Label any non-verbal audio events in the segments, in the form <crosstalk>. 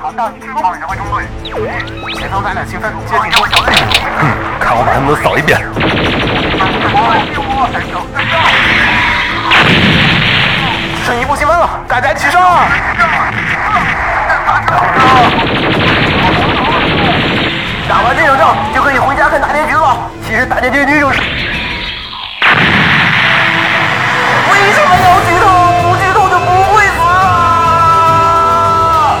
强盗已经炮与指挥中队，前方咱俩兴奋接近他们小队。看我把他们都扫一遍。剩一步积分了，大家齐上！打完这场仗就可以回家看大结局了。其实大结局就是……为什么要剧透？不剧透就不会死啊！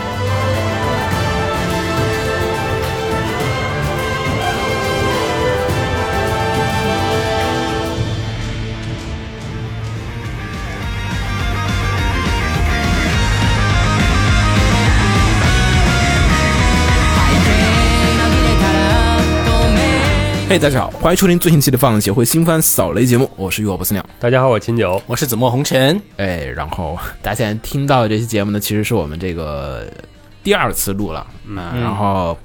嘿、大家好，欢迎收听最新期的放映协会新番扫雷节目，我是雨果不死鸟。大家好，我是秦九。我是紫陌红尘，哎，然后大家现在听到的这期节目呢，其实是我们这个第二次录了，嗯，然后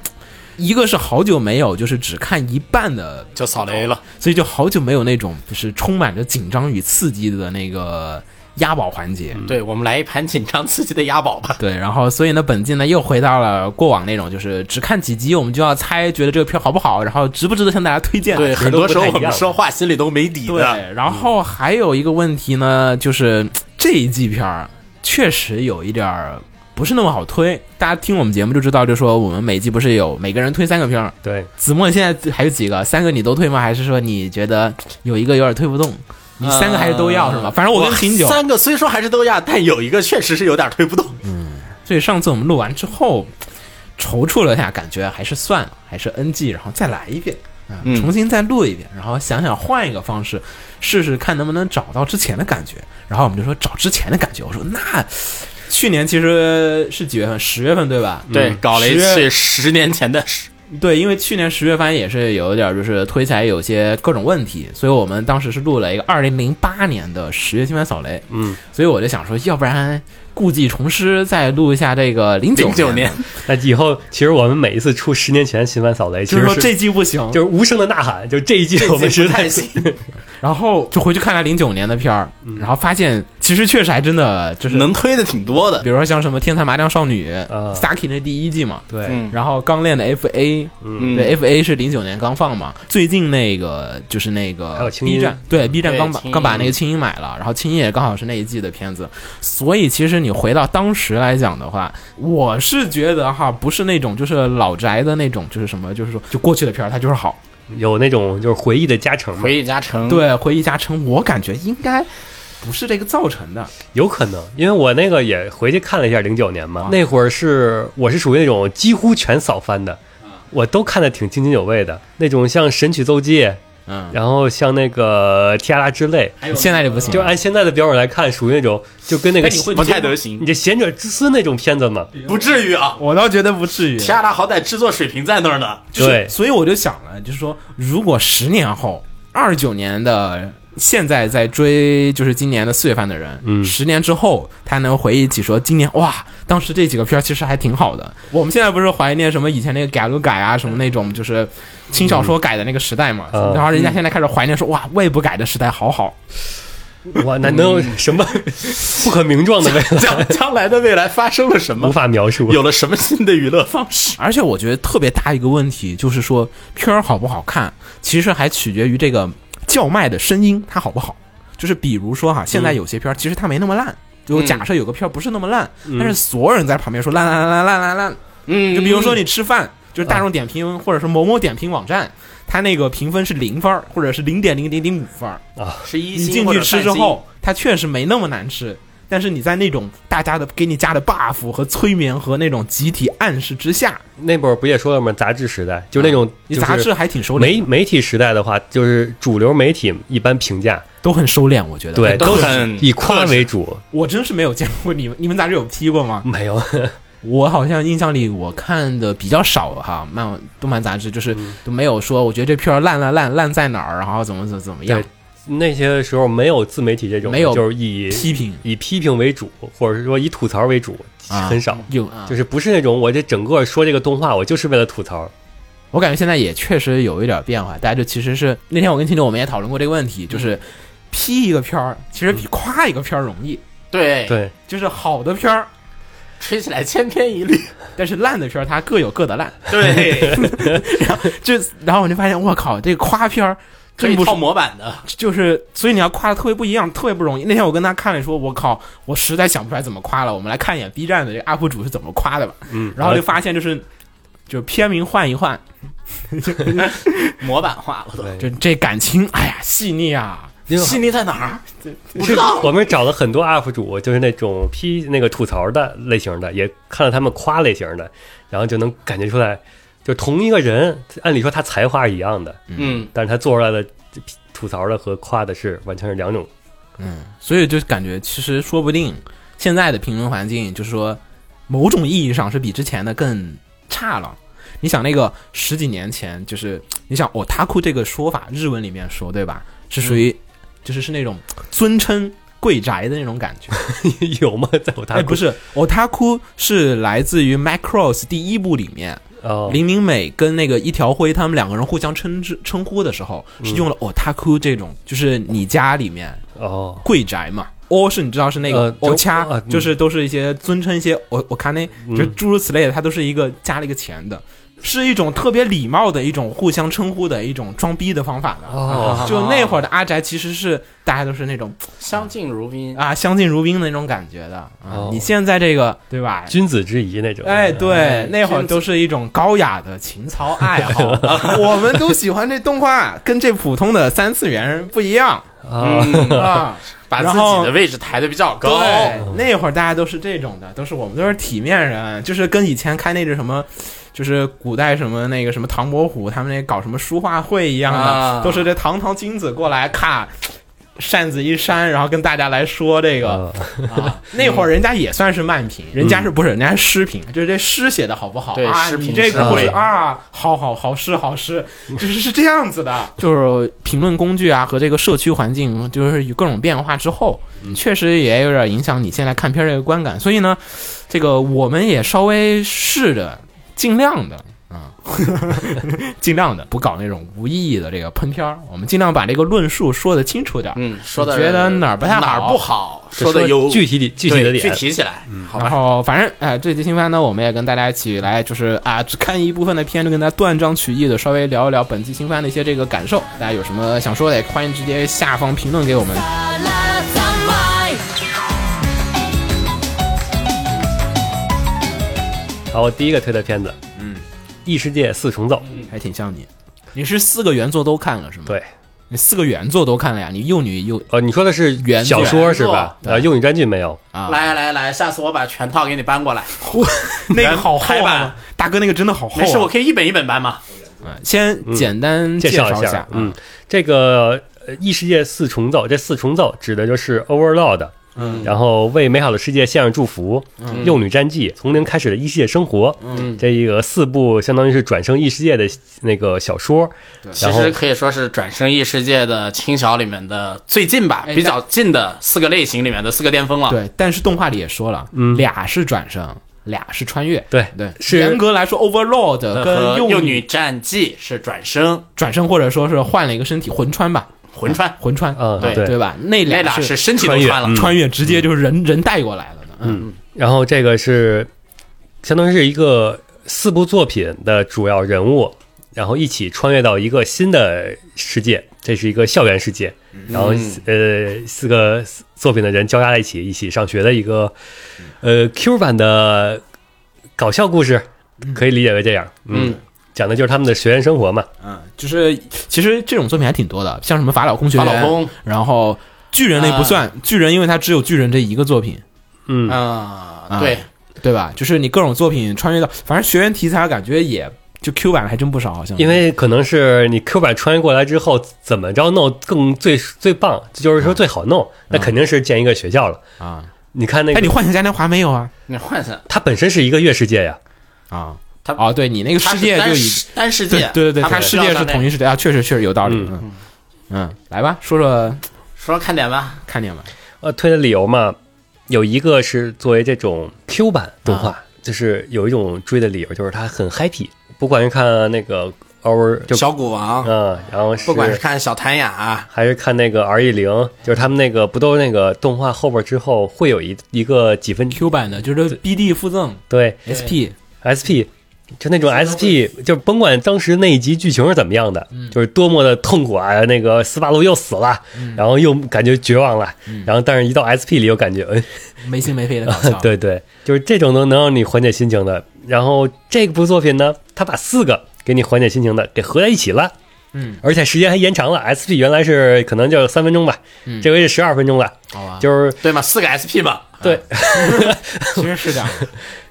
一个是好久没有就是只看一半的，就扫雷了。所以就好久没有那种就是充满着紧张与刺激的那个押宝环节，对，我们来一盘紧张刺激的押宝 <laughs> 吧。对，然后所以呢，本季呢又回到了过往那种，就是只看几集我们就要猜，觉得这个片好不好，然后值不值得向大家推荐。啊对，其很实都多不时候太一我们啊样说话心里都没底对的。，然后还有一个问题呢，就是嘖这一季片儿确实有一点儿不是那么好推。大家听我们节目就知道，就说我们每季不是有每个人推三个片儿。对，子墨现在还有几个？三个你都推吗？还是说你觉得嘖有一个有点推不动？你三个还是都要是吗？呃反正我跟秦九，三个虽说还是都压，但有一个确实是有点推不动。所以上次我们录完之后，踌躇了一下，感觉还是算了，还是 NG，然后再来一遍，啊，嗯重新再录一遍，然后想想换一个方式，试试看能不能找到之前的感觉。然后我们就说找之前的感觉，我说那去年其实是几月份？十月份对吧？对，搞了一十次月十年前的事。对，因为去年十月番也是有一点儿就是推起来有些各种问题，所以我们当时是录了一个二零零八年的十月新番扫雷。嗯，所以我就想说，要不然故技重施，再录一下这个零 <laughs> 九09年那以后其实我们每一次出十年前新番扫雷，其就实是说是这季不行，就是无声的呐喊，就这一季我们实在是然后嗯就回去看了零九年的片儿，然后发现其实确实还真的就是，能推的挺多的比。如说像什么《天才麻将少女》呃 Saki 那第一季嘛， <laughs> 对，嗯然后《刚练的 FA》，嗯，对，FA 是零九年刚放嘛，最近那个就是那还个有青 B 音站，对 B 站对刚把青音刚把那个青音买了，然后青音也刚好是那一季的片子，所以其实你回到当时来讲的话，我是觉得哈，不是那种就是老宅的那种，就是什么，就是说就过去的片儿它就是好，有那种就是回忆的加成嘛，回忆加成，，对，回忆加成，我感觉应该不是这个造成的，有可能，因为我那个也回去看了一下零九年啊嘛，那会儿是我是属于那种几乎全扫翻的，啊我都看的挺津津有味的，那种像《神曲奏记》，嗯，然后像那个《提亚拉之泪》，现在就不行，就按现在的标准来看，属于那种就跟那个哎你会不太得流你行，这贤者之孙那种片子嘛，不至于啊。我倒觉得不至于。提亚拉好歹制作水平在那儿 <laughs> 呢。就是对所以我就想了，就是说，如果十年后，二九年的现在在追就是今年的四月份的人，嗯，十年之后他能回忆起说，今年哇，当时这几个片儿其实还挺好的。我们现在不是怀念什么以前那个改路改啊，什么那种就是轻小说改的那个时代嘛，嗯然后人家现在开始怀念说，哇，未不改的时代好好。 <laughs> 哇，那能有什么不可名状的 <laughs> 未来？将将来的未来发生了什无么？法描述。有了什么新的娱乐方式？而且我觉得特别大一个问题就是说，片儿好不好看，其实还取决于这个叫卖的声音它好不好。就是比如说哈，现在有些片儿其实它没那么烂，就假设有个片儿不是那么烂，但是所有人在旁边说烂烂烂烂烂烂，嗯就比如说你吃饭，就是大众点评或者是某某点评网站。它那个评分是零分儿，或者是零点零零零五分儿。是一你星进或去者吃半之星后，它确实没那么难吃，但是你在那种大家的给你加的 buff 和催眠和那种集体暗示之下，那会儿不也说了吗？杂志时代，就那种哦你就是杂志还挺收敛，媒媒体时代的话，就是主流媒体一般评价都很收敛，我觉得。对都都很以夸为主，我真是没有见过你们，你们杂志有批过吗？没有我好像印象里我看的比较少哈，漫动漫杂志就是嗯都没有说，我觉得这片儿烂烂烂烂在哪儿，然后怎么怎么怎么样对 <laughs> 那些时候没有自媒体这种，没有就是以批评以批评为主，或者是说以吐槽为主，啊很少。有，就是不是那种我这整个说这个动画，我就是为了吐槽。我感觉现在也确实有一点变化，大家就其实是那天我跟秦九我们也讨论过这个问题，就是。批一个片儿其实嗯比夸一个片儿容易，对，对，就是好的片儿，吹起来千篇一律，但是烂的片儿它各有各的烂。对，这然后我就发现，我靠，这夸片儿可真以不是套模板的，就是，所以你要夸的特别不一样，特别不容易。那天我跟他看了说，我靠，我实在想不出来怎么夸了。我们来看一眼 B 站的这个 UP 主是怎么夸的吧。嗯，然后就发现就是，就片名换一换，模板化了都。对就这感情，哎呀，细腻啊，因为细腻在哪儿？不 <laughs> 知是道。我们找了很多 UP 主，就是那种批那个吐槽的类型的，也看了他们夸类型的，然后就能感觉出来，就同一个人，按理说他才华是一样的，嗯，但是他做出来的吐槽的和夸的是完全是两种。所以就感觉其实说不定现在的评论环境，就是说某种意义上是比之前的更差了。你想那个十几年前，就是你想 “otaku” 这个说法，日文里面说对吧，是属于就是是那种尊称贵宅的那种感觉。有吗？在我大哎，不是，otaku 是来自于《Macross》第一部里面，哦，林明美跟那个一条辉他们两个人互相称之称呼的时候，嗯是用了 otaku 这种，就是你家里面哦，贵宅嘛。o 是你知道是那呃个就 o 掐、啊嗯就是都是一些尊称一些我我看那嗯就诸如此类的，它都是一个加了一个钱的，是一种特别礼貌的一种互相称呼的一种装逼的方法的。哦就那会儿的阿宅其实是大家都是那种相敬如宾，啊相敬如宾的那种感觉的啊、哦你现在这个对吧？君子之谊那种。哎，对哎，那会儿都是一种高雅的情操爱 <laughs> 好，我们都喜欢这动画，跟这普通的三次元人不一样啊，啊。把自然后己的位置抬得比较 <laughs> 高。对，那会儿大家都是这种的，都是我们都是体面人，就是跟以前看那个什么，就是古代什么那个什么唐伯虎他们那搞什么书画会一样的，啊都是这堂堂君子过来，咔，扇子一扇，然后跟大家来说这个。啊啊，那会儿人家也算是慢评，人家是不是人家是诗评，就是这诗写的好不好对啊？诗评你这诗个会评啊，好好好诗好诗，就是是这样子的。嗯就是评论工具啊和这个社区环境，就是有各种变化之后，确实也有点影响你现在看片儿这个观感。所以呢，这个我们也稍微试着尽量的。啊， <laughs> 尽量的不搞那种无意义的这个喷片儿，我们尽量把这个论述说的清楚点儿。嗯，说的你觉得哪儿不太好哪儿不好，就说的有具体点具体的对点具体起来，好然吧？后反正哎、这期新番呢，我们也跟大家一起来，就是啊，只看一部分的片，就跟大家断章取义的稍微聊一聊本期新番的一些这个感受。大家有什么想说的，也欢迎直接下方评论给我们。好，我第一个推的片子，嗯，《异世界四重奏》。还挺像你，你是四个原作都看了是吗？，对，你四个原作都看了呀？你幼女幼呃，你说的是原小说是吧？作呃，用语占据没有？啊，来来来，下次我把全套给你搬过来。那个好厚啊， <laughs> 大哥那个真的好厚、啊没事，我可以一本一本搬嘛。嗯先简单介绍一一下，嗯，这个呃异世界四重奏，这四重奏指的就是 Overlord，嗯，然后为美好的世界献上祝福，幼女战记，从零开始的异世界生活，嗯，这一个四部相当于是转生异世界的那个小说，其然后实可以说是转生异世界的轻小里面的最近吧，哎比较近的四个类型里面的四个巅峰了。啊对，但是动画里也说了，嗯、俩是转生，俩是穿越。对对，是严格来说，Overlord 呃，跟和幼幼女女战记是转生转生，或者说是换了一个身体魂穿吧，魂穿，魂穿，嗯对对吧？那那俩是是身体都穿越穿了，穿越，直接就是人人带过来了的。嗯，然后这个是相当于是一个四部作品的主要人物，然后一起穿越到一个新的世界，这是一个校园世界。然后呃，四个作品的人交叉在一起，一起上学的一个呃 Q 版的搞笑故事，可以理解为这样。嗯，讲的就是他们的学员生活嘛。就是其实这种作品还挺多的，像什么法老空学嗯法老员空，嗯然后巨人类不算，巨人因为它只有巨人这一个作品，嗯，啊，对，对吧？就是你各种作品穿越到，反正学员题材感觉也就 Q 版还真不少，好像因为可能是你 Q 版穿越过来之后，怎么着弄更最最棒，就是说最好弄，那肯定是建一个学校了。啊，你看那哎，你个，幻想嘉年华没有啊？你换算，它本身是一个月世界呀，啊，它哦，对你那个它世是界单就已世单世对界，对对对，它它世界是统一。一世界啊，确实确实有道理，嗯嗯，来吧，说说说看点吧，看点吧，呃，推的理由嘛，有一个是作为这种 Q 啊版动画，就是有一种追的理由，就是它很 happy。不管是看那个《 Over 就小古王，嗯，然后是不管是看小谭雅，还是看那个 R E 零，就是他们那个不都那个动画后边之后会有一一个几分 Q 版的，就是 BD 附赠对 SP， SP，就那种 SP，就甭管当时那一集剧情是怎么样的，嗯就是多么的痛苦啊！那个斯巴鲁又死了，嗯然后又感觉绝望了，然后但是一到 SP 里又感觉，嗯，。，没心没肺的搞笑 <laughs> 对对，就是这种能能让你缓解心情的。然后这部作品呢，它把四个给你缓解心情的给合在一起了。嗯，而且时间还延长了，SP 原来是可能就三分钟吧，这回是十二分钟了，嗯好吧，就是对吗？四个 SP 吧，对，其实是这样，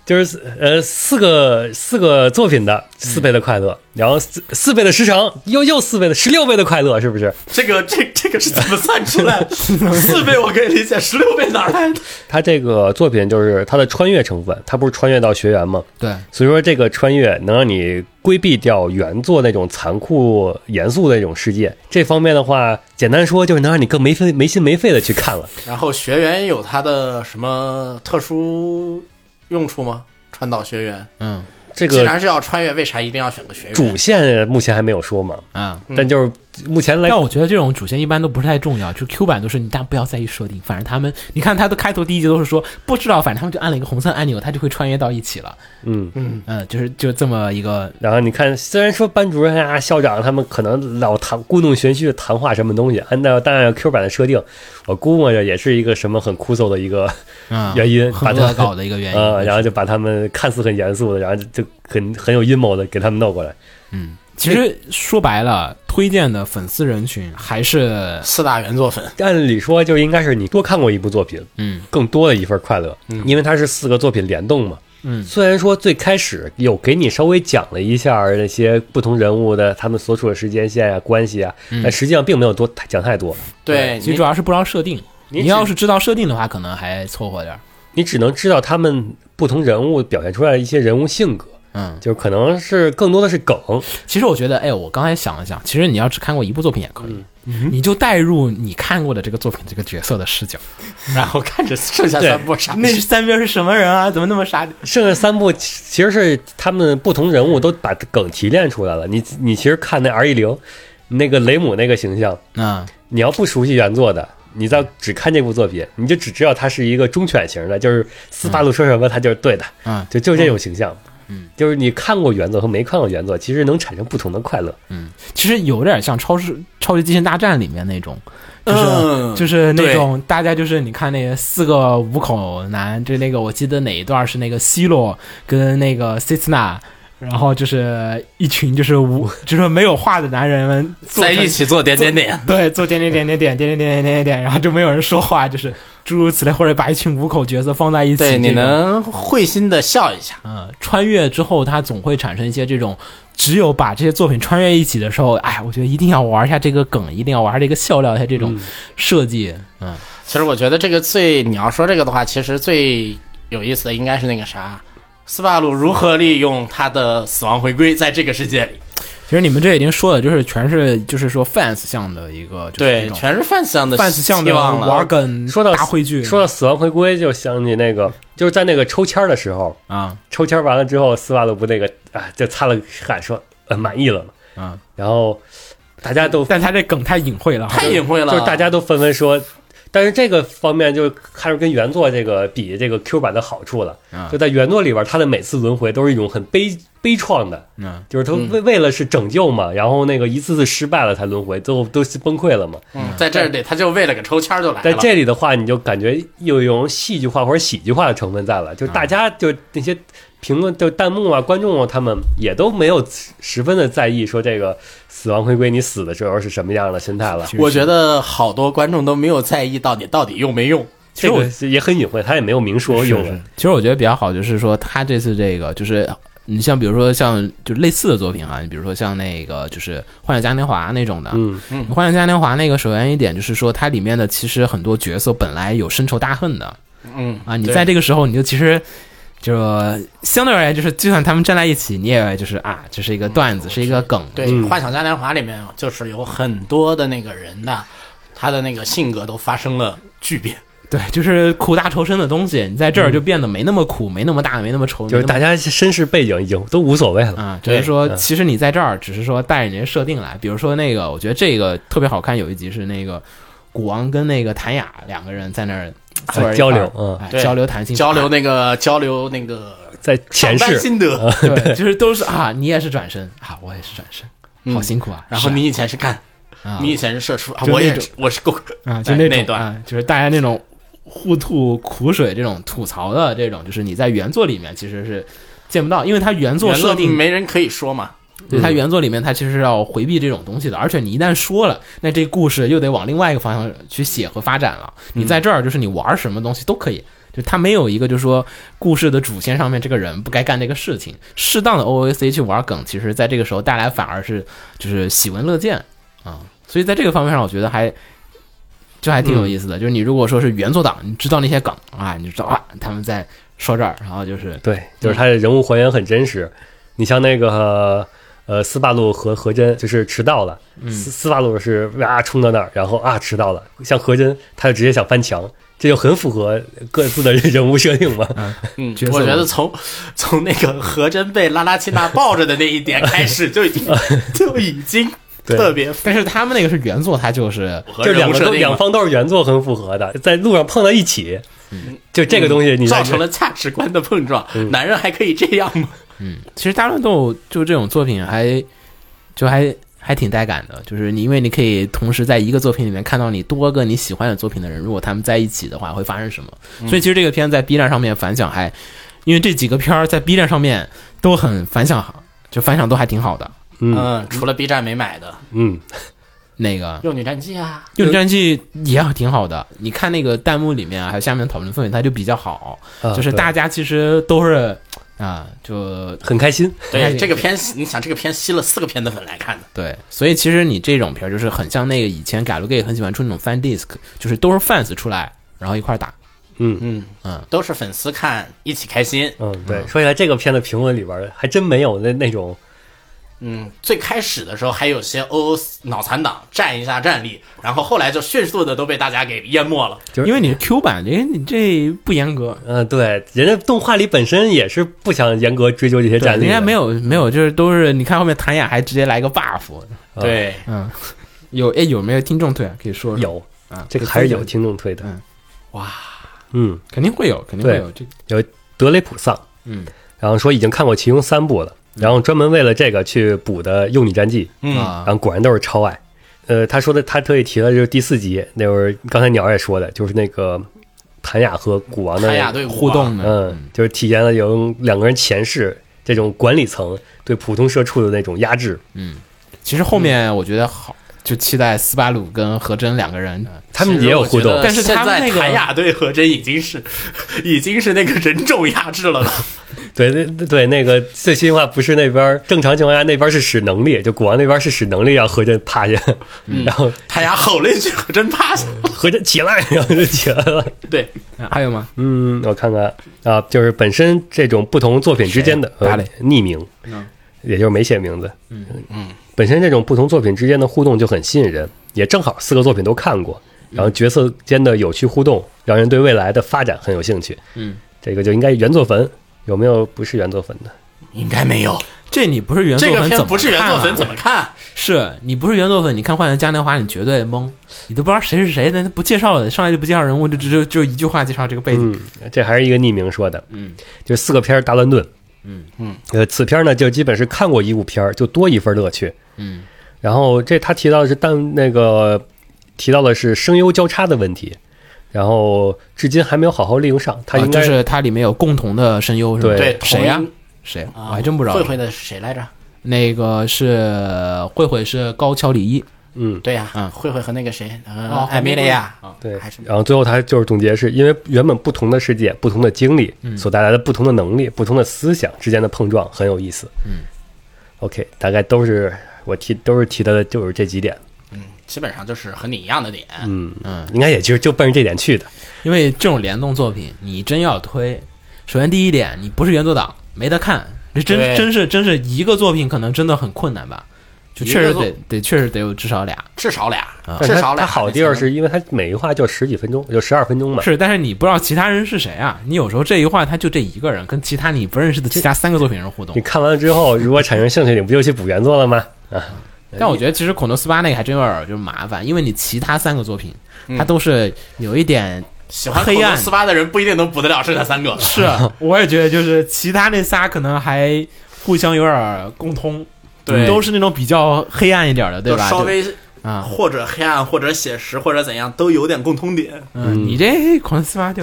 就是呃四个四个作品嗯的四倍的快乐，然后四四倍的时长，又又四倍的十六倍的快乐，是不是？这个这这个是怎么算出 <laughs> 来？四倍我可以理解，十六倍哪儿来的？ <laughs> 它这个作品就是它的穿越成分，它不是穿越到学员吗？对，所以说这个穿越能让你规避掉原作那种残酷严肃的那种世界。这方面的话，简单说就是能让你更没肺没心没肺的去看了。然后学员有他的什么特殊用处吗？川岛学员，嗯这既个然是要穿越，为啥一定要选个学员？主线目前还没有说嘛，啊。嗯但就是目前来但我觉得这种主线一般都不是太重要，就 Q 版都是你大家不要在意设定，反正他们，你看他的开头第一集都是说不知道，反正他们就按了一个红色按钮，他就会穿越到一起了。嗯。嗯，就是就这么一个，然后你看，虽然说班主任啊、校长他们可能老谈故弄玄虚的谈话什么东西，按照当然 Q 版的设定，我估摸着也是一个什么很枯燥的一个 <laughs> 嗯，原因，把很他恶搞的一个原 <laughs> 因。呃，然后就把他们看似很严肃的，然后就很很有阴谋的给他们弄过来。其实说白了，推荐的粉丝人群还是四大原作粉，按理说就应该是你多看过一部作品，嗯，更多的一份快乐，因为它是四个作品联动嘛。嗯虽然说最开始有给你稍微讲了一下那些不同人物的他们所处的时间线啊、关系啊，嗯但实际上并没有多讲太多。对，其实你主要是不知道设定。哎你你要只是知道设定的话，可能还凑合点儿。你只能知道他们不同人物表现出来的一些人物性格，嗯，就可能是更多的是 <laughs> 梗。其实我觉得，哎，我刚才想了想，其实你要只看过一部作品也可以，你就带入你看过的这个作品这个角色的视角。然后看着剩下三部啥？ <laughs> 那三边是什么人啊？怎么那么傻？剩下三部其其实是他们不同人物都把梗提炼出来了。你你其实看那 R 一零，那个雷姆那个形象，嗯，你要不熟悉原作的，你再只看这部作品，你就只知道他是一个忠犬型的，就是斯巴鲁说什么他就是对的，嗯就就这种形象。嗯，就是你看过原作和没看过原作，其实能产生不同的快乐。其实有点像超市《超级机器人大战》里面那种，就是、嗯就是那对种大家就是你看那四个五口男，就那个我记得哪一段是那个西洛跟那个 s i t n a 然后就是一群就是无 <laughs> 就是没有话的男人们坐在一起做点点点， <laughs> 对，做点点点点点点点点点点点，然后就没有人说话，就是诸如此类，或者把一群五口角色放在一起， <laughs> 对，你这种能会心的笑一下。嗯，穿越之后，它总会产生一些这种，只有把这些作品穿越一起的时候，哎，我觉得一定要玩一下这个梗，一定要玩这个笑料一下这种设计。嗯其实我觉得这个最，你要说这个的话，其实最有意思的应该是那个啥，斯巴鲁如何利用他的死亡回归在这个世界里。其实你们这已经说了，就是全是就是说 fans 向的一个，就是对这，种全是 fans 向的 fans 向期的望了玩梗，说到大汇聚，说到死亡回归，就想起那个，就是在那个抽签儿的时候，啊，抽签儿完了之后，斯巴鲁不那个啊，就擦了汗说，呃，满意了嘛。嗯，然后大家 <laughs> 都但他这梗太隐晦了，太隐晦了，就是大家都纷纷说，但是这个方面就还是跟原作这个比，这个 Q 版的好处了。啊就在原作里边，它的每次轮回都是一种很悲悲怆的，嗯，就是他为为了是拯救嘛，然后那个一次次失败了才轮回，最后都崩溃了嘛。嗯在这里，他就为了个抽签儿就来但了。这里的话，你就感觉有一种戏剧化或者喜剧化的成分在了，嗯就大家就那些评论、就弹幕啊、观众啊，他们也都没有十分的在意说这个死亡回归你死的时候是什么样的心态了。我觉得好多观众都没有在意到你到底用没用。这个也很隐晦，他也没有明说用了。其实我觉得比较好，就是说他这次这个就是。你像比如说像就类似的作品啊，你比如说像那个就是《幻想嘉年华》那种的，嗯， 《幻想嘉年华》那个首先一点就是说，它里面的其实很多角色本来有深仇大恨的嗯啊，你对在这个时候你就其实就相对而言就是，就算他们站在一起，你也就是啊，这是一个段子，是一个梗，对，嗯《幻想嘉年华》里面就是有很多的那个人呐，他的那个性格都发生了巨变。对对，就是苦大仇深的东西，你在这儿就变得没那么苦，没那么大，没那么仇，就是没那么大家身世背景已经都无所谓了。啊，只是对说，嗯其实你在这儿，只是说带着你的设定来。比如说那个，我觉得这个特别好看，有一集是那个古王跟那个谭雅两个人在那儿坐着一块儿交流嗯哎对交流谈心，交流那个交流那个在前上班世，呃心得，对， <laughs> 就是都是啊，你也是转身啊，我也是转身，好辛苦啊。嗯然后是啊你以前是干，啊你以前是社畜啊，就我也那是我是狗啊，就哎那那种段啊，就是大家那种互吐苦水这种吐槽的这种，就是你在原作里面其实是见不到，因为它原作原作设定没人可以说嘛，对，它原作里面它其实是要回避这种东西的，而且你一旦说了，那这故事又得往另外一个方向去写和发展了。你在这儿就是你玩什么东西都可以，就它没有一个就是说故事的主线上面这个人不该干这个事情，适当的 OAC 去玩梗，其实在这个时候带来反而是就是喜闻乐见啊。所以在这个方面上，我觉得还。就还挺有意思的，就是你如果说是原作党，你知道那些梗啊，你知道啊，他们在说这儿，然后就是对，就是他的人物还原很真实。你像那个呃，斯巴鲁和和珍就是迟到了，斯斯巴鲁是哇冲到那儿，然后啊迟到了，像和珍他就直接想翻墙，这就很符合各自的 <laughs> 人物设定嘛。嗯角，色我觉嘛得从从那 <laughs> 个何真被拉拉奇娜抱着的那一点开始，就 <laughs> 已经就已经对特别符但是他们那个是原作，它就是合就人两物个设都定两了方都是原作很符合的，在路上碰到一起，就这个东西你在嗯嗯造成了价值观的碰撞，男人还可以这样吗？其实大乱斗就这种作品还就还还挺带感的，就是你因为你可以同时在一个作品里面看到你多个你喜欢的作品的人，如果他们在一起的话会发生什么。所以其实这个片在 B 站上面反响还，因为这几个片儿在 B 站上面都很反响好，就反响都还挺好的。嗯嗯，除了 B 站没买的嗯，那个《幼女战记》啊， 《幼女战记》也挺好的，你看那个弹幕里面啊，还有下面讨论氛围，它就比较好，啊就是对大家其实都是啊，就很开心。哎对这个片，你想这个片吸了四个片的粉来看的，对，所以其实你这种片儿就是很像那个以前改路 gay 很喜欢出那种 fan disc，就是都是 fans 出来然后一块儿打。都是粉丝看一起开心。嗯，对，说起来这个片的评论里边儿还真没有那那种嗯，最开始的时候还有些欧脑残党站一下战力，然后后来就迅速的都被大家给淹没了。就是因为你是 Q 版，因为你这不严格，嗯，对，人家动画里本身也是不想严格追究这些对，战力，人家没有，有没有，就是都是你看后面谭雅还直接来个 buff，对，嗯，有哎有没有听众推啊？可以说说有啊，这个还是有听众推的，嗯哇，嗯，肯定会有，肯定会有这个有德雷普桑，嗯，然后说已经看过其中三部了，然后专门为了这个去补的《幼女战记》，嗯，啊然后果然都是超爱。呃，他说的，他特意提了就是第四集，那会儿刚才鸟儿也说的，就是那个谭雅和古王的谭雅对互动的，嗯，就是体验了有两个人前世这种管理层对普通社畜的那种压制。嗯其实后面我觉得好，就期待斯巴鲁跟何真两个人，他们也有互动，但是现他们在那个谭雅对和真已经是 <laughs> 已经是那个人种压制了。对对对，那个最新话不是那边儿正常情况下那边儿是使能力，就古王那边儿是使能力让何震趴下，<laughs> 嗯然后谭雅吼了一句，和真趴下了。何震起来，然后就起来了。对，啊还有吗？嗯，我看看啊，就是本身这种不同作品之间的、谁呃打嘞、嗯匿名，也就是没写名字。嗯嗯，本身这种不同作品之间的互动就很吸引人，也正好四个作品都看过，嗯然后角色间的有趣互动，让人对未来的发展很有兴趣。嗯，这个就应该原作粉有没有不是原作粉的？应该没有。这你不是原作这个粉怎片么不是原看作啊粉怎么看？是你不是原作粉，你看《幻想嘉年华》，你绝对懵，你都不知道谁是谁，但他不介绍的，上来就不介绍人物，就只就就一句话介绍这个背景。嗯，这还是一个匿名说的。嗯，就是四个片儿大乱炖。嗯嗯，呃，此片儿呢就基本是看过一部片儿，就多一份乐趣。嗯，然后这他提到的是但那个提到的是声优交叉的问题，然后至今还没有好好利用上。他啊应该、就是它里面有共同的声优，是吧？对同谁呀音？谁呀？啊我还真不知道慧。慧的是谁来着？那个是慧慧是高桥李依，嗯对呀、嗯慧慧和那个谁，呃哦，艾米莉亚，对还是，然后最后他就是总结是因为原本不同的世界、不同的经历所带来的不同的能力、不同的思想之间的碰撞很有意思。嗯，OK，大概都是我提都是提到的就是这几点。嗯基本上就是和你一样的点。嗯嗯，应该也就就奔着这点去的。因为这种联动作品，你真要推，首先第一点，你不是原作党，没得看，这真对真是真是一个作品，可能真的很困难吧。就确实一个得得确实得有至少俩。至少俩，嗯但至是少它俩。它好地儿是因为它每一话就十几分钟，就十二分钟嘛。是，但是你不知道其他人是谁啊？你有时候这一话他就这一个人，跟其他你不认识的其他三个作品人互动你。看完了之后，如果产生兴趣，你不就去补原作了吗？啊，但我觉得其实《孔诺斯巴》那个还真有点就是麻烦，因为你其他三个作品，嗯它都是有一点喜欢黑暗斯巴的人不一定能补得了剩下三个。是，我也觉得就是其他那仨可能还互相有点共通，对都是那种比较黑暗一点的，对就吧？稍就微啊，或者黑暗，或者写实，或者怎样，都有点共通点。嗯，你这 <laughs> 狂司 <laughs> 马就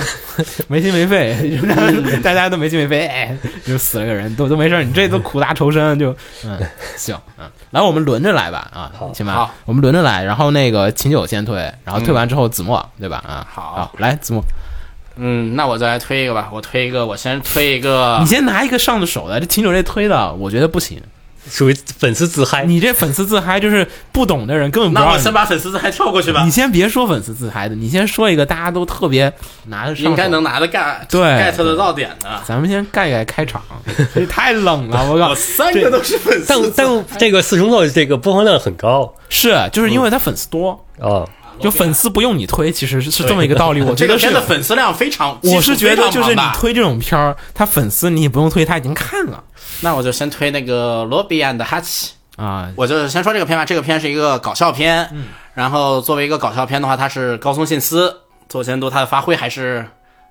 没心没肺，就大家都没心没肺，哎，就死了个人都都没事儿，你这都苦大仇深，就 <laughs> 嗯行嗯，来我们轮着来吧啊，行吧好，嗯我们轮着来，然后那个秦九先退，然后退完之后子墨对吧啊，好来子墨，嗯，那我再来推一个吧，我推一个，我先推一个你，先拿一个上的手的，这秦九这推的我觉得不行，属于粉丝自嗨。你这粉丝自嗨就是不懂的人根本不 <laughs> 哎那我让先把粉丝字还跳过去吧你，先别说粉丝自嗨的，你先说一个大家都特别拿得上手的，应该能拿得 get 对 get 得到点的。咱们先盖盖开 <laughs> 场，这太冷了，我我靠！三个都是粉丝但字，但这个四重奏这个播放量很高是，就是因为他粉丝多，啊，有粉丝不用你推，其实是是这么一个道理。 <laughs> 我觉这个得是片，的粉丝量非常，我是觉得基就是数非你常庞大。推这种片儿，他粉丝你也不用推，他已经看了那我就先推那个罗比 and 哈奇。啊。我就先说这个片吧，这个片是一个搞笑片，嗯然后作为一个搞笑片的话，它是高松信司做监督，他的发挥还是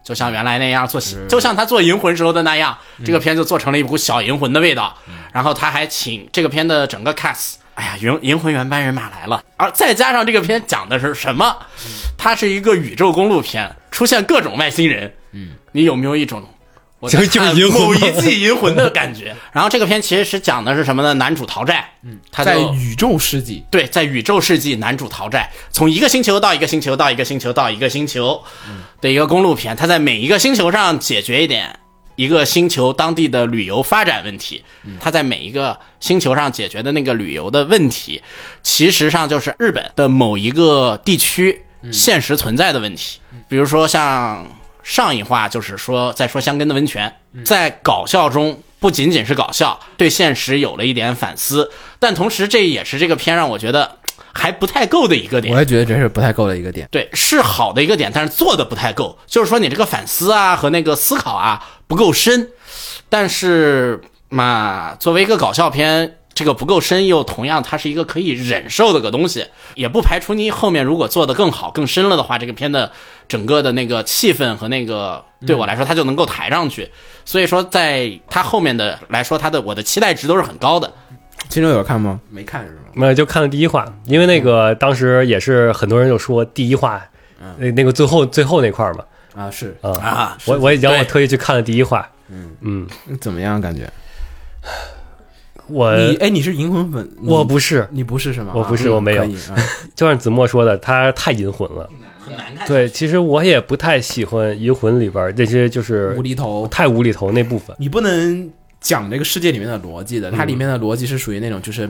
就像原来那样做，就像他做《银魂》时候的那样，嗯这个片就做成了一股小《银魂》的味道。然后他还请这个片的整个 cast，哎呀，银银魂原班人马来了，而再加上这个片讲的是什么，嗯它是一个宇宙公路片，出现各种外星人，嗯，你有没有一种我在就是就是看银魂某吗一季银魂的 <laughs> 感觉？然后这个片其实是讲的是什么呢？男主逃债，嗯，他在就宇宙世纪，对，在宇宙世纪，男主逃债，从一个星球到一个星球到一个星球到一个星球的一个公路片，他在每一个星球上解决一点一个星球当地的旅游发展问题。他在每一个星球上解决的那个旅游的问题，其实上就是日本的某一个地区现实存在的问题，比如说像上一话就是说在说香根的温泉，在搞笑中不仅仅是搞笑，对现实有了一点反思，但同时这也是这个片让我觉得嘖还不太够的一个我点。也觉得这是不太够的一个点。对，是好的一个点，但是做的不太够，就是说你这个反思啊和那个思考啊不够深，但是嘛，作为一个搞笑片。这个不够深，又同样它是一个可以忍受的个东西，也不排除你后面如果做的更好、更深了的话，这个片的整个的那个气氛和那个对我来说，它就能够抬上去。所以说，在它后面的来说，它的我的期待值都是很高的。秦九有看吗？没看是吗？那就看了第一话，因为那个当时也是很多人就说第一话，嗯那那个最后最后那块儿嘛，啊，是嗯啊我我也让我对特意去看了第一话，嗯怎么样感觉？我你哎，你是银魂粉？你呃我不是，你不是是吗？我不是啊我没有可以啊就像子墨说的，他太银魂了。很难看。对，其实我也不太喜欢银魂里边儿这些就是无 <laughs> 厘头，太无厘头那部分。你不能讲这个世界里面的逻辑嗯的，它里面的逻辑是属于那种就是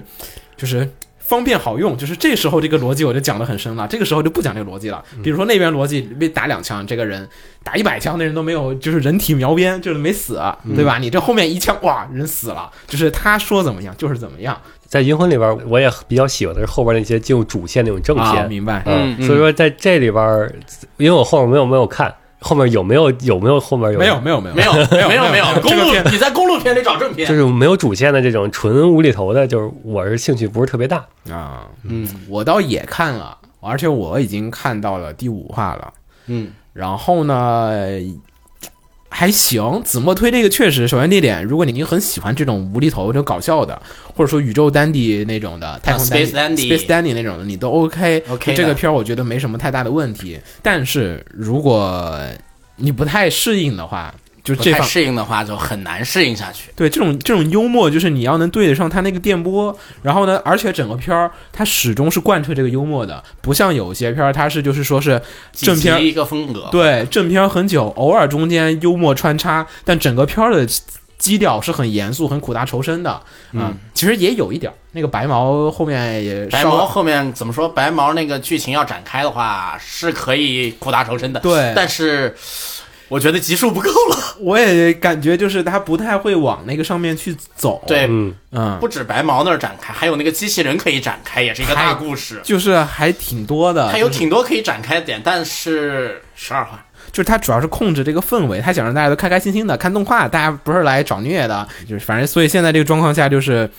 就是方便好用，就是这时候这个逻辑我就讲得很深了，这个时候就不讲这个逻辑了。嗯比如说那边逻辑被打两枪，这个人打一百枪，那人都没有，就是人体描边，就是没死，啊嗯对吧？你这后面一枪，哇，人死了，就是他说怎么样就是怎么样在银魂里边儿，我也比较喜欢的是后边那些进入主线那种正啊，片。明白？嗯嗯所以说在这里边儿，因为我后面没有没有看，后面有没有有没有后面有没有没有没有 <laughs> 没有没有没有，这公个路片你在公路片里找正片，就是没有主线的这种纯无厘头的，就是我是兴趣不是特别大。啊，嗯，我倒也看了，而且我已经看到了第五话了。嗯，然后呢，还行。子墨推这个确实，首先第一点，如果你很喜欢这种无厘头、就搞笑的，或者说宇宙丹迪那种的、太空丹迪、啊 Space Space Dandy Dandy 那种的，你都 OK。 OK 的这个片儿我觉得没什么太大的问题。但是如果你不太适应的话，就不这太方适应的话，就很难适应下去。对这种这种幽默，就是你要能对得上他那个电波，然后呢，而且整个片儿它始终是贯彻这个幽默的，不像有些片儿它是就是说是正片几集儿，一个风格，对正片儿很久，偶尔中间幽默穿插，但整个片儿的基调是很严肃、很苦大仇深的。嗯，其实也有一点儿，那个白毛后面也白稍毛后面怎么说？白毛那个剧情要展开的话，是可以苦大仇深的。对但是我觉得集数不够了。我也感觉就是他不太会往那个上面去走。对，，嗯，不止白毛那儿展开，还有那个机器人可以展开，也是一个大故事。就是还挺多的。它有挺多可以展开的点，但是十二话，就是他主要是控制这个氛围，他想让大家都开开心心的看动画，大家不是来找虐的，就是反正所以现在这个状况下就是。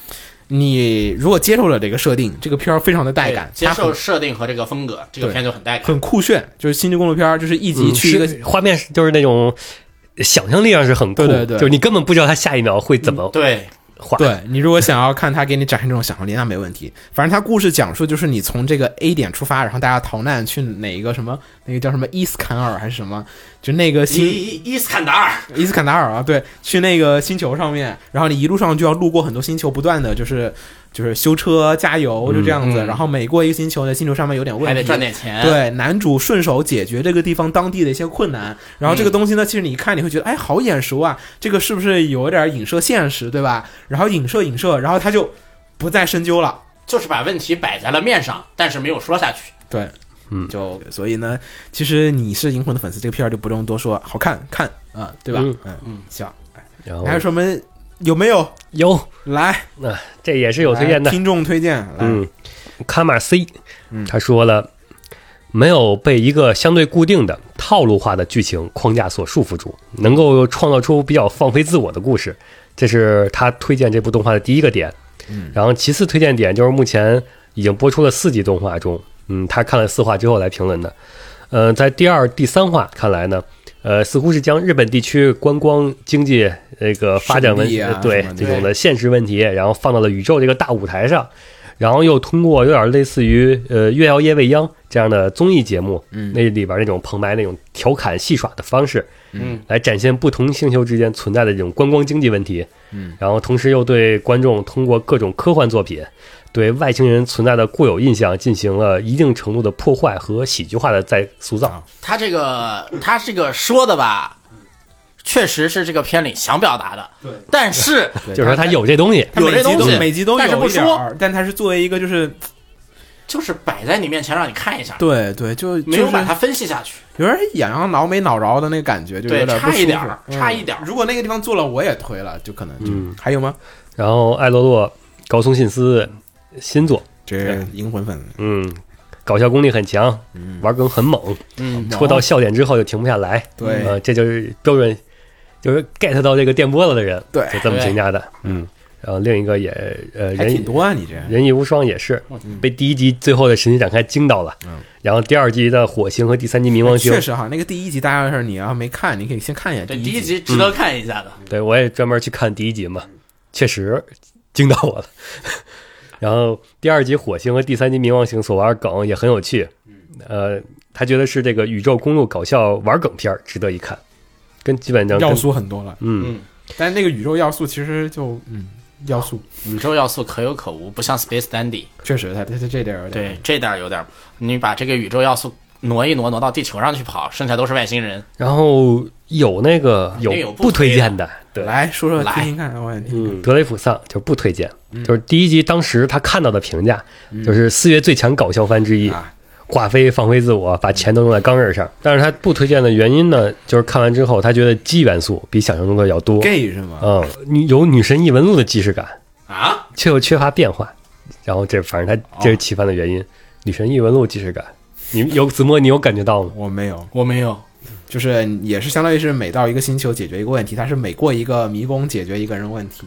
你如果接受了这个设定，这个片儿非常的带对感，接它受很设定和这个风格，这个对片就很带感。很酷炫，就是新剧公路片儿，就是一集嗯去一个，是画面是就是那种想象力上是很酷，对对对就是你根本不知道他下一秒会怎么对，画。对你如果想要看他给你展现这种想象力，那没问题。反正他故事讲述就是你从这个 A 点出发，然后大家逃难去哪一个什么那个叫什么伊斯坎尔还是什么，就那个伊新伊伊斯坎达尔，伊斯坎达尔啊，对，去那个星球上面，然后你一路上就要路过很多星球，不断的就是就是修车加油，就这样子。嗯然后每过一个星球呢，星球上面有点问题，还得赚点钱。，对，男主顺手解决这个地方当地的一些困难，然后这个东西呢，其实你一看你会觉得，哎，好眼熟啊，这个是不是有点影射现实，对吧？然后影射影射，然后他就不再深究了。就是把问题摆在了面上，但是没有说下去。对，嗯就所以呢，其实你是银魂的粉丝，这个片儿就不用多说，好看看啊、对吧？嗯嗯嗯，行，然后还有什么有没有有，来？那这也是有推荐来的。听众推荐，来，嗯，卡玛 C，他说了，没有被一个相对固定的套路化的剧情框架所束缚住，能够创造出比较放飞自我的故事，这是他推荐这部动画的第一个点。然后其次推荐点就是目前已经播出了四集动画中，嗯，他看了四话之后来评论的。呃，在第二、第三话看来呢，呃，似乎是将日本地区观光经济那个发展问胜利题，啊对什么的这种的现实问题，然后放到了宇宙这个大舞台上，然后又通过有点类似于呃《月摇夜未央》这样的综艺节目，嗯，那里边那种旁白那种调侃戏耍的方式，嗯，来展现不同星球之间存在的这种观光经济问题，嗯，然后同时又对观众通过各种科幻作品。对外星人存在的固有印象进行了一定程度的破坏和喜剧化的再塑造，啊他这个他这个说的吧，确实是这个片里想表达的，对，但是就是说他有这东西，他每有这集都东西每集都有但是不一点说儿，但他是作为一个就是就是摆在你面前让你看一下，对对，就没就有是把它分析下去。有人痒痒挠没挠着的那个感觉，就有对点差不舒一服点儿差一点嗯儿如果那个地方做了，我也推了，就可能就嗯还有吗？然后艾罗洛、高松信司新作，这银魂粉嗯，搞笑功力很强，玩梗很猛，嗯，戳到笑点之后就停不下来，对呃，这就是标准，就是 get 到这个电波了的人，对就这么评价的，嗯。然后另一个也呃还人挺多啊，你这人亦无双也是嗯被第一集最后的神奇展开惊到了，然后第二集的火星和第三集冥王星确，实哈，那个第一集大家要是你要没看，你可以先看一眼对，一第一集值得看一下的。对我也专门去看第一集嘛，确实惊到我了。 <laughs> 然后第二集火星和第三集冥王星所玩梗也很有趣，嗯呃，他觉得是这个宇宙公路搞笑玩梗片儿值得一看，跟基本上跟要素很多了，嗯，但是那个宇宙要素其实就嗯要素嗯宇宙要素可有可无，不像 Space Dandy。确实他他他这点儿有点对，这点儿有点儿，你把这个宇宙要素挪一挪，挪到地球上去跑，剩下都是外星人。然后有那个有也有不不推推荐的，对，来说说来听听看，我也听。嗯，德雷普桑就不推荐，就是第一集当时他看到的评价，就是四月最强搞笑番之一，啊挂飞放飞自我，把钱都用在钢刃上。但是他不推荐的原因呢，就是看完之后他觉得鸡元素比想象中的要多， gay 是吗？嗯，女有女神异闻录的既视感，啊，却又缺乏变化。然后这反正他这是弃番的原因，女神异闻录既视感，你有子墨你有感觉到吗？我没有，我没有，就是也是相当于是每到一个星球解决一个问题，它是每过一个迷宫解决一个人问题。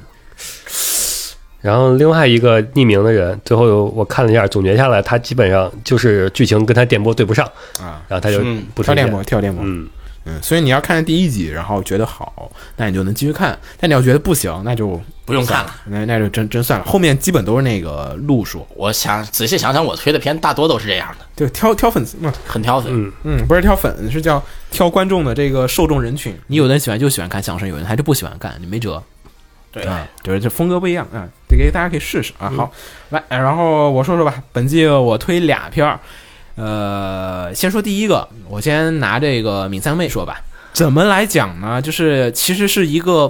然后另外一个匿名的人，最后我看了一下，总结下来，他基本上就是剧情跟他电波对不上啊，然后他就是不跳推荐电。波，跳电波，嗯，嗯，所以你要看第一集，然后觉得好，那你就能继续看；但你要觉得不行，那就不用看了。那那就真真算了。后面基本都是那个路数，我想仔细想想，我推的片大多都是这样的，对，挑挑粉丝，嗯很挑粉。嗯，不是挑粉，是叫挑观众的这个受众人群。你有的人喜欢就喜欢看相声，有人还是不喜欢看，你没辙。对，啊，就是这风格不一样啊，得给大家可以试试啊。好，来，呃然后我说说吧，本季我推俩片儿，呃，先说第一个，我先拿这个《敏三妹》说吧。怎么来讲呢？就是其实是一个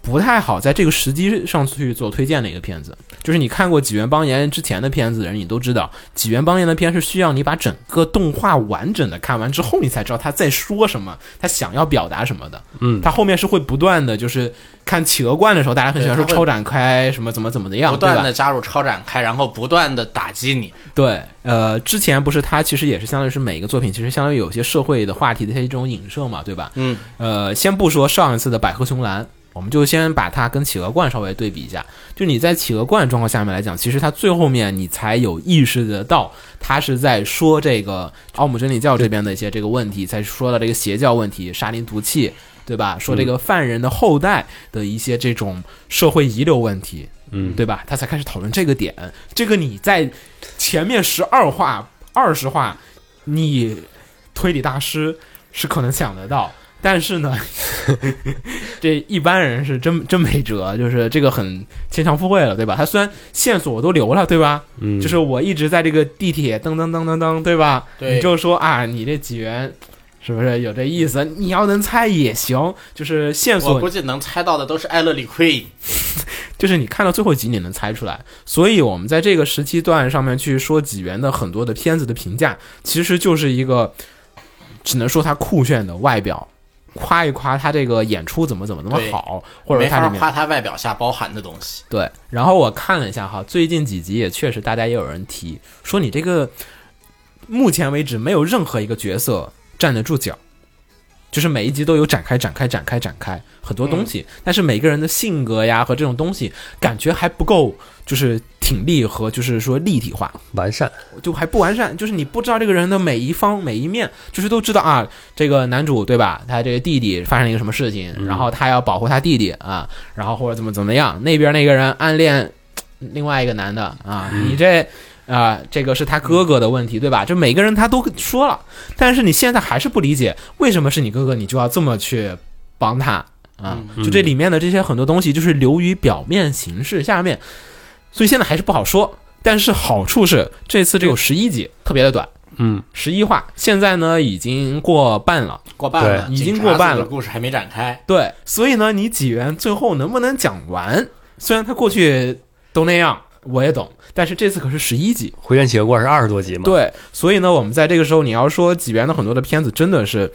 不太好在这个时机上去做推荐的一个片子。就是你看过《几元邦彦》之前的片子的人，你都知道，《几元邦彦》的片是需要你把整个动画完整的看完之后，你才知道他在说什么，他想要表达什么的。嗯，他后面是会不断的，就是看企鹅观的时候，大家很喜欢说对他会超展开什么怎么怎么的样，不对吧断？的加入超展开，然后不断的打击你。对，呃，之前不是他其实也是相当于是每一个作品，其实相当于有些社会的话题的一些这种影射嘛，对吧？嗯，呃，先不说上一次的百合熊兰，我们就先把它跟企鹅冠稍微对比一下。就你在企鹅冠状况下面来讲，其实它最后面你才有意识得到，它是在说这个奥姆真理教这边的一些这个问题，才说到这个邪教问题、沙林毒气，对吧？说这个犯人的后代的一些这种社会遗留问题，嗯，对吧？他才开始讨论这个点。这个你在前面十二话、二十话，你推理大师是可能想得到，但是呢，这一般人是真真没辙，就是这个很牵强附会了，对吧？他虽然线索我都留了，对吧？嗯，就是我一直在这个地铁噔噔噔噔噔，对吧？对你就说啊，你这几元。是不是有这意思？你要能猜也行，就是线索我估计能猜到的都是艾勒里奎因。就是你看到最后一集你能猜出来，所以我们在这个时期段上面去说几元的很多的片子的评价，其实就是一个只能说他酷炫的外表，夸一夸他这个演出怎么怎么怎么对好，或者没他法里面夸他外表下包含的东西。对。然后我看了一下哈，最近几集也确实大家也有人提说你这个目前为止没有任何一个角色站得住脚。就是每一集都有展开、展开、展开、展开很多东西，但是每个人的性格呀和这种东西感觉还不够，就是挺立和就是说立体化，完善，就还不完善，就是你不知道这个人的每一方每一面，就是都知道啊，这个男主对吧？他这个弟弟发生了一个什么事情，然后他要保护他弟弟啊，然后或者怎么怎么样，那边那个人暗恋另外一个男的啊，你这啊、这个是他哥哥的问题对吧？就每个人他都说了，但是你现在还是不理解为什么是你哥哥，你就要这么去帮他啊？嗯就这里面的这些很多东西，就是流于表面形式下面，所以现在还是不好说。但是好处是，这次只有十一集，特别的短，嗯，十一话。现在呢，已经过半了，过半了，对已经警察过半组了的故事还没展开。对，所以呢，你几元最后能不能讲完？虽然他过去都那样，我也懂，但是这次可是十一集，回旋企鹅罐是二十多集嘛？，对，所以呢，我们在这个时候，你要说几元的很多的片子，真的是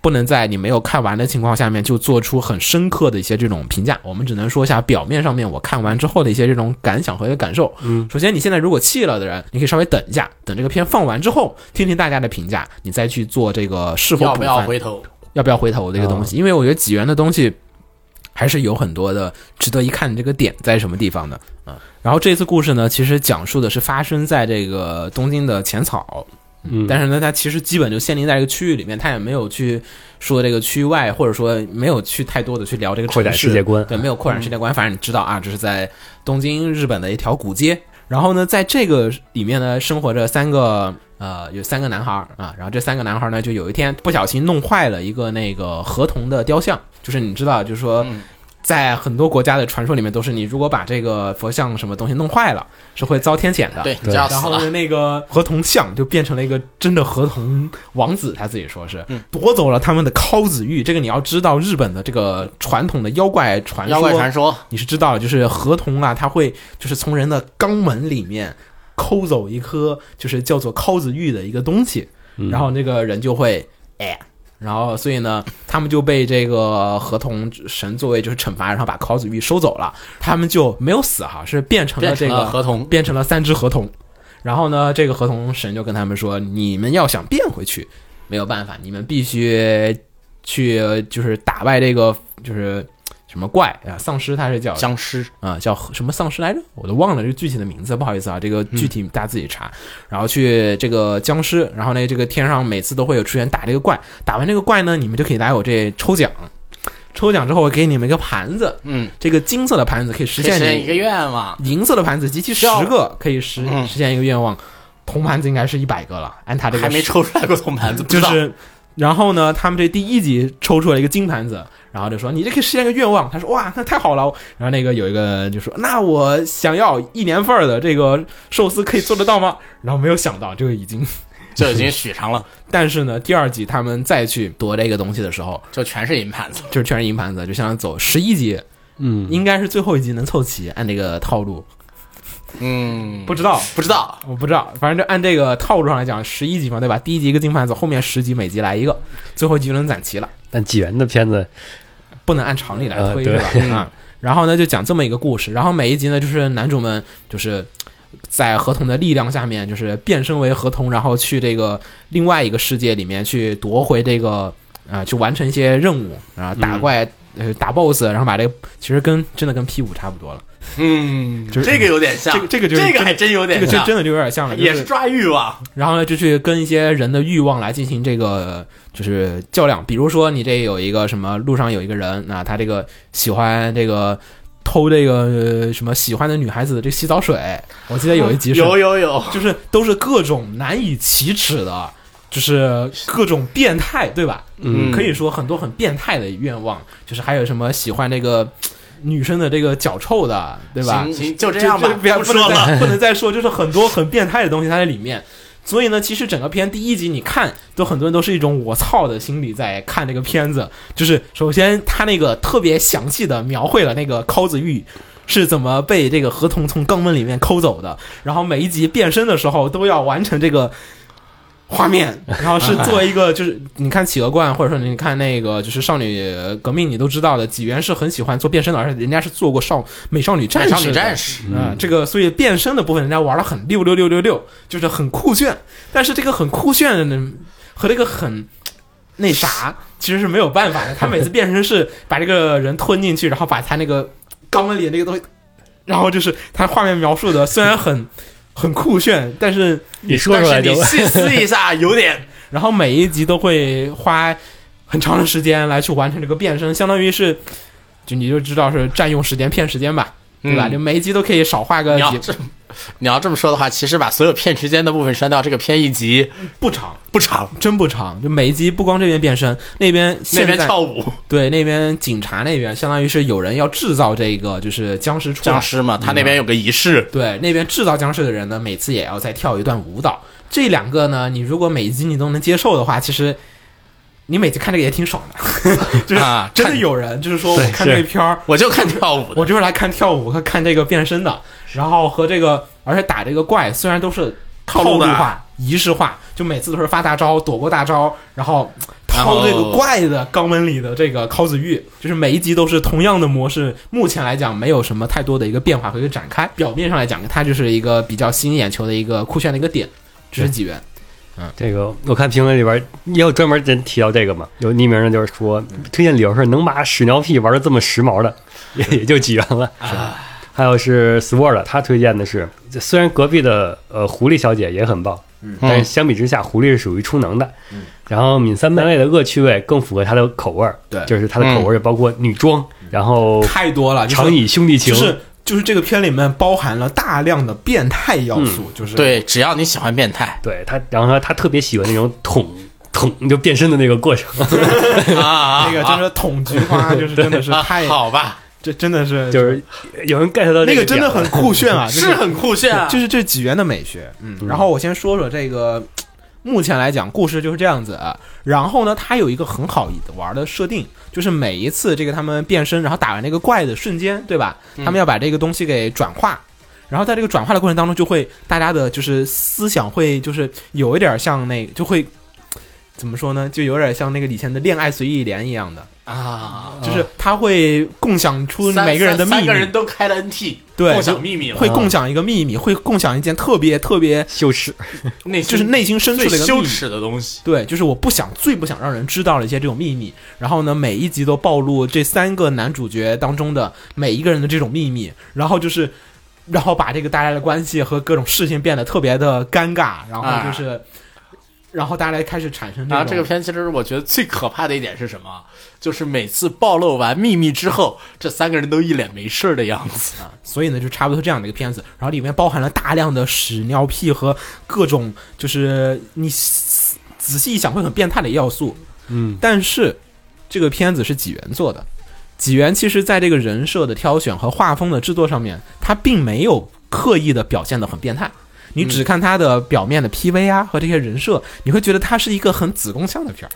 不能在你没有看完的情况下面就做出很深刻的一些这种评价。我们只能说一下表面上面我看完之后的一些这种感想和感受。嗯，首先你现在如果弃了的人，你可以稍微等一下，等这个片放完之后，听听大家的评价，你再去做这个是否要补不要番回头？要不要回头这个东啊西，因为我觉得几元的东西还是有很多的值得一看的这个点在什么地方的啊。然后这次故事呢，其实讲述的是发生在这个东京的浅草。嗯，但是呢，它其实基本就限定在这个区域里面，它也没有去说这个区外，或者说没有去太多的去聊这个扩展城市世界观对，没有扩展世界观。反正你知道啊，这是在东京日本的一条古街。然后呢，在这个里面呢，生活着三个呃，有三个男孩儿啊。然后这三个男孩儿呢，就有一天不小心弄坏了一个那个河童的雕像，就是你知道，就是说。在很多国家的传说里面，都是你如果把这个佛像什么东西弄坏了，是会遭天谴的。对，你就要然死啊后了呢，。那个河童像就变成了一个真的河童王子，他自己说是嗯夺走了他们的尻子玉。这个你要知道，日本的这个传统的妖怪传说，妖怪传说，你是知道的，就是河童啊，它会就是从人的肛门里面抠走一颗就是叫做尻子玉的一个东西，嗯然后那个人就会哎。然后，所以呢，他们就被这个河童神作为就是惩罚，然后把尻子玉收走了。他们就没有死哈，是变成了这变成个了河童变成了三只河童。然后呢，这个河童神就跟他们说：“你们要想变回去，没有办法，你们必须去就是打败这个就是什么怪啊，丧尸他是叫僵尸啊，叫什么丧尸来着？我都忘了这个具体的名字，嗯不好意思啊，这个具体大家自己查。然后去这个僵尸，然后呢，这个天上每次都会有出现打这个怪，打完这个怪呢，你们就可以来我这抽奖。抽奖之后，我给你们一个盘子，嗯，这个金色的盘子可以实实现现一你个愿望，银色的盘子，集齐十需要个可以实嗯实现一个愿望。铜盘子应该是一百个了，按他这个还没数抽出来过铜盘子，不就知道是，然后呢，他们这第一集抽出了一个金盘子，然后就说你这可以实现一个愿望。他说哇，那太好了。然后那个有一个就说那我想要一年份儿的这个寿司可以做得到吗？然后没有想到这个已经， <laughs> 就已经许上了，但是呢，第二集他们再去夺这个东西的时候，就全是银盘子。就是全是银盘子，就相当于走十一集。嗯，应该是最后一集能凑齐，按这个套路。嗯，不知道，不知道，我不知道，反正就按这个套路上来讲，十一集嘛，对吧？第一集一个金盘子，后面十集每集来一个，最后一集就能攒齐了。但纪元的片子，不能按常理来推，呃是对吧？啊，然后呢，就讲这么一个故事，然后每一集呢，就是男主们就是在合同的力量下面，就是变身为合同，然后去这个另外一个世界里面去夺回这个啊、去完成一些任务，然后打怪。呃，打 BOSS，然后把这个其实跟真的跟 P 五差不多了，嗯，这个有点像，这个这个就是这个还真有这点个像，就真的就有点像了，哎也就是抓欲望，然后呢，就去跟一些人的欲望来进行这个就是较量。比如说，你这有一个什么路上有一个人，那他这个喜欢这个偷这个呃什么喜欢的女孩子的这洗澡水，我记得有一集是，啊有有有，就是都是各种难以启齿的，就是各种变态，对吧？嗯可以说很多很变态的愿望，就是还有什么喜欢这个。女生的这个脚臭的，对吧？行行，就这样吧，不要不不说能了。再不能再说，就是很多很变态的东西它在里面。 <laughs> 所以呢，其实整个片第一集你看，都很多人都是一种我操的心理在看这个片子。就是首先他那个特别详细的描绘了那个尻子玉是怎么被这个合同从肛门里面抠走的，然后每一集变身的时候都要完成这个画面， <laughs> 然 <laughs> 后是做一个就是你看企鹅冠，或者说你看那个就是少女革命，你都知道的，纪元是很喜欢做变身的，而且人家是做过少美少 <laughs> 女战士美的，少女战士，嗯，这个所以变身的部分人家玩的很六六六六六，就是很酷炫，但是这个很酷炫的呢和这个很那啥其实是没有办法的。他每次变身是把这个人吞进去，然后把他那个肛门里的那个东西，然后就是他画面描述的虽然很很酷炫，但是你说但出是来就你细 <laughs> 思一下，有点然后每一集都会花很长的时间来去完成这个变身，相当于是就你就知道是占用时间骗时间吧，对吧？嗯就每一集都可以少画个你要几这你要这么说的话，其实把所有骗时间的部分删掉，这个片一集不长。不长，真不长，就每一集不光这边变身，那边那现在边跳舞对那边警察那边，相当于是有人要制造这个就是僵尸出来僵尸嘛，嗯他那边有个仪式，对那边制造僵尸的人呢，每次也要再跳一段舞蹈。这两个呢，你如果每一集你都能接受的话，其实你每集看这个也挺爽的， <laughs> 就是啊真的看有人就是说我看这片儿，我就看跳舞的，我就是来看跳舞和看这个变身的，然后和这个，而且打这个怪虽然都是套路套路的化、仪式化，就每次都是发大招、躲过大招，然后然后掏这个怪的肛门里的这个尻子玉，就是每一集都是同样的模式。目前来讲，没有什么太多的一个变化和一个展开。表面上来讲，它就是一个比较吸引眼球的一个酷炫的一个点，这是几元。这个，我看评论里边也有专门人提到这个嘛，有匿名的，就是说嗯推荐理由是能把屎尿屁玩的这么时髦 <laughs> 的，也也就几元了。啊还有是 Sword，他推荐的是，虽然隔壁的呃狐狸小姐也很棒，嗯但是相比之下，狐狸是属于出能的。然后敏三妹的恶趣味更符合他的口味儿，对嗯就是他的口味儿包括女装，然后太多了，就是常以兄弟情，就是就是这个片里面包含了大量的变态要素，就是嗯对，只要你喜欢变态对他，然后他他特别喜欢那种捅捅就变身的那个过 <laughs> 程。啊啊， <laughs> 那个啊真是捅菊花，就是真的是啊太 <laughs> 好吧，这真的是就是有人 get 到这那个点真的很酷炫 <laughs> 啊，就是很酷炫啊，就是这几元的美学。嗯，然后我先说说这个，目前来讲故事就是这样子。啊然后呢，它有一个很好玩的设定，就是每一次这个他们变身，然后打完那个怪的瞬间，对吧？他们要把这个东西给转化。然后在这个转化的过程当中，就会大家的就是思想会就是有一点像那就会怎么说呢？就有点像那个以前的恋爱随意连一样的，啊，就是他会共享出三每个人的三秘密，三个人都开了 NT，对共享秘密了，啊会共享一个秘密，会共享一件特别特别羞耻，内就是内心深处最的一个秘羞密。耻的东西，对，就是我不想、最不想让人知道的一些这种秘密。然后呢，每一集都暴露这三个男主角当中的每一个人的这种秘密，然后就是，然后把这个大家的关系和各种事情变得特别的尴尬，然后就是，然后大家开始产生这然种、啊后这个片其实我觉得最可怕的一点是什么？啊就是每次暴露完秘密之后，这三个人都一脸没事儿的样子。所以呢，就差不多是这样的一个片子，然后里面包含了大量的屎尿屁和各种就是你仔仔细一想会很变态的要素。嗯，但是这个片子是纪元做的，纪元其实在这个人设的挑选和画风的制作上面，他并没有刻意的表现的很变态。你只看他的表面的 PV 啊和这些人设，你会觉得它是一个很子宫向的片儿，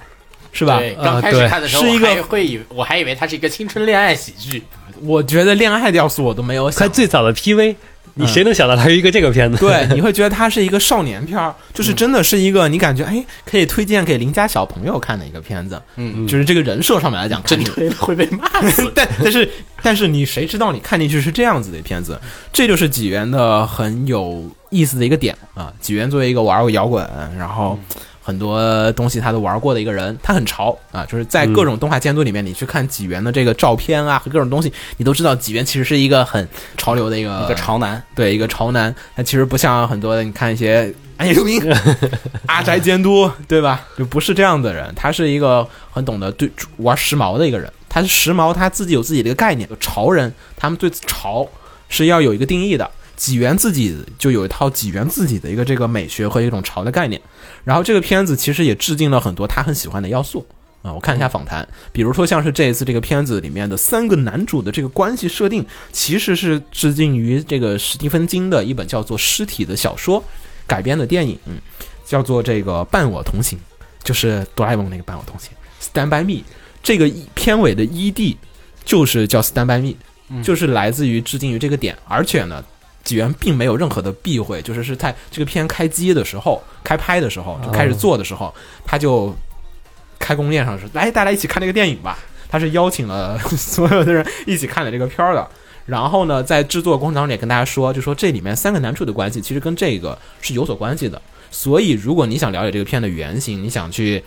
是吧？嗯对，呃刚开始对看的时候，是一个我还会以为我还以为它是一个青春恋爱喜剧，我觉得恋爱的要素我都没有看想。最早的嗯 PV，你谁能想到它是一个这个片子？对，你会觉得它是一个少年片儿，就是真的是一个你感觉哎可以推荐给邻家小朋友看的一个片子，嗯，就是这个人设上面来讲，真看着。推了会被骂死 <laughs> 但但是但是你谁知道你看进去是这样子的片子？这就是几元的很有意思的一个点啊！几元作为一个玩过摇滚，然后很多东西他都玩过的一个人，他很潮啊！就是在各种动画监督里面，你去看几元的这个照片啊和各种东西，你都知道几元其实是一个很潮流的一个一个潮男，对一个潮男，他其实不像很多的你看一些哎安野秀明、 <laughs> 阿宅监督，对吧？就不是这样的人，他是一个很懂得对玩时髦的一个人。他是时髦，他自己有自己的一个概念。潮人他们对潮是要有一个定义的。几元自己就有一套几元自己的一个这个美学和一种潮的概念。然后这个片子其实也致敬了很多他很喜欢的要素。啊，我看了一下访谈，比如说像是这一次这个片子里面的三个男主的这个关系设定，其实是致敬于这个史蒂芬金的一本叫做《尸体》的小说改编的电影，嗯，叫做这个《伴我同行》，就是哆啦 A 梦那个《伴我同行》（Stand by Me）。这个一片尾的 ED 就是叫 Stand by Me，就是来自于致敬于这个点，而且呢。纪元并没有任何的避讳，就是是在这个片开机的时候、开拍的时候、就开始做的时候，他就开工宴上是，来大家一起看这个电影吧。他是邀请了 <laughs> 所有的人一起看了这个片儿的。然后呢，在制作过程当中也跟大家说，就说这里面三个男主的关系其实跟这个是有所关系的。所以，如果你想了解这个片的原型，你想去，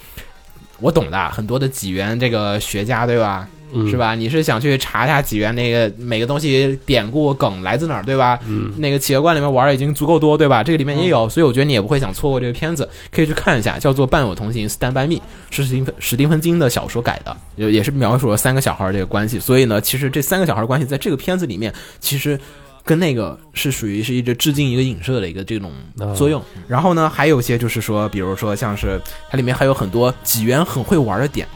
我懂的，很多的几元这个学家对吧？是吧？你是想去查一下几元那个每个东西典故梗来自哪儿，对吧？那个企鹅罐里面玩儿已经足够多，对吧？这个里面也有，所以我觉得你也不会想错过这个片子，可以去看一下，叫做《伴我同行，Stand by Me》，是史蒂芬史蒂芬金的小说改的，也也是描述了三个小孩儿这个关系。所以呢，其实这三个小孩儿关系在这个片子里面，其实跟那个是属于是一直致敬一个影射的一个这种作用。然后呢，还有一些就是说，比如说像是它里面还有很多几元很会玩的点。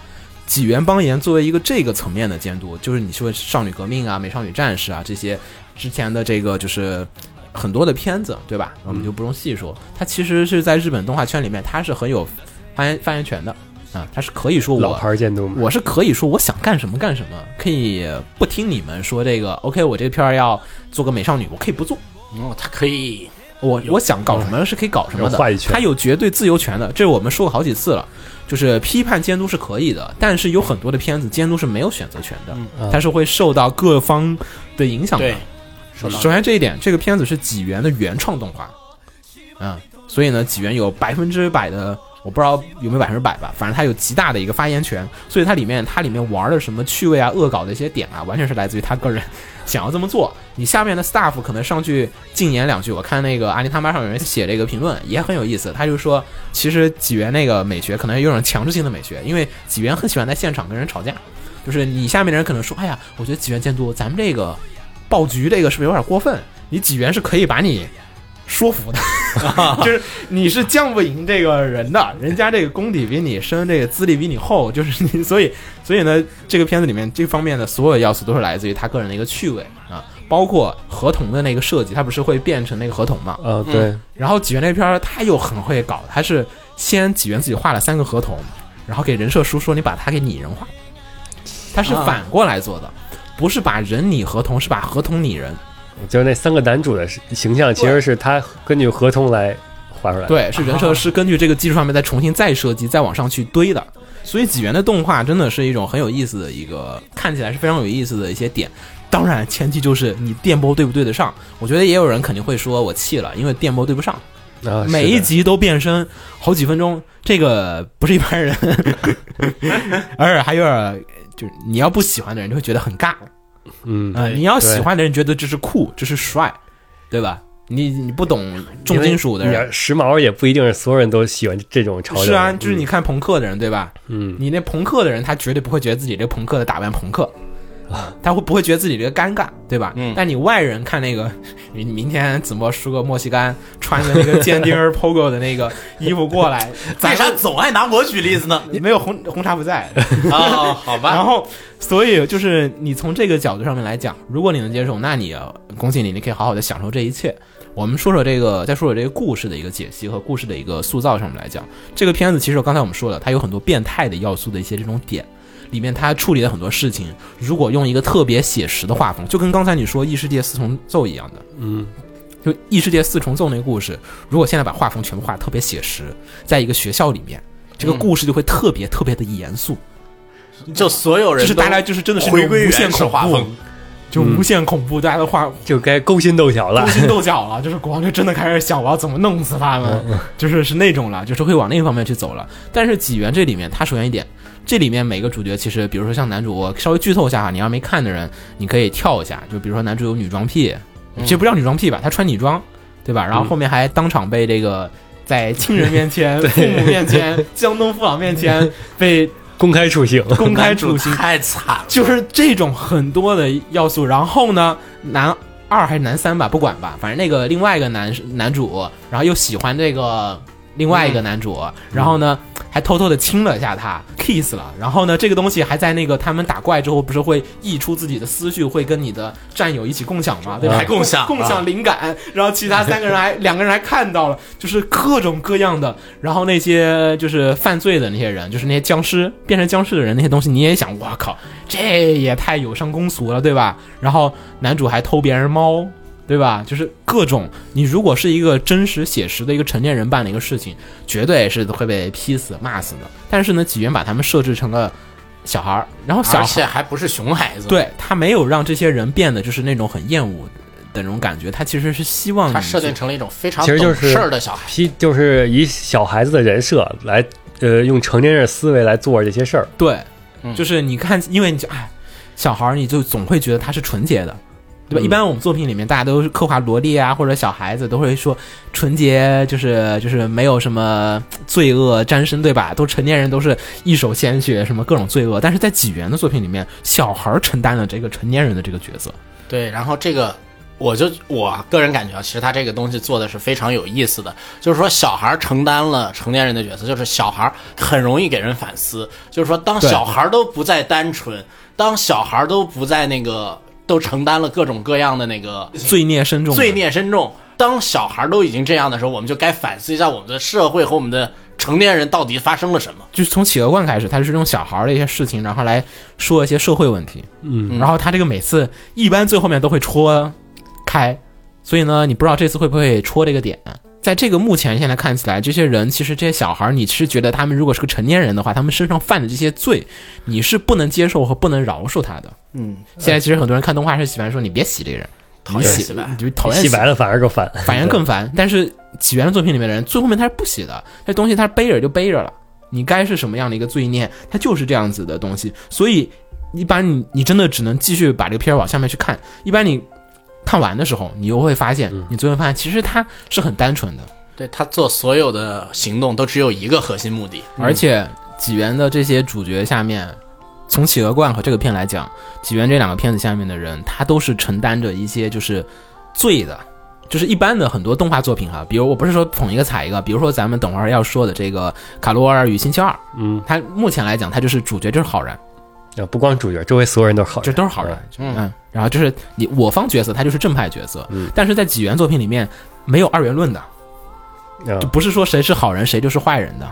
几元邦彦作为一个这个层面的监督，就是你说少女革命啊、美少女战士啊这些之前的这个就是很多的片子，对吧？我们就不用细说。它其实是在日本动画圈里面，它是很有发言发言权的啊，它是可以说老我牌监督嘛，我是可以说我想干什么干什么，可以不听你们说这个。OK，我这个片儿要做个美少女，我可以不做。哦，他可以我我想搞什么是可以搞什么的，有话语权他有绝对自由权的，这我们说过好几次了。就是批判监督是可以的，但是有很多的片子监督是没有选择权的，它是会受到各方的影响的对。，受到首先这一点，这个片子是几元的原创动画，嗯，所以呢，几元有百分之百的，我不知道有没有百分之百吧，反正它有极大的一个发言权，所以它里面它里面玩的什么趣味啊、恶搞的一些点啊，完全是来自于他个人想要这么做。你下面的 staff 可能上去禁言两句，我看那个阿尼他妈上有人写这个评论也很有意思，他就说，其实几元那个美学可能有种强制性的美学，因为几元很喜欢在现场跟人吵架。就是你下面的人可能说，哎呀，我觉得几元监督，咱们这个爆菊这个是不是有点过分？你几元是可以把你说服的， <laughs> 就是你是降不赢这个人的，人家这个功底比你深，这个资历比你厚，就是你，所以所以呢，这个片子里面这方面的所有要素都是来自于他个人的一个趣味啊，包括合同的那个设计，它不是会变成那个合同嘛？啊，对，然后几元那片儿他又很会搞，他是先几元自己画了三个合同，然后给人设书说你把它给拟人化，他是反过来做的，不是把人拟合同，是把合同拟人。就是那三个男主的形象，其实是他根据合同来画出来的。，对，是人设是根据这个基础上面再重新再设计，再往上去堆的。所以几元的动画真的是一种很有意思的一个，看起来是非常有意思的一些点。当然，前提就是你电波对不对得上。我觉得也有人肯定会说我气了，因为电波对不上，啊、是的每一集都变身好几分钟，这个不是一 <laughs> 般人，而且还有点就是你要不喜欢的人就会觉得很尬，嗯啊、你要喜欢的人觉得这是酷，这是帅，对吧？你你不懂重金属的因为人你，要时髦也不一定是所有人都喜欢这种潮流。是啊，就是嗯你看朋克的人对吧？嗯你那朋克的人，他绝对不会觉得自己这朋克的打扮朋克，啊他会不会觉得自己这个尴尬，对吧？嗯但你外人看那个，你你明天子墨梳个墨西干，穿着那个 <laughs> 尖钉儿 pogo 的那个衣服 <laughs> 过来，为咱啥总爱拿我举例子呢？没有红红茶不在，啊，好然吧，后，所以就是你从这个角度上面来讲，如果你能接受，那你呃恭喜你，你可以好好的享受这一切。我们说说这个，再说说这个故事的一个解析和故事的一个塑造上面来讲，这个片子其实刚才我们说了，它有很多变态的要素的一些这种点，里面他处理了很多事情，如果用一个特别写实的画风，就跟刚才你说《异世界四重奏》一样的，嗯，就《异世界四重奏》那个故事，如果现在把画风全部画得特别写实，在一个学校里面，这个故事就会特别特别的严肃，就所有人就是都大家就是真的是那种回归无限原始恐画怖风，，嗯就无限恐怖，大家的画就该勾心斗角了勾。心斗角了，就是国王就真的开始想我要怎么弄死他嗯们，就是是那种了，就是会往那方面去走了。但是纪元这里面，它首先一点，这里面每个主角其实，比如说像男主，我稍微剧透一下哈，你要没看的人，你可以跳一下，就比如说男主有女装癖，嗯其实不叫女装癖吧，他穿女装，对吧？然后后面还当场被这个。在亲人面 <laughs> 前、父母面前、江东父老面前被公开处 <laughs> 刑，公开男主处刑，太惨了，就是这种很多的要素。然后呢，男二还是男三吧，不管吧，反正那个另外一个男男主，然后又喜欢这个另外一个男主，然后呢还偷偷的亲了一下他，kiss 了。然后呢，这个东西还在那个他们打怪之后，不是会溢出自己的思绪，会跟你的战友一起共享嘛，对吧？还共享共享灵感，然后其他三个人 <laughs> 还两个人还看到了，就是各种各样的。然后那些就是犯罪的那些人，就是那些僵尸变成僵尸的人，那些东西你也想，我靠，这也太有伤公俗了，对吧？然后男主还偷别人猫，对吧？就是各种，你如果是一个真实写实的一个成年人办的一个事情，绝对是会被批死骂死的。但是呢，纪元把他们设置成了小孩儿，然后小而孩且还不啊是熊孩子，，对他没有让这些人变得就是那种很厌恶的那种感觉，他其实是希望他你设定去成了一种非常其实就懂是事儿的小孩。批就是以小孩子的人设来，呃，用成年人思维来做这些事儿。对，嗯就是你看，因为你就哎，小孩儿你就总会觉得他是纯洁的，对嗯吧？一般我们作品里面大家都是刻画萝莉啊，或者小孩子都会说纯洁，就是就是没有什么罪恶沾身，对吧？都成年人都是一手鲜血，什么各种罪恶，但是在纪元的作品里面，小孩儿承担了这个成年人的这个角色，对，然后这个我就我个人感觉啊，其实他这个东西做的是非常有意思的，就是说小孩儿承担了成年人的角色，就是小孩儿很容易给人反思，就是说当对小孩儿都不再单纯，当小孩儿都不再那个，都承担了各种各样的那个罪孽深重，罪孽深重。当小孩儿都已经这样的时候，我们就该反思一下我们的社会和我们的成年人到底发生了什么。就是从企鹅罐开始，他就是用小孩儿的一些事情，然后来说一些社会问题。嗯，然后他这个每次一般最后面都会戳开，所以呢，你不知道这次会不会戳这个点。在这个目前现在看起来，这些人其实这些小孩儿，你是觉得他们如果是个成年人的话，他们身上犯的这些罪，你是不能接受和不能饶恕他的。嗯，现在其实很多人看动画是喜欢说你别洗这个人，讨厌洗白你就 <laughs> 讨厌洗洗白了反而更 <laughs> 烦，反正更烦。但是起源的作品里面的人，最后面他是不洗的，这东西他是背着就背着了。你该是什么样的一个罪孽，它就是这样子的东西。所以，一般你你真的只能继续把这个片儿往下面去看。一般你看完的时候，你又会发现，你最后发现其实它是很单纯的，对他做所有的行动都只有一个核心目的，而且纪元的这些主角下面，从《企鹅罐》和这个片来讲，纪元这两个片子下面的人，他都是承担着一些就是罪的，就是一般的很多动画作品哈、比如我不是说捧一个踩一个，比如说咱们等会儿要说的这个《卡罗尔与星期二》，嗯，他目前来讲，他就是主角就是好人，啊不光主角，周围所有人都是好这人。都是好人，嗯，然后就是你我方角色，他就是正派角色，嗯但是在纪元作品里面没有二元论的，啊就不是说谁是好人谁就是坏人的，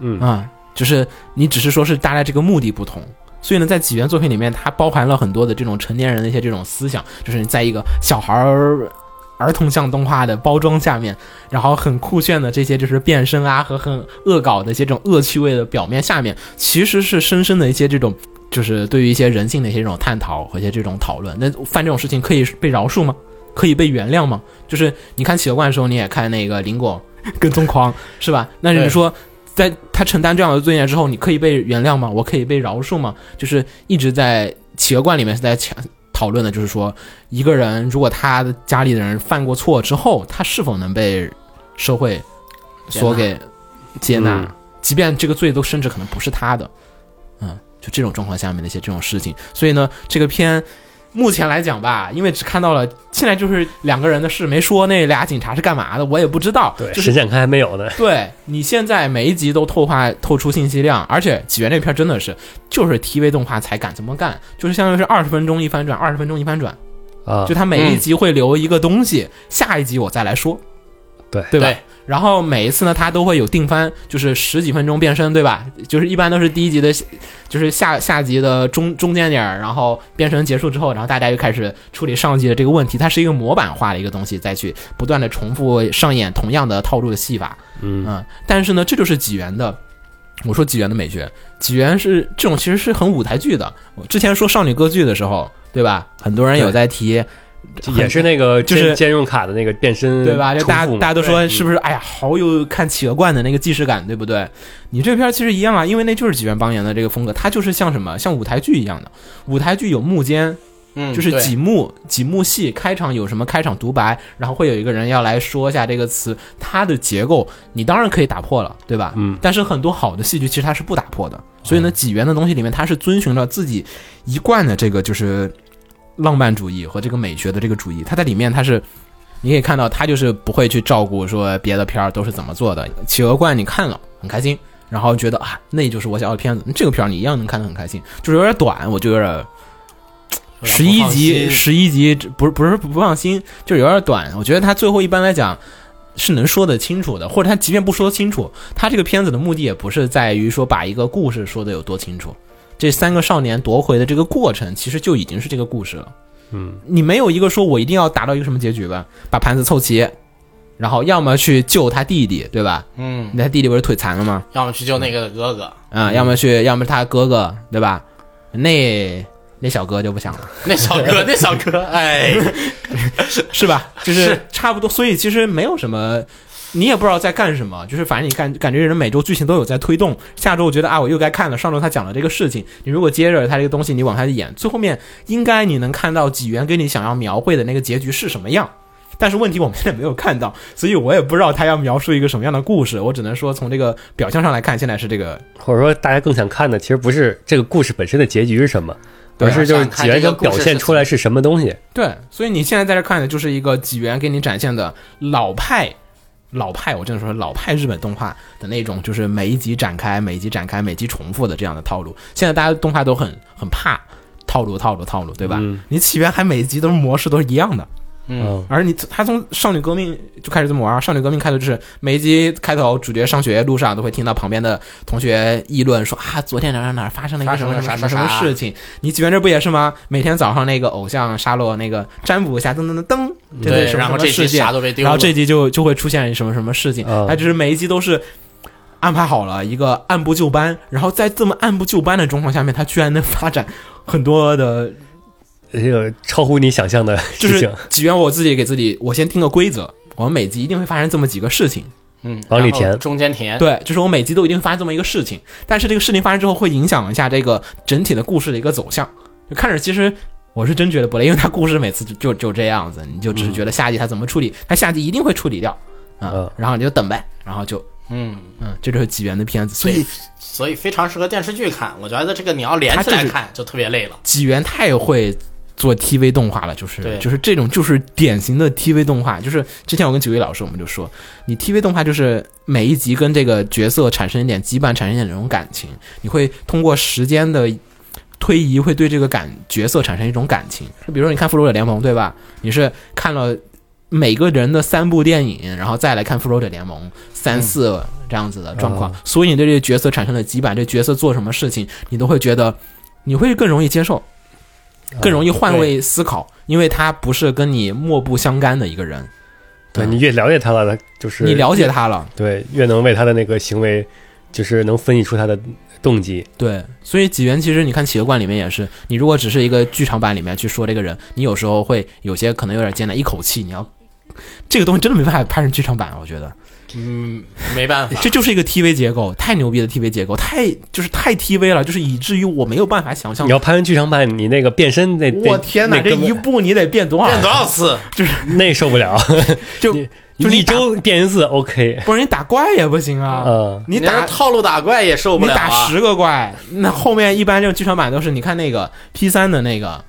嗯啊、就是你只是说是大家这个目的不同。所以呢，在纪元作品里面，它包含了很多的这种成年人的一些这种思想，就是你在一个小孩儿、儿童向动画的包装下面，然后很酷炫的这些就是变身啊和很恶搞的一些这种恶趣味的表面下面，其实是深深的一些这种就是对于一些人性的一些这种探讨和一些这种讨论。那犯这种事情可以被饶恕吗？可以被原谅吗？就是你看《企鹅罐》的时候，你也看那个林果跟踪狂是吧？那你对说。在他承担这样的罪孽之后，你可以被原谅吗？我可以被饶恕吗？就是一直在《企鹅罐》里面是在强讨论的，就是说一个人如果他的家里的人犯过错之后，他是否能被社会所给接纳，嗯即便这个罪都甚至可能不是他的，嗯，就这种状况下面的一些这种事情。所以呢，这个片目前来讲吧，因为只看到了现在就是两个人的事没说，那俩警察是干嘛的，我也不知道。对， <laughs> 就是神展开还没有呢。对你现在每一集都透化透出信息量，而且起源这片真的是就是 TV 动画才敢这么干，就是相当于是二十分钟一翻转，二十分钟一翻转，啊，就它每一嗯集会留一个东西，下一集我再来说，对对吧？对然后每一次呢，它都会有定番，就是十几分钟变身，对吧？就是一般都是第一集的就是下下集的中中间点儿，然后编程结束之后，然后大家又开始处理上集的这个问题，它是一个模板化的一个东西，再去不断的重复上演同样的套路的戏法。嗯但是呢，这就是几元的。我说几元的美学，几元是这种其实是很舞台剧的。我之前说少女歌剧的时候，对吧？很多人有在提，这也是那个呃就是兼兼容卡的那个变身对吧？就大重家复嘛大家都说对是不是？哎呀，好有看企鹅罐的那个既视感，对不对？你这片儿其实一样啊，因为那就是几元邦彦的这个风格，它就是像什么，像舞台剧一样的。舞台剧有幕间，嗯，就是对几幕几幕戏，开场有什么开场独白，然后会有一个人要来说一下这个词，它的结构你当然可以打破了，对吧？嗯。但是很多好的戏剧其实它是不打破的，所嗯以呢，几元的东西里面它是遵循了自己一贯的这个就是浪漫主义和这个美学的这个主义，它在里面它是。你可以看到，它就是不会去照顾说别的片儿都是怎么做的。企鹅罐你看了很开心，然后觉得啊，那就是我想要的片子。嗯这个片儿你一样能看得很开心，就是有点短，我就有点儿十一集，十一集不是不是不放心，就是有点短。我觉得他最后一般来讲是能说得清楚的，或者他即便不说清楚，他这个片子的目的也不是在于说把一个故事说的有多清楚。这三个少年夺回的这个过程，其实就已经是这个故事了。嗯，你没有一个说我一定要达到一个什么结局吧，把盘子凑齐，然后要么去救他弟弟，对吧？嗯，你他弟弟不是腿残了吗？要么去救那个哥哥，嗯，要么去，要么是他哥哥，对吧？那那小哥就不想了。那小 <laughs> 哥，那小哥，哎，是吧？就是差不多，所以其实没有什么，你也不知道在干什么，就是反正你感感觉人每周剧情都有在推动。下周我觉得啊，我又该看了。上周他讲了这个事情，你如果接着他这个东西，你往下演，最后面应该你能看到几元跟你想要描绘的那个结局是什么样。但是问题我们现在没有看到，所以我也不知道他要描述一个什么样的故事。我只能说从这个表象上来看，现在是这个或者说大家更想看的，其实不是这个故事本身的结局是什么，对而啊是就是想看几元这个想故事表现是出来是什么东西。对，所以你现在在这看的就是一个几元给你展现的老派，老派，我真的说老派日本动画的那种，就是每一集展开，每一集展开，每集重复的这样的套路。现在大家动画都很很怕套路，套路，套路，对吧？你起源还每一集都是模式都是一样的，嗯，而你他从少女革命就开始这么玩儿。少女革命开头就是每一集开头，主角上学路上都会听到旁边的同学议论说啊，昨天哪哪哪儿发生了一个发什生么了什么啥什么什么啥啥事情。你起源这不也是吗？每天早上那个偶像沙漏那个占卜一下，噔噔噔噔，这对是什么然什么后这集事件啥都被丢然后了这集就就会出现什么什么事情嗯。它只是每一集都是。安排好了一个按部就班，然后在这么按部就班的状况下面，它居然能发展很多的这个超乎你想象的事就是情，起源我自己给自己，我先定个规则，我们每集一定会发生这么几个事情。嗯，往里然后填中间哎填，对，就是我每集都一定会发生这么一个事情，但是这个事情发生之后会影响一下这个整体的故事的一个走向。就看着其实。我是真觉得不累，因为他故事每次就就就这样子，你就只是觉得下集他怎么处理，他下集一定会处理掉，啊、嗯然后你就等呗，然后就，嗯，嗯，这就是几元的片子，所以对，所以非常适合电视剧看。我觉得这个你要连起它来就是嗯看就特别累了。几元太会做 TV 动画了，就是对就是这种就是典型的 TV 动画，就是之前我跟几位老师我们就说，你 TV 动画就是每一集跟这个角色产生一点羁绊，产生一点这种感情，你会通过时间的。推移会对这个感角色产生一种感情，就比如说你看《复仇者联盟》，对吧？你是看了每个人的三部电影，然后再来看《复仇者联盟》三四这样子的状况，所以你对这个角色产生了羁绊，这角色做什么事情，你都会觉得你会更容易接受，啊更容易换位思考，因为他不是跟你漠不相干的一个人，对你越了解他了，就是嗯你了解他了，对越能为他的那个行为，就是能分析出他的动机。对，所以几元其实你看《企鹅罐》里面也是，你如果只是一个剧场版里面去说这个人，你有时候会有些可能有点艰难，一口气你要这个东西真的没办法拍成剧场版，我觉得嗯，没办法， <laughs> 这就是一个 TV 结构，太牛逼的 TV 结构，太就是太 TV 了，就是以至于我没有办法想象你。要拍完剧场版，你那个变身那我天哪，哪，这一部你得变多少变多少次？那受不了，就 <laughs> 就一你打周变一次 OK，不是你打怪也不行啊，嗯 <laughs> 你呃你打打套路打怪也受不你了、啊，打十个怪，那后面一般这种剧场版都是你看那个 P 三的那个，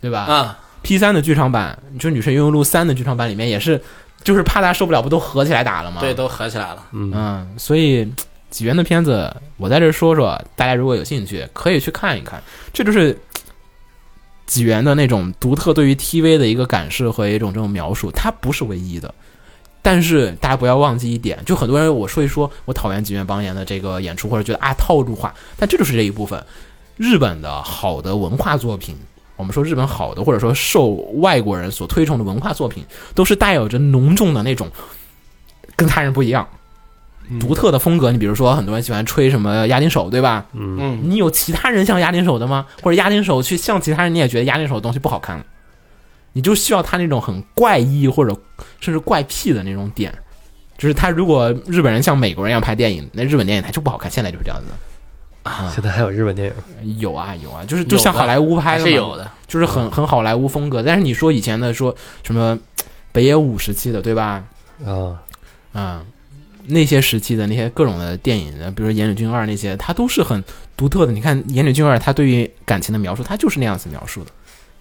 对吧？啊、 P 三的剧场版，就是《女神异闻录三》的剧场版里面也是，就是怕大家受不了，不都合起来打了吗？对，，都合起来了。嗯，所以几元的片子，我在这说说，大家如果有兴趣，可以去看一看。这就是几元的那种独特对于 TV 的一个感受和一种这种描述，它不是唯一的。但是大家不要忘记一点，就很多人我说一说我讨厌吉原邦彦的这个演出，或者觉得啊套路化，但这就是这一部分。日本的好的文化作品，我们说日本好的，或者说受外国人所推崇的文化作品，都是带有着浓重的那种跟他人不一样。独特的风格，你比如说，很多人喜欢吹什么压丁手，对吧？嗯，你有其他人像压丁手的吗？或者压丁手去像其他人，你也觉得压丁手的东西不好看了，你就需要他那种很怪异或者甚至怪癖的那种点。就是他如果日本人像美国人一样拍电影，那日本电影它就不好看。现在就是这样子。啊现在还有日本电影，有啊有啊，就是就像好莱坞拍的还嘛是有的，就是很很好莱坞风格。但是你说以前的说什么北野武时期的对吧？啊，啊、那些时期的那些各种的电影，比如说《岩井俊二》那些，他都是很独特的。你看《岩井俊二》，他对于感情的描述，他就是那样子描述的。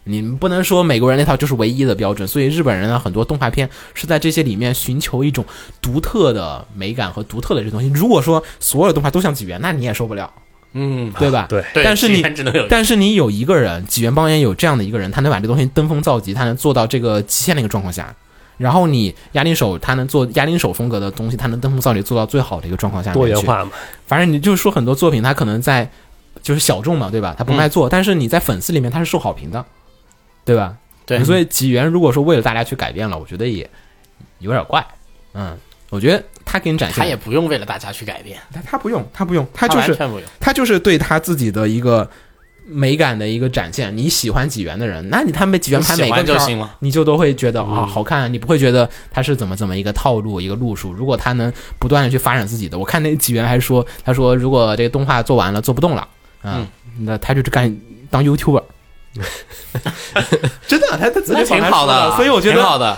你不能说美国人那套就是唯一的标准，所以日本人啊的很多动画片是在这些里面寻求一种独特的美感和独特的这东西。如果说所有的动画都像几元，那你也受不了，嗯，对吧？对对但是你几元只能有一个但是你有一个人，几元邦彦有这样的一个人，他能把这东西登峰造极，他能做到这个极限的一个状况下。然后你压铃手，他能做压铃手风格的东西，他能登峰造极，做到最好的一个状况下面多去元。化嘛，反正你就是说很多作品，他可能在就是小众嘛，对吧？他不卖座，但是你在粉丝里面他是受好评的，对吧？对，所以几元如果说为了大家去改变了，我觉得也有点怪。嗯，我觉得他给你展现，他也不用为了大家去改变，他他不用，他不用，他就完是全不用。他就是对他自己的一个美感的一个展现。你喜欢几元的人，那你他们几元拍每喜个欢就片行嗯儿了，你就都会觉得啊、好看，你不会觉得他是怎么怎么一个套路一个路数。如果他能不断的去发展自己的，我看那几元还说，他说如果这个动画做完了做不动了，嗯，那他就去干当 <laughs> YouTuber。真的，他他自那挺好的，所以我觉挺得好的。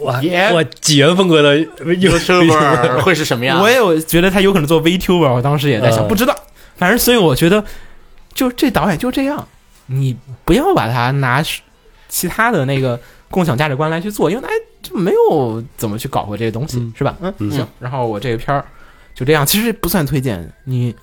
哇也哇，几元风格的 YouTuber 会是什么样？我也有觉得他有可能做 VTuber，我当时也在想，嗯不知道，反正所以我觉得，就这导演就这样，你不要把他拿是其他的那个共享价值观来去做，因为他就没有怎么去搞过这些东西，是吧？嗯，行。然后我这个片儿就这样，其实不算推荐你。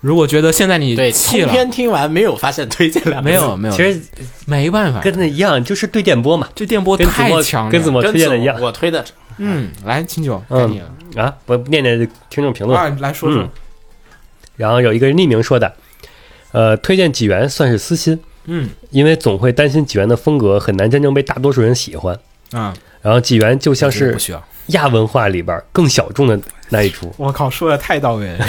如果觉得现在你对，气通了，篇听完没有发现推荐两个没字有没有，其实没办法，跟那一样，就是对电波嘛，这电波跟子太墨强跟子了。墨跟推荐的一样我推的嗯，来清酒，该你嗯了啊，我念念听众评论啊，来说说嗯，然后有一个人匿名说的，呃，推荐几元算是私心，嗯因为总会担心几元的风格很难真正被大多数人喜欢。啊，然后几元就像是不需要，，亚文化里边更小众的那一出我靠，说的太到位 <laughs> 了，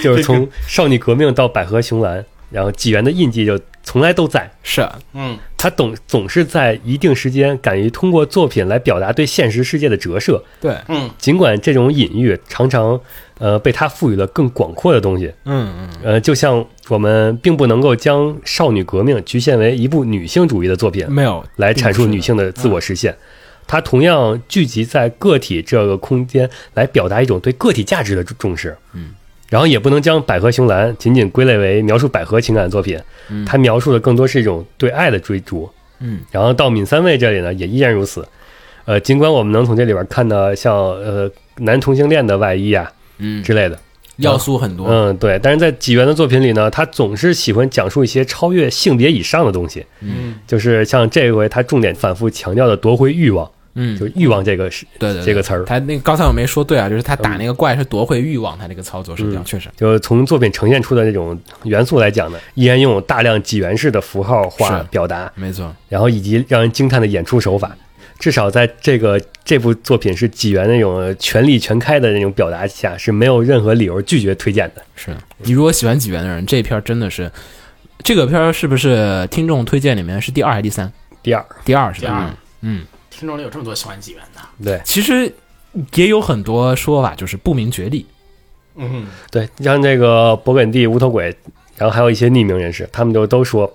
就是从少女革命到百合雄兰，然后几元的印记就从来都在。是嗯，他总总是在一定时间敢于通过作品来表达对现实世界的折射，对，尽管这种隐喻常常呃被他赋予了更广阔的东西。嗯。呃，就像我们并不能够将少女革命局限为一部女性主义的作品，嗯没有来阐述并不是的嗯女性的自我实现。它同样聚集在个体这个空间，来表达一种对个体价值的重视。嗯，然后也不能将《百合雄兰》仅仅归类为描述百合情感的作品，它描述的更多是一种对爱的追逐。嗯，然后到闵三位这里呢，也依然如此。呃，尽管我们能从这里边看到像呃男同性恋的外衣啊，嗯之类的，要素很多，嗯，对。但是在纪元的作品里呢，他总是喜欢讲述一些超越性别以上的东西。嗯，就是像这回他重点反复强调的夺回欲望，嗯就欲望这个是对对对这个词儿。他那个刚才我没说对啊，就是他打那个怪是夺回欲望，他这个操作是这样，确实就是从作品呈现出的那种元素来讲呢，依然拥有大量纪元式的符号化是表达，没错，然后以及让人惊叹的演出手法。至少在这个这部作品是纪元那种全力全开的那种表达下，是没有任何理由拒绝推荐的。是你如果喜欢纪元的人，这片儿真的是，这个片儿是不是听众推荐里面是第二还是第三？第二，第二是吧？第二嗯嗯，听众里有这么多喜欢纪元的，对其实也有很多说法，就是不明觉厉，嗯，对，像这个勃艮第无头鬼，然后还有一些匿名人士，他们就都说，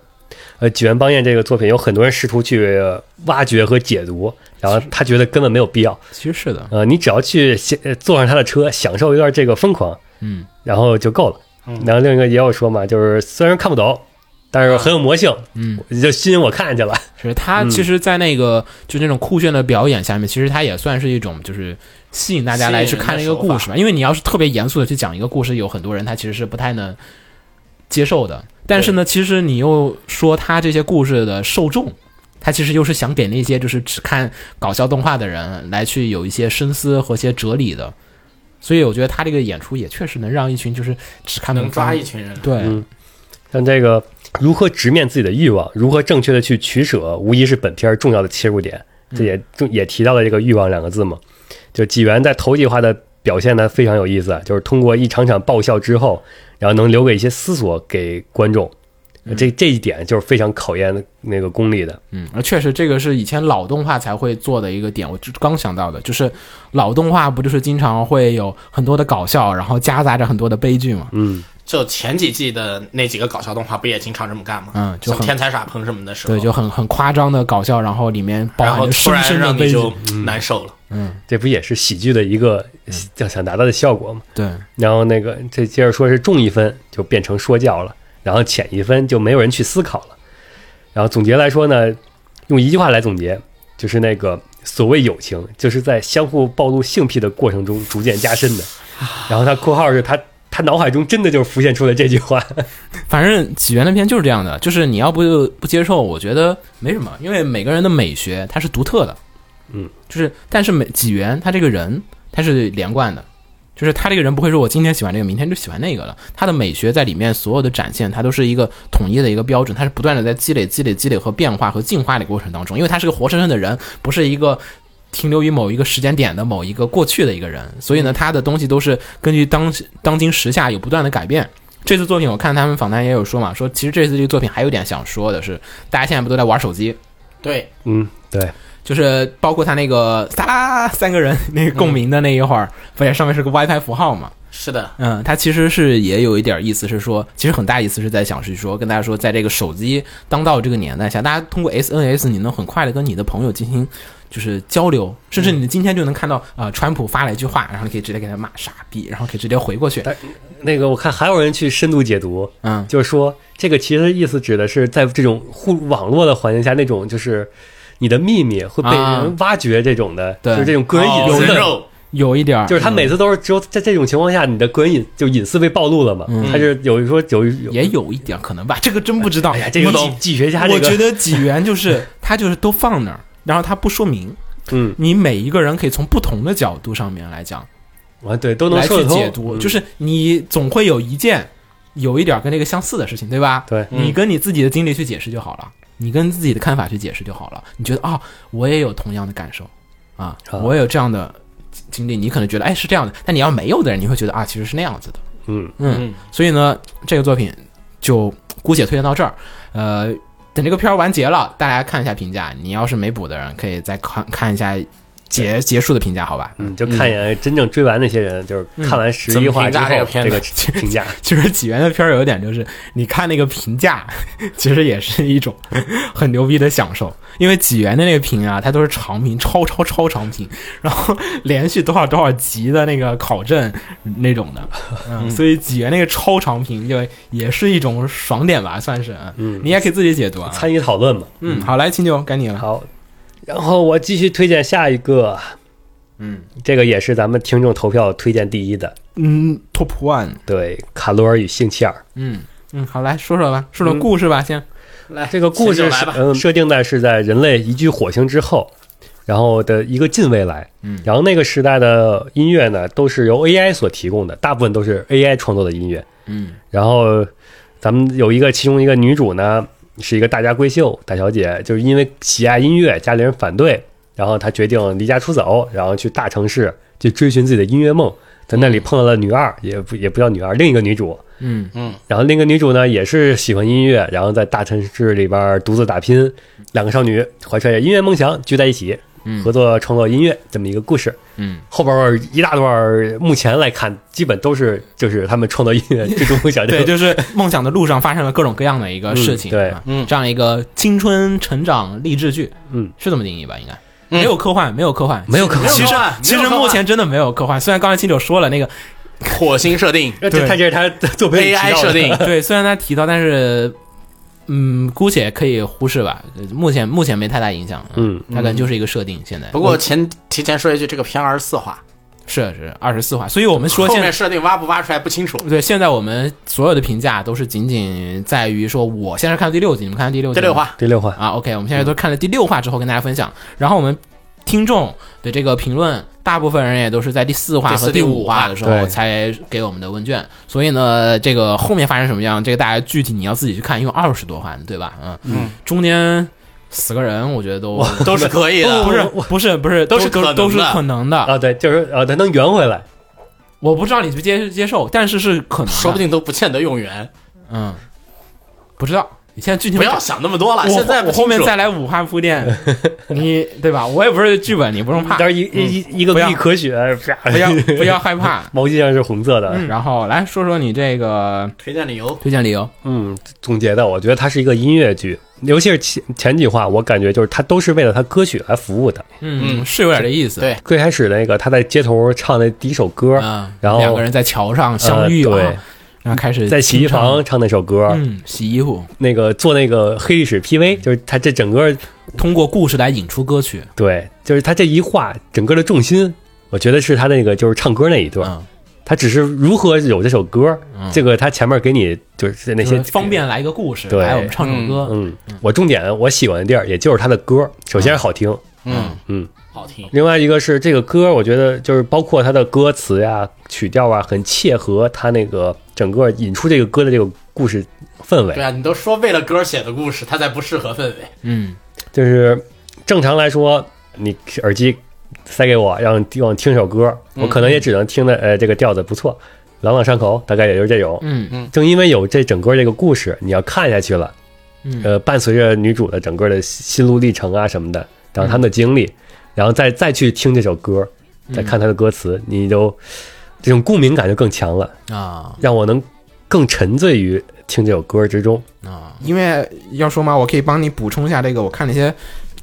呃，纪元邦彦这个作品有很多人试图去挖掘和解读，然后他觉得根本没有必要。其实是的，呃，你只要去享呃坐上他的车，享受一段这个疯狂，嗯，然后就够了。然后另一个也有说嘛，就是虽然看不懂，但是很有魔性，嗯，就吸引我看去了。是他嗯其实，在那个、就那种酷炫的表演下面，其实他也算是一种就是吸引大家来去看这个故事嘛。因为你要是特别严肃的去讲一个故事，有很多人他其实是不太能接受的。但是呢，其实你又说他这些故事的受众他其实又是想给那些就是只看搞笑动画的人来去有一些深思和一些哲理的。所以我觉得他这个演出也确实能让一群就是只看能抓动一群人画。对，像这个如何直面自己的欲望，如何正确的去取舍，无疑是本片儿重要的切入点。这也重也提到了这个欲望两个字嘛。就纪元在头几话的表现呢非常有意思，就是通过一场场爆笑之后，然后能留给一些思索给观众。这这一点就是非常考验那个功力的。嗯，而确实这个是以前老动画才会做的一个点，我就刚想到的，就是老动画不就是经常会有很多的搞笑，然后夹杂着很多的悲剧嘛？嗯，就前几季的那几个搞笑动画不也经常这么干吗？嗯就像很天才傻鹏什么的时候，对，就很很夸张的搞笑，然后里面包然含后着突深然深的嗯让悲你剧。就难受了。这不也是喜剧的一个想想达到的效果吗？对，然后那个这接着说是重一分就变成说教了，然后浅一分就没有人去思考了。然后总结来说呢，用一句话来总结，就是那个所谓友情，就是在相互暴露性癖的过程中逐渐加深的。然后他括号是他他脑海中真的就浮现出了这句话，反正起源那篇就是这样的，就是你要不就不接受，我觉得没什么，因为每个人的美学它是独特的，嗯，就是但是美起源他这个人他是连贯的，就是他这个人不会说我今天喜欢这个，明天就喜欢那个了，他的美学在里面所有的展现，它都是一个统一的一个标准，它是不断的在积累、积累、积累和变化和进化的过程当中，因为他是个活生生的人，不是一个停留于某一个时间点的某一个过去的一个人，所以呢，他的东西都是根据当当今时下有不断的改变。这次作品，我看他们访谈也有说嘛，说其实这次这个作品还有点想说的是，大家现在不都在玩手机，对，嗯，对，就是包括他那个撒啦三个人那个共鸣的那一会儿，发现上面是个 WiFi 符号嘛，是的，嗯，他其实是也有一点意思是说，其实很大意思是在想是说跟大家说，在这个手机当道这个年代下，大家通过 SNS 你能很快的跟你的朋友进行就是交流，甚至你今天就能看到呃川普发了一句话，然后你可以直接给他骂傻逼，然后可以直接回过去， <laughs> 那个我看还有人去深度解读，嗯，就是说这个其实意思指的是在这种互网络的环境下，那种就是你的秘密会被啊人挖掘这种的，对就是这种个人隐哦有私的。肉，哦有一点儿就是他每次都是只有在这种情况下，你的个人隐就隐私被暴露了嘛？他是有说有有嗯也有一点可能吧，这个真不知道。哎呀，这个不懂几学家这我个觉得纪元就是 <laughs> 他就是都放那儿，然后他不说明。嗯，你每一个人可以从不同的角度上面来讲，啊对都能来说去得解通，嗯读，就是你总会有一件有一点儿跟这个相似的事情，对吧？对嗯你跟你自己的经历去解释就好了，你跟自己的看法去解释就好了。你觉得啊、我也有同样的感受啊，啊我也有这样的经历，你可能觉得哎是这样的，但你要没有的人，你会觉得啊其实是那样子的。嗯嗯，所以呢，这个作品就姑且推荐到这儿。呃，等这个片儿完结了，大家看一下评价。你要是没补的人，可以再看看一下结结束的评价，好吧？ <laughs> 嗯，就看一眼真正追完那些人，就是看嗯完十一话之后嗯这怎么评价这个个评价，其实起源的片儿有一点就是，你看那个评价， <laughs> 其实也是一种很牛逼的享受，因为起源的那个评啊，它都是长评，超超超长评，然后连续多少多少集的那个考证那种的，嗯，所以起源那个超长评就也是一种爽点吧，算是，嗯，你也可以自己解读啊，参与讨论嘛。嗯，好，来秦九，该你了，好，然后我继续推荐下一个，嗯，这个也是咱们听众投票推荐第一的，嗯，Top One，对，《卡罗尔与性器尔》。嗯嗯，好，来说说吧，说嗯说故事 <laughs> 吧，先，来这个故事来是吧，嗯设定在是在人类移居火星之后，然后的一个近未来。嗯，然后那个时代的音乐呢，都是由 AI 所提供的，大部分都是 AI 创作的音乐。嗯，然后咱们有一个其中一个女主呢，是一个大家闺秀大小姐，就是因为喜爱音乐，家里人反对，然后她决定离家出走，然后去大城市去追寻自己的音乐梦。在那里碰到了女二，也不也不叫女二，另一个女主。嗯然后另一个女主呢，也是喜欢音乐，然后在大城市里边独自打拼。两个少女怀揣着音乐梦想聚在一起，合作创作音乐这么一个故事。嗯，后边儿一大段儿，目前来看，基本都是就是他们创作音乐最终梦想这 <laughs> 对，个。就是梦想的路上发生了各种各样的一个事嗯情，对啊，这样一个青春成长励志剧，嗯，是这么定义吧？应该没有科幻，没有科幻，没有科幻其实没有科幻其嗯没实有科幻目前真的没有科幻。虽然刚才清九说了那个，，火星设定这这他这是他作品里提到的 AI 设定对，虽然他提到，但是嗯，姑且可以忽视吧。呃目前目前没太大影响，嗯，它可能就是一个设定。现在不过前提前说一句，这个片二十四话，是是二十四话，所以我们说后现在面设定挖不挖出来不清楚。对，现在我们所有的评价都是仅仅在于说，我现在看到第六集，你们看到第六集第吗六话，第六话，啊，OK，我们现在都看了第六话之后跟大家分享，然后我们听众的这个评论，大部分人也都是在第四话第四和第第五五话话的时候对才给我们的问卷，所以呢，这个后面发生什么样，这个大家具体你要自己去看，因为二十多话呢，对吧？嗯嗯，中间死个人，我觉得都。都是可以的。不是 <laughs> 不是不是，都都是可都能都是的呃可能的。啊，对，就是啊，它能圆回来，我不知道你接不接受，但是是可能的，说不定都不欠得用圆，嗯，不知道。你现在具体不要想那么多了。我现在不我清后面楚再来五话铺 <laughs> 垫，你对吧？我也不是剧本，你不用怕，但是一一一个啊嗯不要一咳血，啪，不要不要嗯害怕。 <laughs> 毛巾上是红色嗯的。然后来说说你这个推荐理由，推荐理由，嗯，总结的，我觉得它是一个音乐剧，尤其是前前几话，我感觉就是它都是为了它歌曲来服务的。嗯，嗯是有点这意思。对最开始那个他在街头唱那第一首歌，嗯，然后两个人在桥上相遇呃对啊，然后开始在洗衣清房唱，唱那首歌，嗯，洗衣服，那个做那个黑历史 PV，就是他这整个通过故事来引出歌曲，对，就是他这一话整个的重心，我觉得是他那个就是唱歌那一段，嗯他只是如何有这首歌，这个他前面给你就是那就些是方。便来一个故事，对来我们唱首歌，嗯，我重点我喜欢的地儿，也就是他的歌，首先是好听，嗯嗯，好听，另外一个是这个歌，我觉得就是包括它的歌词呀、曲调啊，很切合它那个整个引出这个歌的这个故事氛围对。啊，你都说为了歌写的故事，它才不适合氛围。嗯就是正常来说，你耳机塞给我，让让我听首歌，我可能也只能听的，呃，这个调子不错，朗朗上口，大概也就是这种。嗯正因为有这整个这个故事，你要看下去了，嗯呃，伴随着女主的整个的心路历程啊什么的，然后他们的经历，然后再再去听这首歌，嗯再看他的歌词，你就这种共鸣感就更强了，啊让我能更沉醉于听这首歌之中。啊，因为要说嘛，我可以帮你补充一下这个，我看了一些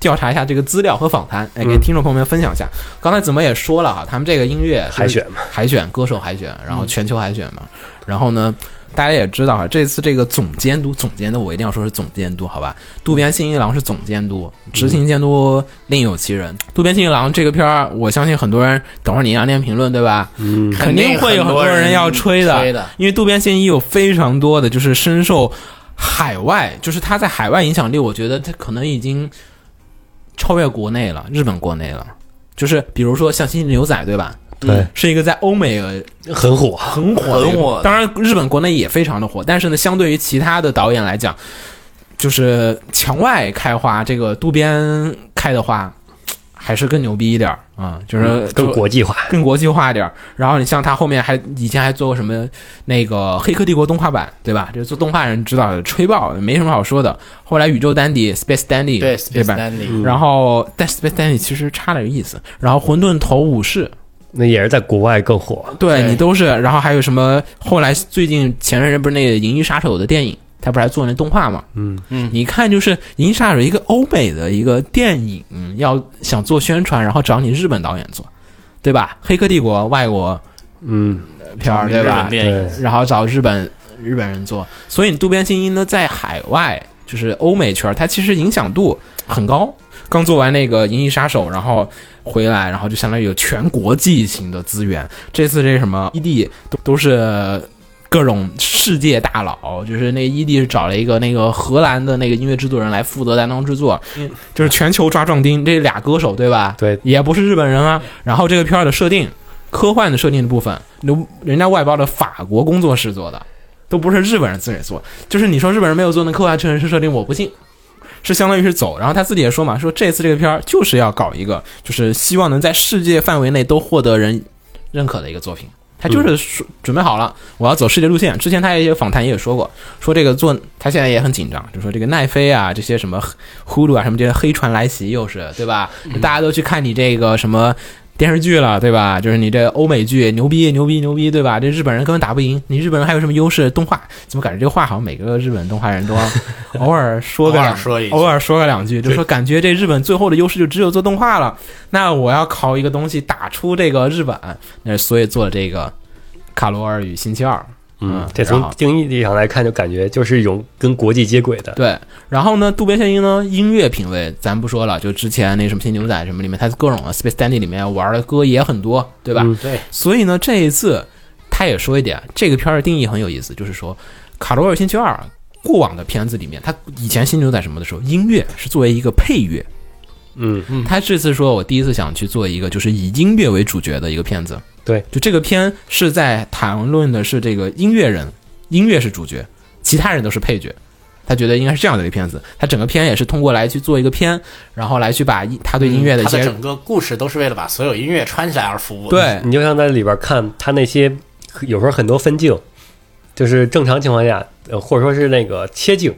调查一下这个资料和访谈，哎，给嗯听众朋友们分享一下。刚才子墨也说了哈，他们这个音乐就是海选嘛，嗯海选歌手海选，然后全球海选嘛，然后呢。大家也知道哈，这次这个总监督，总监督我一定要说是总监督，好吧？渡边信一郎是总监督，嗯执行监督另有其人。渡边信一郎这个片儿，我相信很多人，等会儿你让念评论对吧？嗯，肯定会有很多人要吹的，肯定很多人吹的因为渡边信一有非常多的就是深受海外，就是他在海外影响力，我觉得他可能已经超越国内了，日本国内了。就是比如说像《星际牛仔》，对吧？对，是一个在欧美呃很火，很火的一个，很火的当然日本国内也非常的火，但是呢，相对于其他的导演来讲，就是墙外开花，这个渡边开的花还是更牛逼一点儿嗯啊、就是更国际化。更国际化一点儿。然后你像他后面还以前还做过什么那个《黑客帝国》动画版，对吧？这做动画人知道的，吹爆，没什么好说的。后来宇宙丹迪 Space Dandy 对嗯对 Space 吧？ Dandy 然后但 Space Dandy 其实差点意思。然后混沌头武士，那也是在国外更火。对对你都是。然后还有什么？后来最近前阵子不是那个《银翼杀手》的电影，他不是还做那动画嘛？嗯嗯，你看就是《银翼杀手》一个欧美的一个电影，嗯要想做宣传，然后找你日本导演做，对吧？《黑客帝国》外国嗯，片儿对日吧本？电影对，然后找日本日本人做，所以你渡边信一呢，在海外就是欧美圈儿，它其实影响度很高。刚做完那个《银翼杀手》，然后回来，然后就相当于有全国际型的资源。这次这什么 ED 都都是各种世界大佬，就是那 ED 是找了一个那个荷兰的那个音乐制作人来负责担当制作，就是全球抓壮丁这俩歌手对吧？对也不是日本人啊。然后这个片儿的设定，科幻的设定的部分，人人家外包的法国工作室做的，都不是日本人自己做。就是你说日本人没有做那科幻城市设定，我不信。是相当于是走，然后他自己也说嘛，说这次这个片儿就是要搞一个，就是希望能在世界范围内都获得人认可的一个作品。他就是说准备好了，我要走世界路线。之前他也有访谈也有说过，说这个做他现在也很紧张，就说这个奈飞啊，这些什么呼噜啊，什么这些黑船来袭，又是对吧？嗯大家都去看你这个什么电视剧了，对吧？就是你这欧美剧牛逼牛逼牛逼，对吧？这日本人根本打不赢，你日本人还有什么优势？动画怎么感觉这个话好像每个日本动画人都 <laughs> 偶尔说个偶尔两说一句偶尔说个两句，就说感觉这日本最后的优势就只有做动画了。那我要靠一个东西打出这个日本，那所以做了这个《卡罗尔与星期二》。嗯，这然从后定义上来看，就感觉就是一种跟国际接轨的，对，然后呢，渡边宪一呢，音乐品味咱不说了，就之前那什么《新牛仔》什么里面，他各种啊 Space Dandy 里面玩的歌也很多，对吧？对，所以呢，这一次他也说一点，这个片儿的定义很有意思，就是说卡罗尔星期二过往的片子里面，他以前《新牛仔》什么的时候，音乐是作为一个配乐，嗯，他这次说，我第一次想去做一个就是以音乐为主角的一个片子。对，就这个片是在谈论的是这个音乐人，音乐是主角，其他人都是配角。他觉得应该是这样的一个片子，他整个片也是通过来去做一个片，然后来去把一他对音乐的一嗯他些、的整个故事都是为了把所有音乐穿起来而服务。，对你就像在里边看他那些有时候很多分镜，就是正常情况下，呃，或者说是那个切镜，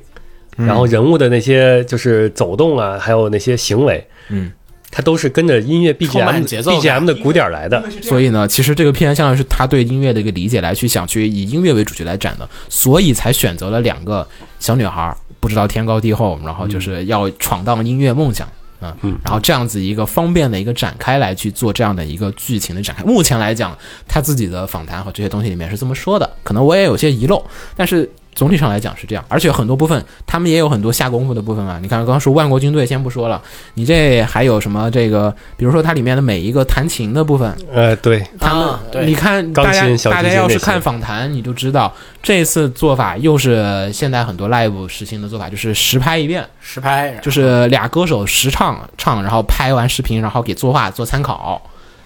嗯然后人物的那些就是走动啊，还有那些行为，嗯，它都是跟着音乐充满 BGM 节奏感 BGM 的鼓点来的，所以呢，其实这个片相当于是他对音乐的一个理解，来去想去以音乐为主角来展的，所以才选择了两个小女孩儿，不知道天高地厚，然后就是要闯荡音乐梦想。嗯嗯，然后这样子一个方便的一个展开来去做这样的一个剧情的展开。目前来讲，他自己的访谈和这些东西里面是这么说的，可能我也有些遗漏，但是总体上来讲是这样。而且很多部分他们也有很多下功夫的部分啊。你看，刚刚说万国军队先不说了，你这还有什么这个，比如说它里面的每一个弹琴的部分，呃，对，他们、啊对你看钢大家琴小提大家琴要那是些看访谈，你就知道这次做法又是现在很多 live 实行的做法，就是实拍一遍，实拍就是俩歌手实唱唱，然后拍完视频，然后给作画做参考。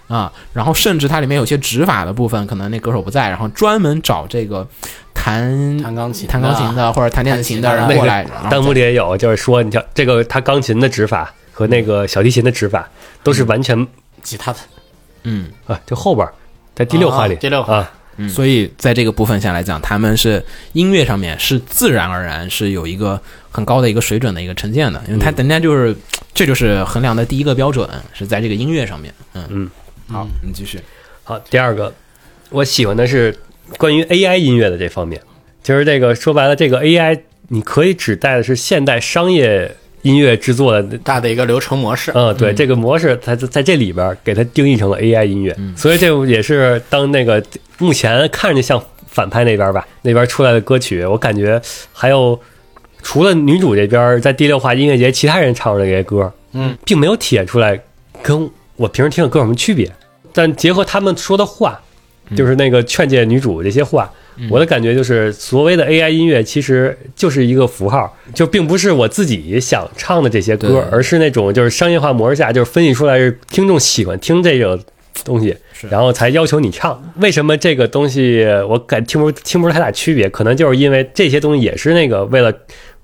啊，然后甚至它里面有些指法的部分，可能那歌手不在，然后专门找这个弹弹钢琴的弹钢琴的或者弹电子琴的人弹那琴过来，个然后弹幕里也有，就是说你像这个他钢琴的指法和那个小提琴的指法都是完全吉他的嗯，啊，就后边儿在第六话里，啊第六话啊，所以在这个部分下来讲，他们是音乐上面是自然而然是有一个很高的一个水准的一个呈现的，因为他人家就是这就是衡量的第一个标准是在这个音乐上面。嗯嗯，好，你继续。好，第二个，我喜欢的是关于 AI 音乐的这方面，就是这个说白了，这个 AI 你可以指代的是现代商业音乐制作的，大的一个流程模式。嗯，对，这个模式它在在这里边儿给它定义成了 AI 音乐，所以这也是当那个目前看着像反派那边儿吧，那边出来的歌曲，我感觉还有除了女主这边儿在第六话音乐节其他人唱的这些歌，嗯，并没有体现出来跟我平时听的歌有什么区别，但结合他们说的话，就是那个劝诫女主这些话。我的感觉就是，所谓的 AI 音乐其实就是一个符号，就并不是我自己想唱的这些对歌，而是那种就是商业化模式下，就是分析出来是听众喜欢听这个东西，然后才要求你唱。为什么这个东西我感听不听不出太大区别？可能就是因为这些东西也是那个为了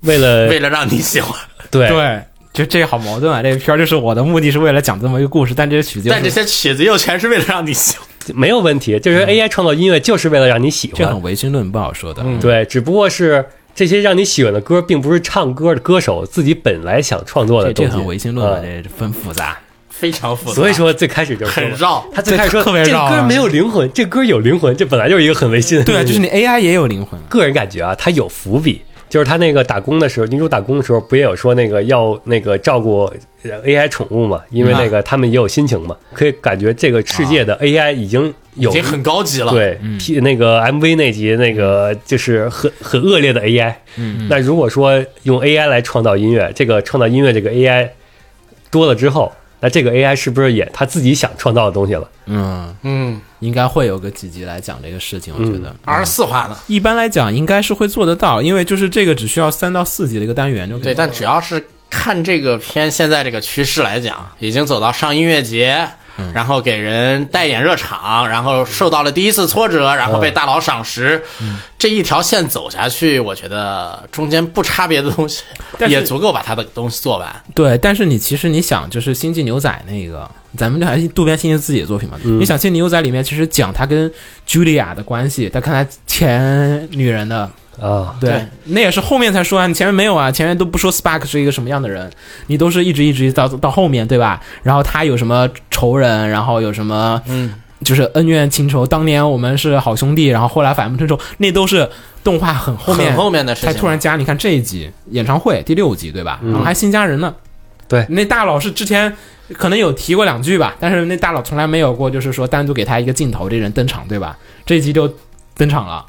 为了为了让你喜欢，对对，就这个好矛盾啊！这个片儿就是我的目的是为了讲这么一个故事，但这些曲子又但这是些曲子又全是为了让你喜欢。没有问题，就是 AI 创造音乐就是为了让你喜这欢很，唯心论，不好说的。嗯对，只不过是这些让你喜欢的歌，并不是唱歌的歌手自己本来想创作这的这东西，很唯心论啊，嗯这很复杂。非常复杂，所以说最开始就是说很绕他最开始说这特别这绕啊歌没有灵魂，这歌有灵魂，这本来就是一个很违心的。对啊，就是你 AI 也有灵魂啊。个人感觉啊，他有伏笔。就是他那个打工的时候，女主打工的时候，不也有说那个要那个照顾呃 AI 宠物嘛？因为那个他们也有心情嘛，可以感觉这个世界的 AI 已经有已经很高级了。，对，P- 那个 MV 那集那个就是很很恶劣的 AI。嗯，那如果说用 AI 来创造音乐，这个创造音乐这个 AI 多了之后，那这个 AI 是不是也他自己想创造的东西了？嗯，嗯，应该会有个几集来讲这个事情，我觉得。二十四话呢？一般来讲应该是会做得到，因为就是这个只需要三到四集的一个单元就可以。对，但只要是看这个片现在这个趋势来讲，已经走到上音乐节，嗯然后给人带演热场，然后受到了第一次挫折，然后被大佬赏识，嗯这一条线走下去，我觉得中间不差别的东西但是也足够把他的东西做完。对，但是你其实你想，就是《星际牛仔》那个，咱们这还是渡边信一自己的作品嘛。嗯你想，《星际牛仔》里面其实讲他跟茱莉亚的关系，他看他前女人的，啊，对，对那也是后面才说啊，你前面没有啊，前面都不说 Spark 是一个什么样的人，你都是一直一直到到后面对吧？然后他有什么仇人，然后有什么嗯，就是恩怨情仇，当年我们是好兄弟，然后后来反目成仇，那都是动画很后面很后面的事情才了，突然加。你看这一集演唱会第六集对吧？然后还新加人呢。对那大佬是之前可能有提过两句吧，但是那大佬从来没有过，就是说单独给他一个镜头，这人登场对吧？这一集就登场了，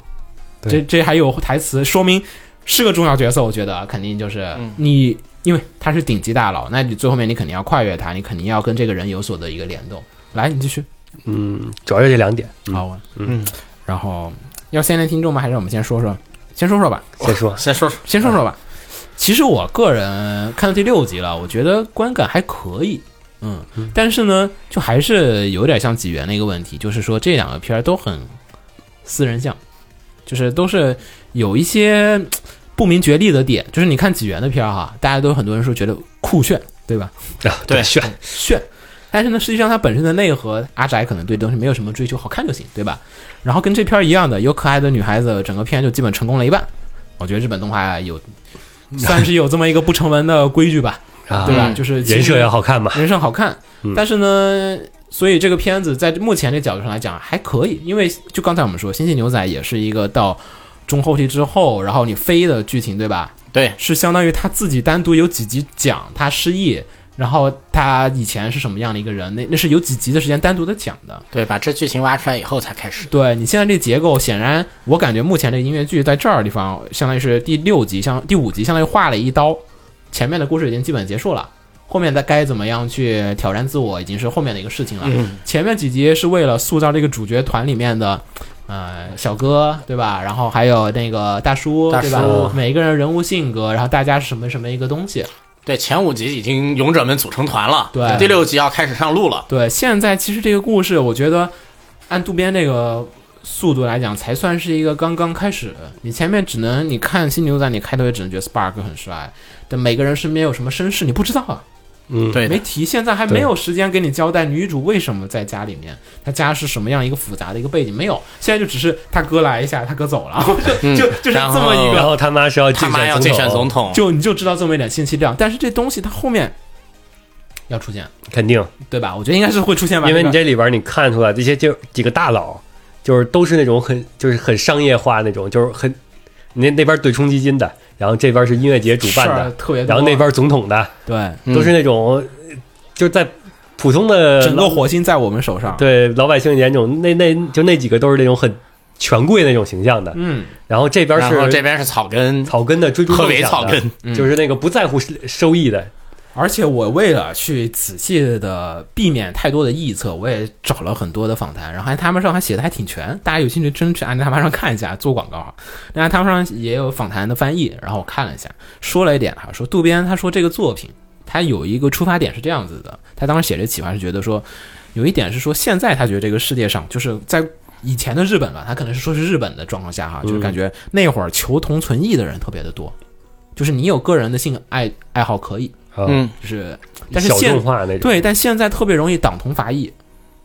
这这还有台词说明是个重要角色，我觉得肯定就是你，因为他是顶级大佬，那你最后面你肯定要跨越他，你肯定要跟这个人有所的一个联动。来，你继续。嗯，主要就这两点。好，我嗯，然后要先连听众吗？还是我们先说说？先说说吧，先说，啊先说说先说说吧。其实我个人看到第六集了，我觉得观感还可以，嗯，但是呢，就还是有点像纪元的一个问题，就是说这两个片儿都很私人像，就是都是有一些嘖不明觉厉的点。就是你看纪元的片儿哈，大家都很多人说觉得酷炫，对吧？啊对炫，炫。但是呢，实际上它本身的内核，阿宅可能对东西没有什么追求，好看就行，对吧？然后跟这片儿一样的，有可爱的女孩子，整个片就基本成功了一半。我觉得日本动画有算是有这么一个不成文的规矩吧，啊对吧？嗯就是其人设实要好看嘛。人设好看，但是呢，所以这个片子在目前这角度上来讲还可以，因为就刚才我们说，《星际牛仔》也是一个到中后期之后，然后你飞的剧情，对吧？对，是相当于他自己单独有几集讲他失忆，然后他以前是什么样的一个人，那那是有几集的时间单独的讲的。对，把这剧情挖出来以后才开始。对你现在这结构，显然我感觉目前这个音乐剧在这儿地方，相当于是第六集，相第五集相当于划了一刀，前面的故事已经基本结束了。后面的该怎么样去挑战自我，已经是后面的一个事情了。前面几集是为了塑造这个主角团里面的，呃，小哥对吧？然后还有那个大叔大对吧叔？每一个人人物性格，然后大家是什么什么一个东西。对，前五集已经勇者们组成团了，对第六集要开始上路了。对，现在其实这个故事，我觉得按渡边这个速度来讲，才算是一个刚刚开始。你前面只能你看新牛仔，你开头也只能觉得 Spark 很帅，但每个人身边有什么身世你不知道啊，嗯，对的没提。现在还没有时间给你交代女主为什么在家里面，她家是什么样一个复杂的一个背景，没有。现在就只是他哥来一下，他哥走了， <laughs> 就就就是然这么一后个嗯然后他妈是要他妈要竞选总，统，就你就知道这么一点信息量。但是这东西它后面要出现，肯定，对吧？我觉得应该是会出现吧，因为这你个这里边你看出来这些就几个大佬，就是都是那种很就是很商业化那种，就是很那那边对冲基金的，然后这边是音乐节主办事儿的，特别多，然后那边总统的，对。嗯都是那种就是在普通的整个老火星在我们手上。对老百姓眼中，那那就那几个都是那种很权贵那种形象的，嗯，然后这边然后是这边是草根，草根的追逐特梦别想草的根，嗯就是那个不在乎收益的，而且我为了去仔细的避免太多的臆测，我也找了很多的访谈，然后还他们上还写的还挺全，大家有兴趣真去按他们上看一下，做广告啊。那他们上也有访谈的翻译，然后我看了一下，说了一点哈，说渡边他说这个作品，他有一个出发点是这样子的，他当时写这企划是觉得说，有一点是说现在他觉得这个世界上就是在。以前的日本吧，他可能是说是日本的状况下哈，就是感觉那会儿求同存异的人特别的多，就是你有个人的性爱爱好可以，啊嗯就是，但是小现众化那种，对，但现在特别容易党同伐异，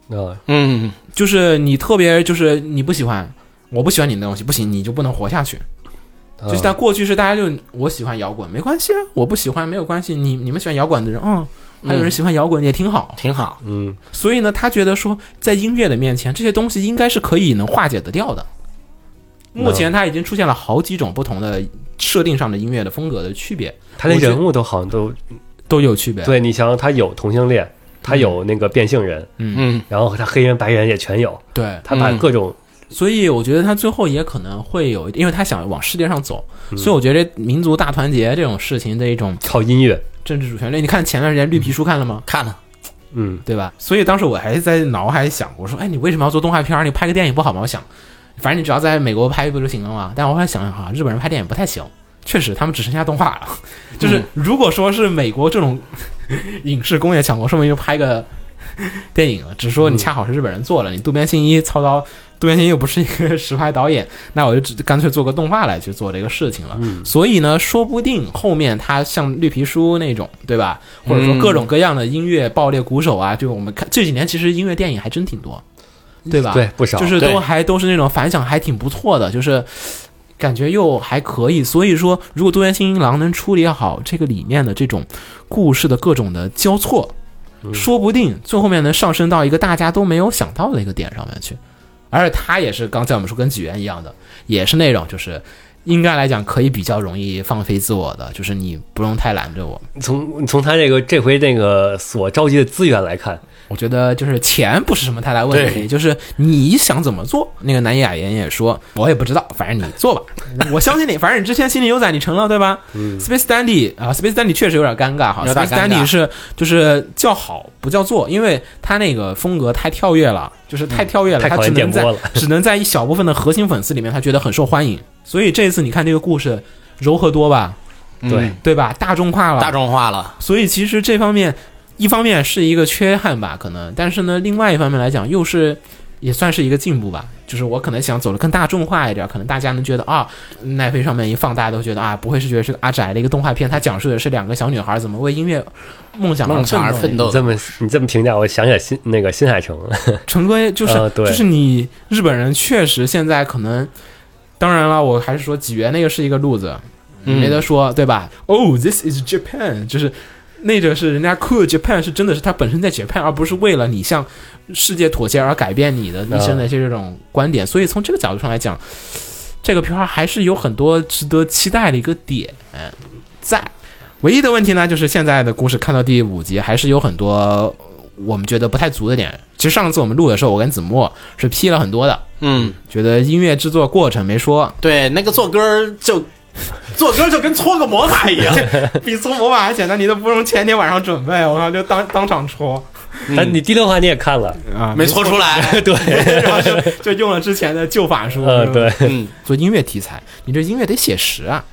啊，嗯，就是你特别就是你不喜欢，我不喜欢你的东西，不行，你就不能活下去。啊就是在过去是大家就我喜欢摇滚没关系啊，我不喜欢没有关系，你你们喜欢摇滚的人，嗯，还有人喜欢摇滚也挺好。挺好。嗯。所以呢，他觉得说在音乐的面前，这些东西应该是可以能化解得掉的。目嗯前他已经出现了好几种不同的设定上的音乐的风格的区别，他那我觉得人物都好像都都有区别。对你想想，他有同性恋，他有那个变性人，嗯，然后他黑人白人也全有，对，他把嗯各种所以我觉得他最后也可能会有一，因为他想往世界上走，嗯所以我觉得民族大团结这种事情的一种靠音乐，政治主旋律，你看前段时间绿皮书看了吗？看了，嗯，对吧？所以当时我还在脑海想过说，哎，你为什么要做动画片儿？你拍个电影不好吗？我想，反正你只要在美国拍不就行了吗？但我后来想想哈，日本人拍电影不太行，确实他们只剩下动画了。 <laughs> 就是如果说是美国这种 <laughs> 影视工业强国，说明就拍个 <laughs> 电影了。只说你恰好是日本人做了，你渡边信一操刀，渡边信一又不是一个 <laughs> 实拍导演，那我就只干脆做个动画来去做这个事情了。所以呢，说不定后面他像绿皮书那种，对吧？或者说各种各样的音乐爆裂鼓手啊，就我们看这几年其实音乐电影还真挺多，对吧？对，不少，啊就是对都还都是那种反响还挺不错的，就是感觉又还可以。所以说，如果多元新一郎能处理好这个里面的这种故事的各种的交错，说不定最后面能上升到一个大家都没有想到的一个点上面去。而且他也是刚才我们说跟纪元一样的，也是那种就是应该来讲可以比较容易放飞自我的，就是你不用太拦着我。从从他这个这回那个所召集的资源来看，我觉得就是钱不是什么太大问题，对就是你想怎么做。那个南野雅言也说，我也不知道，反正你做吧，我相信你。反正你之前心里有仔，你成了对吧、s p a c e Dandy 啊，Space Dandy 确实有点尴尬哈有点，Space 尴尬 Dandy 是就是叫好不叫座，因为他那个风格太跳跃了，就是太跳跃了，嗯太他考只验能电在波了只能在一小部分的核心粉丝里面，他觉得很受欢迎。所以这一次你看这个故事柔和多吧，对，对吧？大众化了，大众化了，所以其实这方面，一方面是一个缺憾吧，可能，但是呢，另外一方面来讲，又是也算是一个进步吧。就是我可能想走的更大众化一点，可能大家能觉得啊，奈飞上面一放，大家都觉得啊，不会是觉得是个阿宅的一个动画片，它讲述的是两个小女孩怎么为音乐梦想梦想而奋斗。斗你。这么你这么评价，我想起来新那个新海诚，成哥就是、呃对就是你日本人确实现在可能，当然了，我还是说几元那个是一个路子，没得说，对吧？Oh, 嗯 this is Japan，就是那个是人家 cool Japan 是真的是它本身在 Japan，而不是为了你向世界妥协而改变你的一生的这种观点。所以从这个角度上来讲，这个片儿还是有很多值得期待的一个点嗯在。唯一的问题呢，就是现在的故事看到第五集，还是有很多我们觉得不太足的点。其实上次我们录的时候，我跟子墨是批了很多的，嗯，觉得音乐制作过程没说，对，那个做歌儿就做歌儿就跟搓个魔法一样，比搓魔法还简单，你都不用前天晚上准备，我靠，就当当场戳但你第六话你也看 <laughs> 了，啊，没搓出来。对，然后就就用了之前的旧法 <laughs> 术，呃， <laughs> 对，嗯，做音乐题材，你这音乐得写实啊，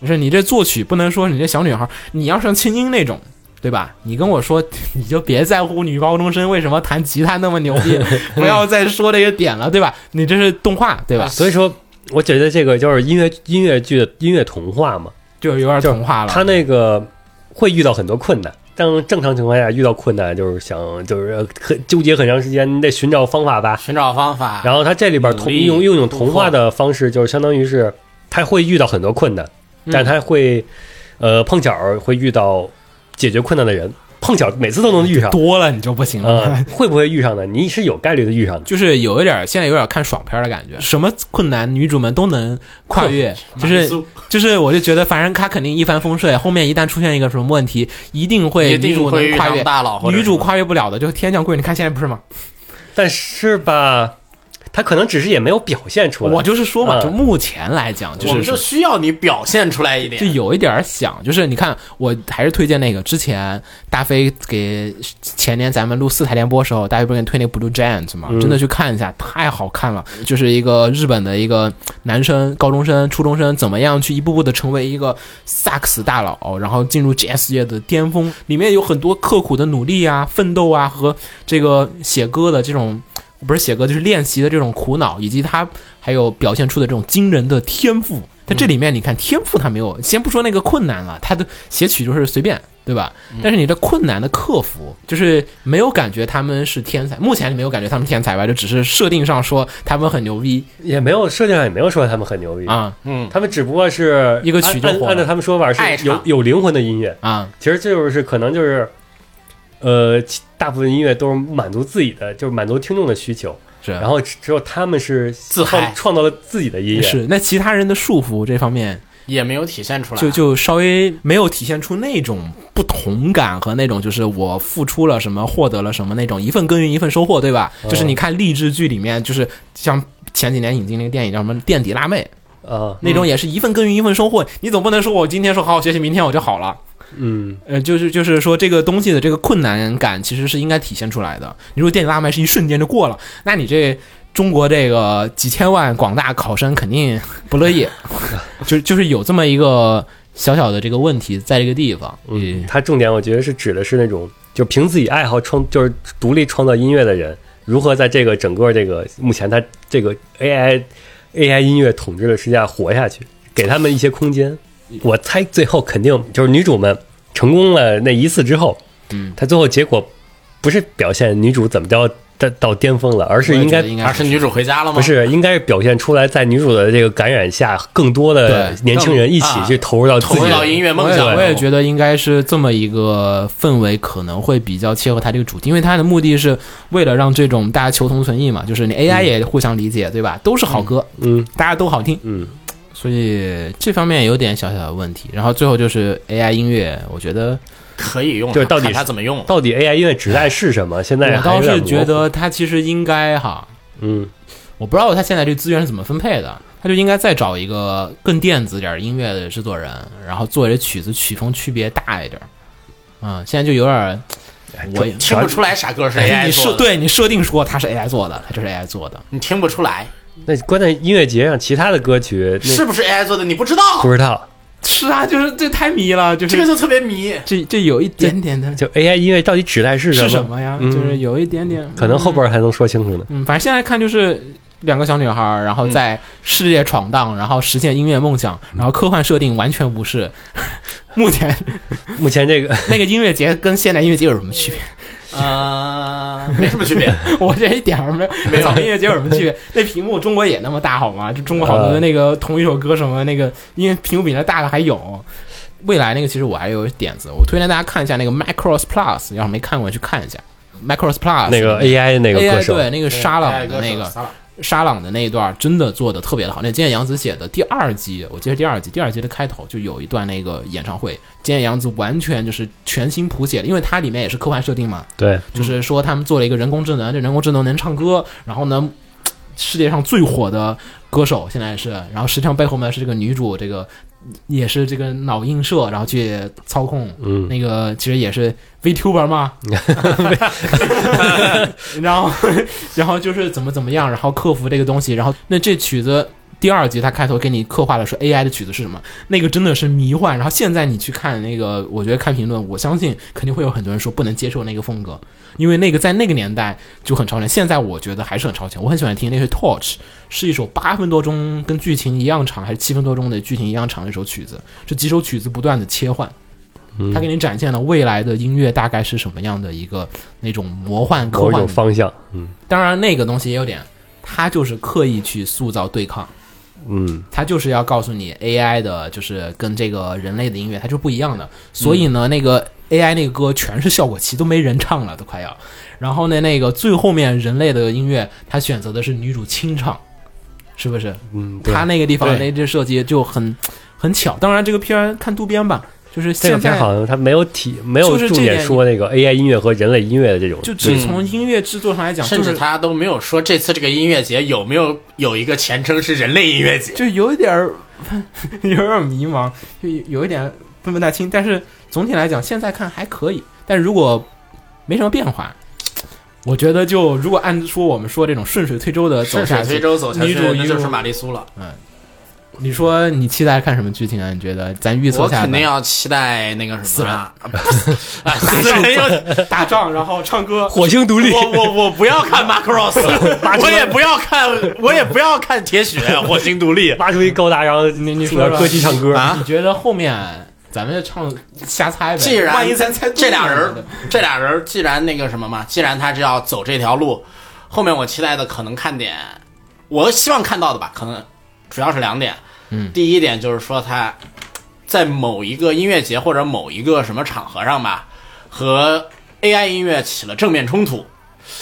不是你这作曲不能说你这小女孩儿，你要上清音那种。对吧？你跟我说， <laughs> 你就别在乎女高中生为什么弹吉他那么牛 <laughs> 逼，不要再说这个点了，对吧？你这是动画，对 <laughs> <laughs> 吧？所以说，我觉得这个就是音乐音乐剧的音乐童话嘛，就有点就是童话了。他那个会遇到很多困难。当正常情况下遇到困难，就是想就是很纠结很长时间，你得寻找方法吧。寻找方法，然后他这里边童努力用用一种童话的方式，就是相当于是他会遇到很多困难，嗯但他会呃碰巧儿会遇到解决困难的人，碰巧每次都能遇上。多了你就不行了。呃，会不会遇上呢？你是有概率的遇上的。 <laughs> 就是有一点儿现在有点儿看爽片儿的感觉，什么困难女主们都能跨越，就是满足就是我就觉得，反正她肯定一帆风顺，后面一旦出现一个什么问题，一定会一定女主会能遇跨上越大佬或者女什主么跨越不了的就是天降贵人，你看现在不是吗？但是吧，他可能只是也没有表现出来。我就是说嘛，嗯就目前来讲，就我们是就需要你表现出来一就点。有一点儿想，就是你看，我还是推荐那个之前大飞给前年咱们录四台联播时候，大飞不是给你推那个 Blue Giant 嘛，真的去看一下，太好看了。就是一个日本的一个男生、高中生、初中生，怎么样去一步步的成为一个萨克斯大佬，然后进入 jazz 乐的巅峰。里面有很多刻苦的努力啊、奋斗啊和这个写歌的这种。不是写歌，就是练习的这种苦恼，以及他还有表现出的这种惊人的天赋。在这里面，你看天赋他没有，先不说那个困难了，他的写曲就是随便，对吧？嗯但是你的困难的克服，就是没有感觉他们是天才，目前没有感觉他们天才吧，就只是设定上说他们很牛逼也没有设定上也没有说他们很牛逼，啊嗯，他们只不过是一个曲就按火了按按照他们说法爱是唱有有灵魂的音乐，啊！其实这就是可能就是，呃，其大部分音乐都是满足自己的，就是满足听众的需求，是然后只只有他们是自嗨创创造了自己的音乐，是那其他人的束缚这方面，也没有体现出来。就就稍微没有体现出那种不同感和那种就是我付出了什么获得了什么那种一份耕耘一份收获，对吧？嗯就是你看励志剧里面，就是像前几年引进那个电影叫什么《垫底辣妹》，啊，那种嗯也是一份耕耘一份收获。你总不能说我今天说好好学习，明天我就好了。嗯，呃，就是就是说这个东西的这个困难感其实是应该体现出来的。你如果电影拉麦是一瞬间就过了，那你这中国这个几千万广大考生肯定不乐意， <laughs> 就就是有这么一个小小的这个问题在这个地方。嗯，他重点我觉得是指的是那种就凭自己爱好创，就是独立创造音乐的人，如何在这个整个这个目前他这个 AI AI 音乐统治的时代活下去，给他们一些空间。我猜最后肯定就是女主们成功了那一次之后，嗯，他最后结果不是表现女主怎么着到到巅峰了，而是应该我也觉得应该而是女主回家了吗？不，是应该是表现出来在女主的这个感染下，更多的对年轻人一起啊去投入到自投己入的到音乐梦想我中。也我也觉得应该是这么一个氛围，可能会比较切合它这个主题，因为它的目的是为了让这种嗯大家求同存异嘛，就是你 AI 也互相理解，对吧？都是好歌，嗯，大家都好听，嗯，所以这方面有点小小的问题。然后最后就是 AI 音乐，我觉得可以用，就是到底看是他怎么用。到底 AI 音乐指代是什么？现在我还有倒点是模糊觉，得它其实应该哈，嗯，我不知道他现在这资源是怎么分配的，他就应该再找一个更电子点儿音乐的制作人，然后做这曲子曲风区别大一点儿。嗯，现在就有点儿，哎我也听不出来啥歌是 AI 哎你做设的，对你设定说他是 AI 做的，他就是 AI 做的。你听不出来那关键音乐节上其他的歌曲那是不是 AI 做的，你不知道不，知道，是啊，就是这太迷了，就这是个就特别迷。这这有一点点的就 AI 音乐到底指代是是什什么？么呀？嗯就是有一点点，可能后边还能说清楚呢。嗯，反正现在看就是两个小女孩儿，然后在世界闯荡，然后实现音乐梦想，然后科幻设定完全无视。目前目前 <laughs> 这个那个音乐节跟现代音乐节有什么区别？ <laughs> 呃，没什么区别。我这一点儿没有，早音乐节有什么区别？那屏幕中国也那么大好吗？就中国好多的那个同一首歌什么那个，因为屏幕比那大的还有。未来那个其实我还有点子，我推荐大家看一下那个 Macross Plus，要是没看过去看一下 Macross <laughs> Plus 那个 AI 的那个歌 AI 手，对那个沙朗的那个撒朗沙朗的那一段真的做的特别的好。那今天杨子写的第二季，我记得第二季，第二季的开头就有一段那个演唱会，今天杨子完全就是全新谱写的，因为它里面也是科幻设定嘛，对，就是说他们做了一个人工智能，这人工智能能唱歌，然后呢，世界上最火的歌手现在是，然后实际上背后呢是这个女主，这个也是这个脑映射，然后去操控，嗯那个其实也是 VTuber 嘛，然后然后就是怎么怎么样，然后克服这个东西，然后那这曲子。第二集它开头给你刻画了说 AI 的曲子是什么，那个真的是迷幻。然后现在你去看那个，我觉得看评论，我相信肯定会有很多人说不能接受那个风格，因为那个在那个年代就很超前，现在我觉得还是很超前。我很喜欢听那个《Torch》，是一首八分多钟跟剧情一样长，还是七分多钟的剧情一样长的一首曲子，这几首曲子不断的切换。嗯它给你展现了未来的音乐大概是什么样的一个那种魔幻科某一幻种方向，嗯当然，那个东西也有点，它就是刻意去塑造对抗，嗯，它就是要告诉你 AI 的，就是跟这个人类的音乐它就是不一样的。所以嗯呢，那个 AI 那个歌全是效果器，都没人唱了，都快要。然后呢，那个最后面人类的音乐，它选择的是女主清唱，是不是？嗯对它那个地方对那这设计就很很巧。当然，这个片儿看渡边吧，就是这个现片在好像他没有体没有就是这重点点说那个 AI 音乐和人类音乐的这种，就只从音乐制作上来讲，甚就至是他都没有说这次这个音乐节有没有有一个前称是人类音乐节，就有一点儿 <laughs> 有点儿迷茫，就有一点分不太清。但是总体来讲，现在看还可以。但如果没什么变化，我觉得就如果按说我们说这种顺水推舟的呃走顺下水推去，舟走下去，女主那就一是路玛丽苏了。你说你期待看什么剧情啊？你觉得咱预测我下肯吧。定要期待那个什么死人 <laughs> 啊， <laughs> 啊死人又打仗，然后唱歌，火星独立我我我不要看 Macross，<laughs> 我也不要看，我也不要看铁血啊火星独立 <laughs> 挖出一高达，然后你你请说到吧歌姬唱歌，啊你。觉得后面咱们就唱瞎猜呗？既然万一咱猜对这俩了人呢，这俩人既然那个什么嘛，既然他是要走这条路，后面我期待的可能看点，我希望看到的吧，可能主要是两点。嗯，第一点就是说他在某一个音乐节或者某一个什么场合上吧，和 AI 音乐起了正面冲突，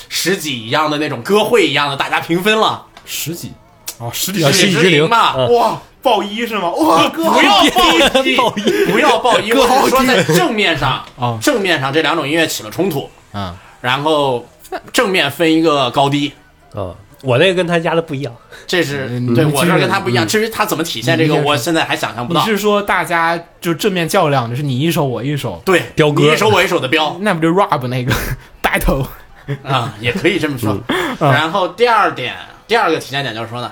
十几一样的那种歌会一样的，大家平分了。十几哦，十十几几之灵嘛，嗯哇，爆一是吗？哇，哥，不要报 <laughs> 一，不要报一，我是说在正面上啊正面上这两种音乐起了冲突，啊，然后正面分一个高低，啊，我那个跟他家的不一样， <laughs> 这是嗯对你我这这个儿跟他不一样。至于他怎么体现这个，你这个我现在还想象不你到。是说大家就是正面较量，就是你一手我一手，对，彪哥你一手我一手的彪那不就 Rob 那个 <laughs> battle？啊，也可以这么说。然后第二点，第二个体现点就是说呢，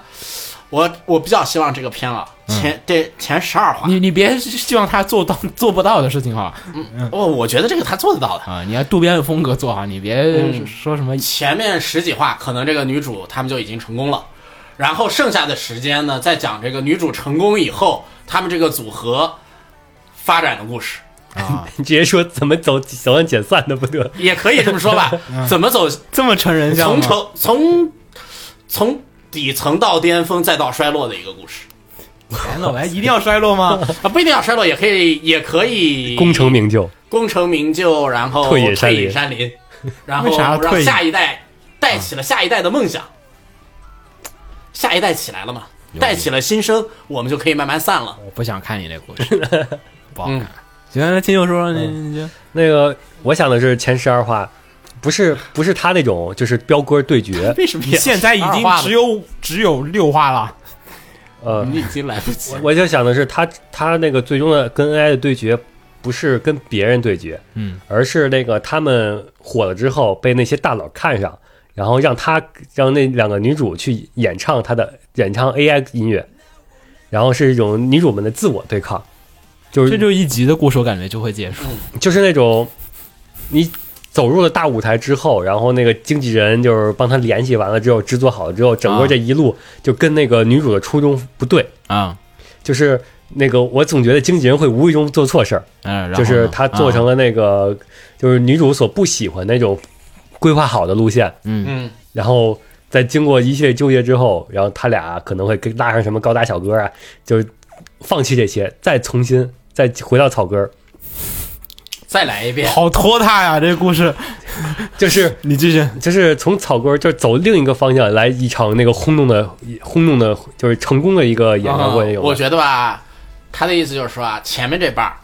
我我比较希望这个片啊，前这前十二话，你你别希望他做到 <laughs> 做不到的事情哈哦，我觉得这个他做得到的。啊！你要渡边的风格做好，你别说什么前面十几话，可能这个女主他们就已经成功了，然后剩下的时间呢，再讲这个女主成功以后，他们这个组合发展的故事，你直接说怎么走走完解散的不得，也可以这么说吧。怎么走？这么成人像从吗？成从从底层到巅峰，再到衰落的一个故事完了，我还一定要衰落 <laughs> 吗？啊，不一定要衰落，也可以也可以功成名就，功成名就，然后退隐山林隐山林，然后为啥要退让隐下一代带起了下一代的梦想，下一代起来了嘛？带起了新生，我们就可以慢慢散了。，我不想看你这故事，不好看。行，那听友说，你你就那个我想的是前十二话，不是不是他那种就是彪哥对决为什么你现在已二经话了只有只有六话了，呃，你已经来不及了？我就想的是他他那个最终的跟 AI 的对决，不是跟别人对决，嗯，而是那个他们火了之后被那些大佬看上，然后让他让那两个女主去演唱他的演唱 AI 音乐，然后是一种女主们的自我对抗，就这是就一集的故事，我感觉就会结束。就是那种你走入了大舞台之后，然后那个经纪人就是帮他联系完了之后，制作好了之后，整个这一路就跟那个女主的初衷不对，啊，就是那个我总觉得经纪人会无意中做错事儿。嗯，然就后呢是他做成啊了那个，就是女主所不喜欢那种规划好的路线，嗯嗯，然后在经过一系列纠结之后，然后他俩可能会跟拉上什么高大小哥啊，就是放弃这些，再重新再回到草根儿，再来一遍。好拖沓呀，这故事。就是 <laughs> 你继续，就是从草根儿就是走另一个方向来一场那个轰动的轰动的，就是成功的一个演唱会那嗯种。我觉得吧，他的意思就是说啊，前面这半儿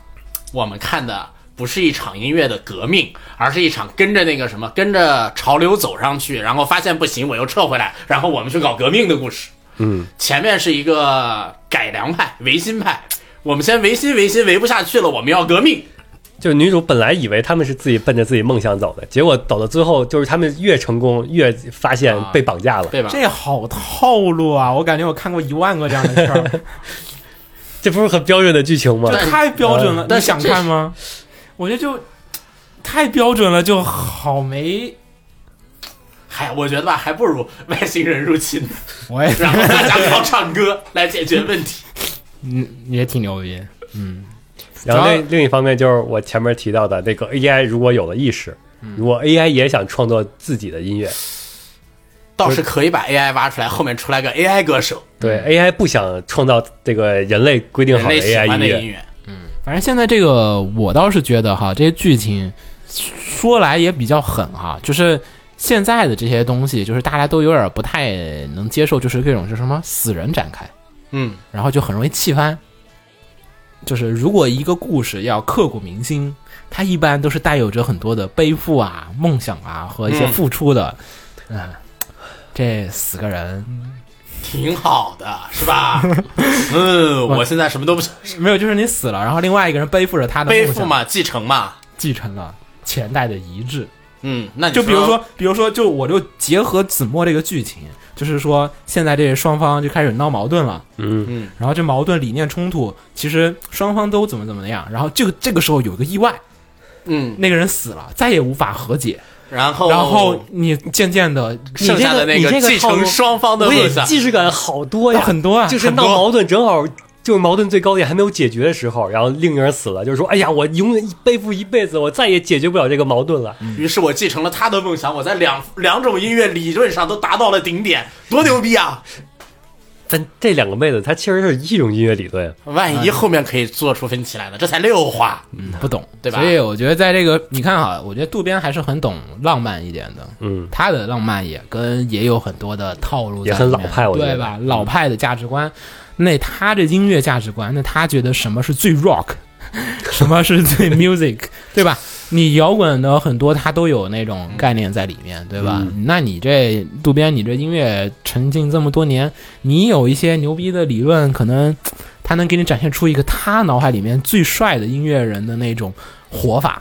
我们看的不是一场音乐的革命，而是一场跟着那个什么，跟着潮流走上去，然后发现不行，我又撤回来，然后我们去搞革命的故事。嗯，前面是一个改良派、维新派，我们先维新，维新维不下去了，我们要革命。就是女主本来以为他们是自己奔着自己梦想走的，结果走到最后，就是他们越成功越发现被绑架了。对吧？这好套路啊！我感觉我看过一万个这样的片 <laughs> 儿，这不是很标准的剧情吗？这太标准了。但你想这是看吗？我觉得就太标准了，就好没。还我觉得吧，还不如外星人入侵，我也然后大家靠唱歌来解决问题。嗯也挺牛逼，然后主另另一方面就是我前面提到的那个 AI，如果有了意识，嗯如果 AI 也想创作自己的音乐，倒是可以把 AI 挖出来，后面出来个 AI 歌手，对 AI 不想创造这个人类规定人好的类喜 AI 欢的音音乐，乐。反正现在这个我倒是觉得哈，这些剧情说来也比较狠哈，就是现在的这些东西，就是大家都有点不太能接受，就是这种是什么死人展开，嗯，然后就很容易气翻。就是如果一个故事要刻骨铭心，它一般都是带有着很多的背负啊、梦想啊和一些嗯付出的。嗯、这死个人嗯挺好的，<laughs> 是吧？嗯，我现在什么都不想，没有，就是你死了，然后另外一个人背负着他的背梦负想，嘛，继承嘛。继承了前代的遗志。嗯，那你就比如说，比如说，就我就结合子墨这个剧情，就是说现在这双方就开始闹矛盾了，嗯，然后这矛盾理念冲突，其实双方都怎么怎么样，然后这个这个时候有个意外，嗯，那个人死了，再也无法和解，然后然后哦嗯你渐渐的，剩下的那你这个你这个继承双方的我也梦想，既视感好多呀，很多啊就是很闹多矛盾正好。就是矛盾最高点还没有解决的时候，然后另一个人死了，就是说，哎呀，我永远背负一辈子，我再也解决不了这个矛盾了。于是我继承了他的梦想，我在两两种音乐理论上都达到了顶点，多牛逼啊！但这两个妹子，她其实是一种音乐理论，万一后面可以做出分歧来呢？这才六话，嗯不懂，对吧所以我觉得在这个你看哈，我觉得渡边还是很懂浪漫一点的，嗯，他的浪漫也跟也有很多的套路在也里很面，老派我觉得对吧？老派的价值观，那他的音乐价值观，那他觉得什么 <laughs> 是最 rock，什么是最 music，对吧？你摇滚的很多，他都有那种概念在里面，对吧？嗯那你这渡边，你这音乐沉浸这么多年，你有一些牛逼的理论，可能他能给你展现出一个他脑海里面最帅的音乐人的那种活法。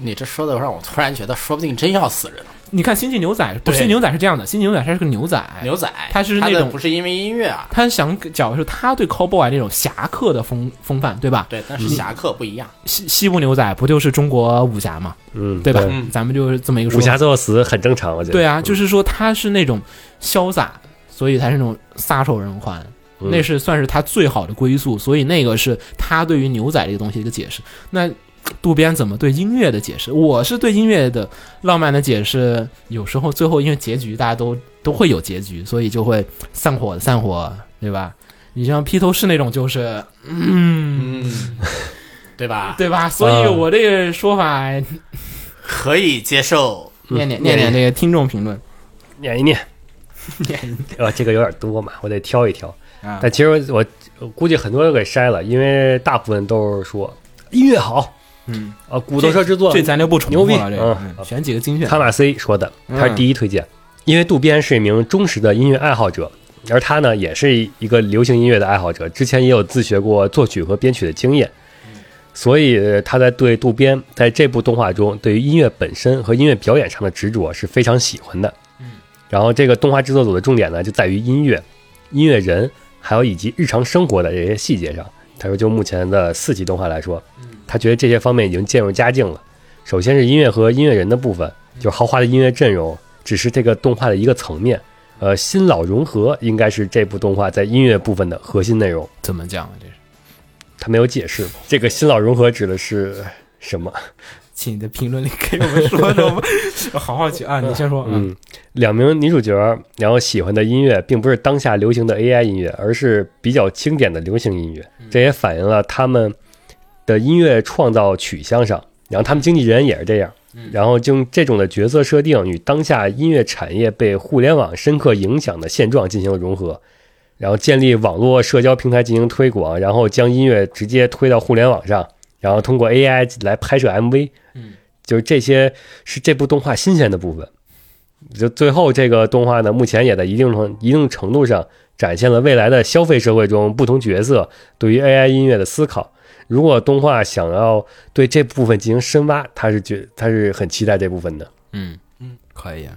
你这说的让我突然觉得，说不定真要死人了。你看《星际牛仔》，不，《对星际牛仔》是这样的，《星际牛仔》它是个牛仔，牛仔，哎他是那的种不是因为音乐啊，他想讲的是他对 cowboy 那种侠客的风风范，对吧？对，但是侠客不一样。西西部牛仔不就是中国武侠嘛，嗯，对吧？嗯咱们就是这么一个说武法侠最后死很正常，我觉得。嗯对啊，就是说他是那种潇洒，所以才是那种撒手人寰，嗯那是算是他最好的归宿。所以那个是他对于牛仔这个东西的一个解释。那渡边怎么对音乐的解释？我是对音乐的浪漫的解释，有时候最后因为结局大家都都会有结局，所以就会散伙的散伙，对吧？你像披头士那种就是，嗯，嗯，对吧？对吧？所以嗯我这个说法，可以接受。嗯念念念念这个听众评论。念一念，呃，这个有点多嘛，我得挑一挑。啊但其实我我估计很多都给筛了，因为大部分都是说音乐好，嗯，啊，骨头社制作这咱就不重牛复逼了，这个嗯嗯选几个精选卡马 C 说的，他是第一推荐，因为渡边是一名忠实的音乐爱好者，而他呢也是一个流行音乐的爱好者，之前也有自学过作曲和编曲的经验，所以他在对渡边在这部动画中对于音乐本身和音乐表演上的执着是非常喜欢的。然后这个动画制作组的重点呢就在于音乐、音乐人，还有以及日常生活的这些细节上。他说，就目前的四集动画来说，他觉得这些方面已经渐入佳境了。首先是音乐和音乐人的部分，就是豪华的音乐阵容，只是这个动画的一个层面。呃，新老融合应该是这部动画在音乐部分的核心内容。怎么讲啊？这是，他没有解释这个新老融合指的是什么。请你的评论里给我们说说吧，我好好奇啊！你先说，嗯嗯，两名女主角，然后喜欢的音乐并不是当下流行的 AI 音乐，而是比较经典的流行音乐。这也反映了他们的音乐创造取向上。然后他们经纪人也是这样。然后就用这种的角色设定与当下音乐产业被互联网深刻影响的现状进行了融合，然后建立网络社交平台进行推广，然后将音乐直接推到互联网上，然后通过 AI 来拍摄 MV。嗯，就是这些是这部动画新鲜的部分。就最后这个动画呢，目前也在一定程一定程度上展现了未来的消费社会中不同角色对于 AI 音乐的思考。如果动画想要对这部分进行深挖，他是觉他是很期待这部分的。嗯可以啊，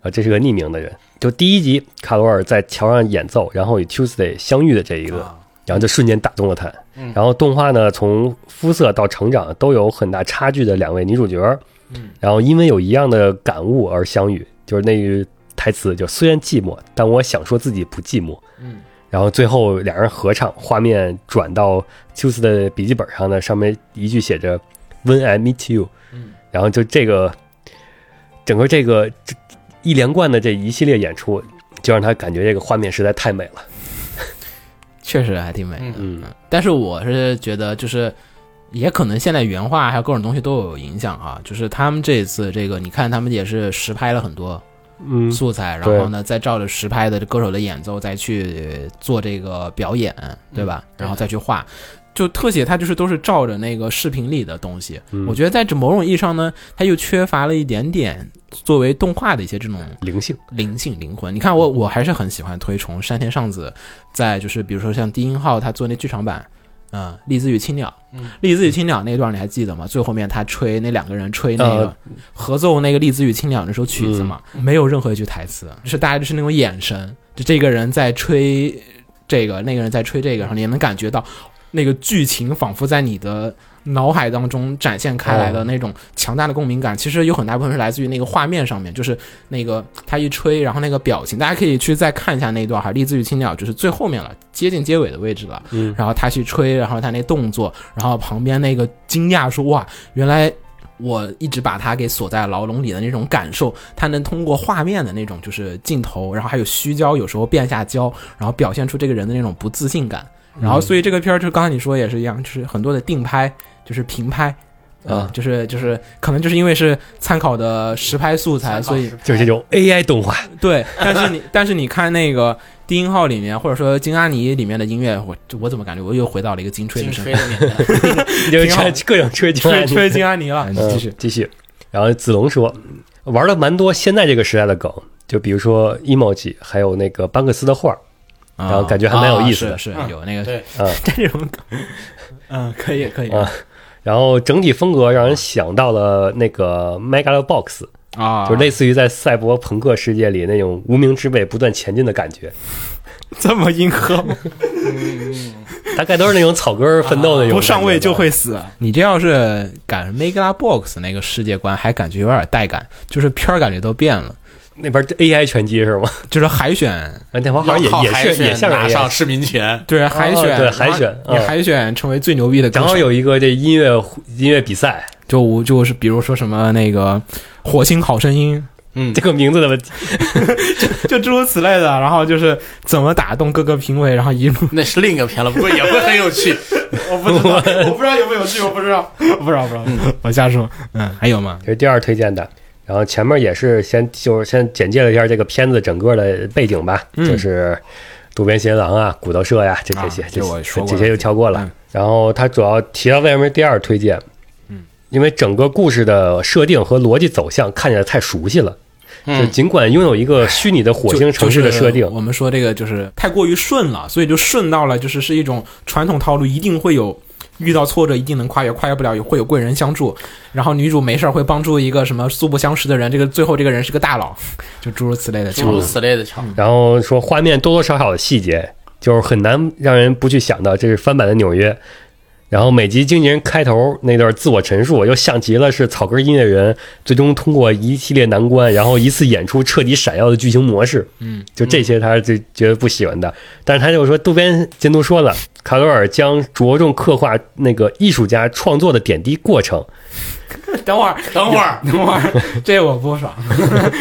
啊，这是个匿名的人。就第一集，卡罗尔在桥上演奏，然后与 Tuesday 相遇的这一个，然后就瞬间打动了他。然后动画呢，从肤色到成长都有很大差距的两位女主角，然后因为有一样的感悟而相遇，就是那句台词，就虽然寂寞，但我想说自己不寂寞。嗯。然后最后两人合唱，画面转到 Tuesday 的笔记本上呢，上面一句写着 “When I meet you”，然后嗯就这个整个这个这一连贯的这一系列演出，就让他感觉这个画面实在太美了。确实还挺美的。嗯，但是我是觉得，就是也可能现在原画还有各种东西都有影响啊。就是他们这一次这个，你看他们也是实拍了很多嗯素材，然对后呢再照着实拍的歌手的演奏再去做这个表演，对吧？然后再去画。就特写，它就是都是照着那个视频里的东西。我觉得在这某种意义上呢，它又缺乏了一点点作为动画的一些这种灵性，灵性灵魂。你看我，我还是很喜欢推崇山田尚子，在就是比如说像低音号他做那剧场版，嗯，栗子与青鸟，栗子与青鸟那段你还记得吗？最后面他吹那两个人吹那个呃合奏那个栗子与青鸟那首曲子嘛，没有任何一句台词，就是大家就是那种眼神，就这个人在吹这个，那个人在吹这个，然后你也能感觉到那个剧情仿佛在你的。脑海当中展现开来的那种强大的共鸣感，其实有很大部分是来自于那个画面上面，就是那个他一吹，然后那个表情，大家可以去再看一下那段哈，栗子与青鸟就是最后面了，接近结尾的位置了。嗯，然后他去吹，然后他那动作，然后旁边那个惊讶说：“哇，原来我一直把他给锁在牢笼里的那种感受，他能通过画面的那种就是镜头，然后还有虚焦，有时候变下焦，然后表现出这个人的那种不自信感。嗯然后所以这个片儿就刚才你说也是一样，就是很多的定拍，就是平拍。呃啊，就是就是，可能就是因为是参考的实拍素材，所以就是这种 AI 动画。对，但是你但是你看那个低音号里面，或者说金阿尼里面的音乐，我我怎么感觉我又回到了一个金吹金的身 <laughs> 吹份，的 <laughs> 年代，就是挺好各种啊吹牛吹逼吹金阿尼了，你嗯继续。继续。然后子龙说，玩了蛮多现在这个时代的梗，就比如说 emoji，还有那个班克斯的画儿，然嗯后感觉还蛮有意思的啊嗯是是有那个对， <laughs> 这种梗，嗯，可以可以啊然后整体风格让人想到了那个 Megalobox，啊，就类似于在赛博朋克世界里那种无名之辈不断前进的感觉，这么硬核，大概都是那种草根儿奋斗的那种。啊不上位就。会死。啊你这要是赶 Mega Box 那个世界观，还感觉有点带感，就是片儿感觉都变了，那边 AI 拳击是吗？就是海选啊，那会儿好像要靠也海也是也选像拿 AI 上市民权，对海选，哦对海选你嗯海选成为最牛逼的歌然手，后有一个这音乐音乐比赛，就我就是比如说什么那个《火星好声音这个名字的问题，》， <laughs> 就诸如此类的，然后就是怎么打动各个评委，然后一路 <laughs> 那是另一个片了，不过也会很有趣。我不知道，我不知道有没有趣，我不知道，我不知道，不知道，我瞎说，嗯，还有吗？这是第二推荐的。然然后前面也是先就是先简介了一下这个片子整个的背景吧，就是渡边贤郎啊、骨头社呀、这这些、嗯啊这这我也说些过这了些就跳过了。嗯然后他主要提到为什么是第二推荐，嗯，因为整个故事的设定和逻辑走向看起来太熟悉了，嗯就尽管拥有一个虚拟的火就星城市的设定就是，我们说这个就是太过于顺了，所以就顺到了就是是一种传统套路，一定会有遇到挫折，一定能跨越，跨越不了会有贵人相助，然后女主没事儿会帮助一个什么素不相识的人，这个最后这个人是个大佬，就诸如此类的诸情如况。此类的桥。嗯然后说画面多多少少的细节，就是很难让人不去想到这是翻版的纽约。然后每集经纪人开头那段自我陈述，又像极了是草根音乐人最终通过一系列难关，然后一次演出彻底闪耀的剧情模式。嗯，就这些他是最觉得不喜欢的。但是他就说，渡边监督说了，卡罗尔将着重刻画那个艺术家创作的点滴过程，等会儿，等会儿，等会儿，这我不爽，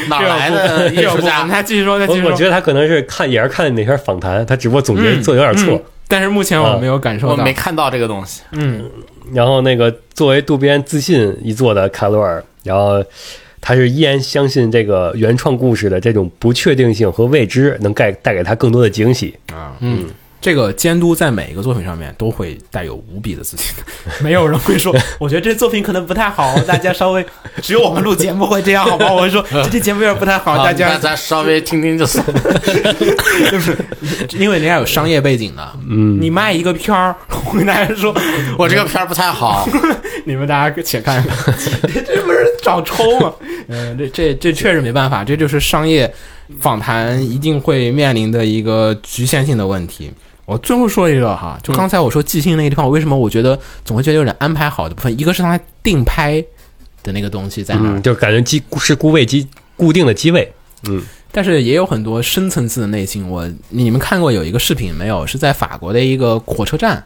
哪来的艺这我术不家爽。？他继续说，他继我续我说觉。得他可能是看也是看哪篇访谈，他只不过总结做的有点错。嗯但是目前我没有感受我到没。看到这个东西。然后那个作为渡边自信一作的卡罗尔，然后他是依然相信这个原创故事的这种不确定性和未知能带带给他更多的惊喜。这个监督在每一个作品上面都会带有无比的自信， <laughs> 没有人会说，我觉得这作品可能不太好，大家稍微， <laughs> 只有我们录节目会这样，好吗？我会说这期节目有点不太好，大啊家那咱稍微听听就行。 <laughs> 因为人家有商业背景的，嗯，你卖一个片儿，我跟大家说，我这个片儿不太好，你们大家且看看， <laughs> 这不是找抽吗？ <laughs> 嗯，这这这确实没办法，这就是商业访谈一定会面临的一个局限性的问题。我最后说一个哈，就刚才我说即兴那个地方，为什么我觉得总会觉得有点安排好的部分？一个是它定拍的那个东西在那儿，嗯，就感觉机是固位机固定的机位，但是也有很多深层次的内心。我你们看过有一个视频没有？是在法国的一个火车站，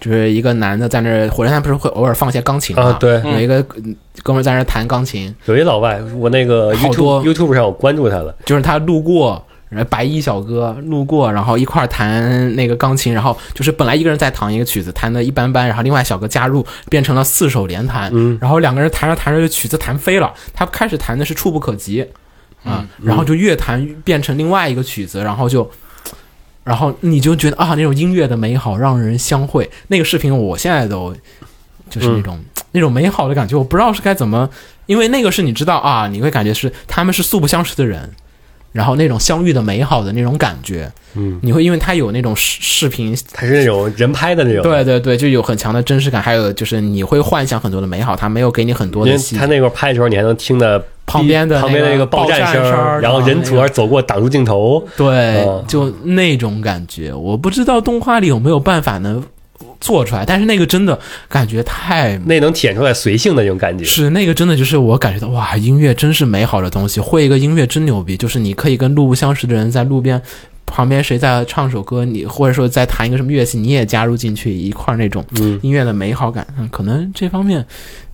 就是一个男的在那儿火车站不是会偶尔放一下钢琴吗？啊对有一个嗯哥们儿在那儿弹钢琴，有一老外，我那个好 YouTube 多 YouTube 上我关注他了，就是他路过。然后白衣小哥路过，然后一块儿弹那个钢琴，然后就是本来一个人在弹一个曲子，弹的一般般，然后另外小哥加入，变成了四手联弹，然后两个人弹着弹着，曲子弹飞了。他开始弹的是《触不可及》，啊，然后就越弹越变成另外一个曲子，然后就，然后你就觉得啊，那种音乐的美好让人相会。那个视频我现在都就是那种、那种美好的感觉，我不知道是该怎么，因为那个是你知道啊，你会感觉是他们是素不相识的人。然后那种相遇的美好的那种感觉，嗯，你会因为他有那种视视频他是那种人拍的那种，对对对，就有很强的真实感，还有就是你会幻想很多的美好，他没有给你很多因的为细他节。那块拍的时候，你还能听到旁边的旁边的那那个个爆炸啊爆炸声儿然后人然后从那而个走过挡住镜头，对哦，就那种感觉，我不知道动画里有没有办法能做出来，但是那个真的感觉太那能体现出来随性的那种感觉。是那个真的就是我感觉到哇，音乐真是美好的东西，会一个音乐真牛逼，就是你可以跟路不相识的人在路边。旁边谁在唱首歌，你或者说在弹一个什么乐器，你也加入进去一块儿那种音乐的美好感。嗯，可能这方面，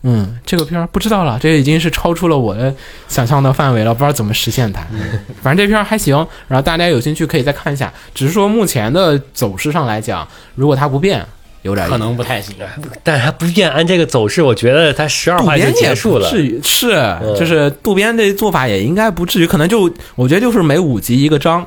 嗯，这个片儿不知道了，这已经是超出了我的想象的范围了，不知道怎么实现它。嗯反正这片儿还行，然后大家有兴趣可以再看一下。只是说目前的走势上来讲，如果它不变，有点可能不太行。但是他不变，按这个走势，我觉得他十二渡话就边也结束了。不至于是嗯就是渡边这做法也应该不至于，可能就我觉得就是每五集一个章。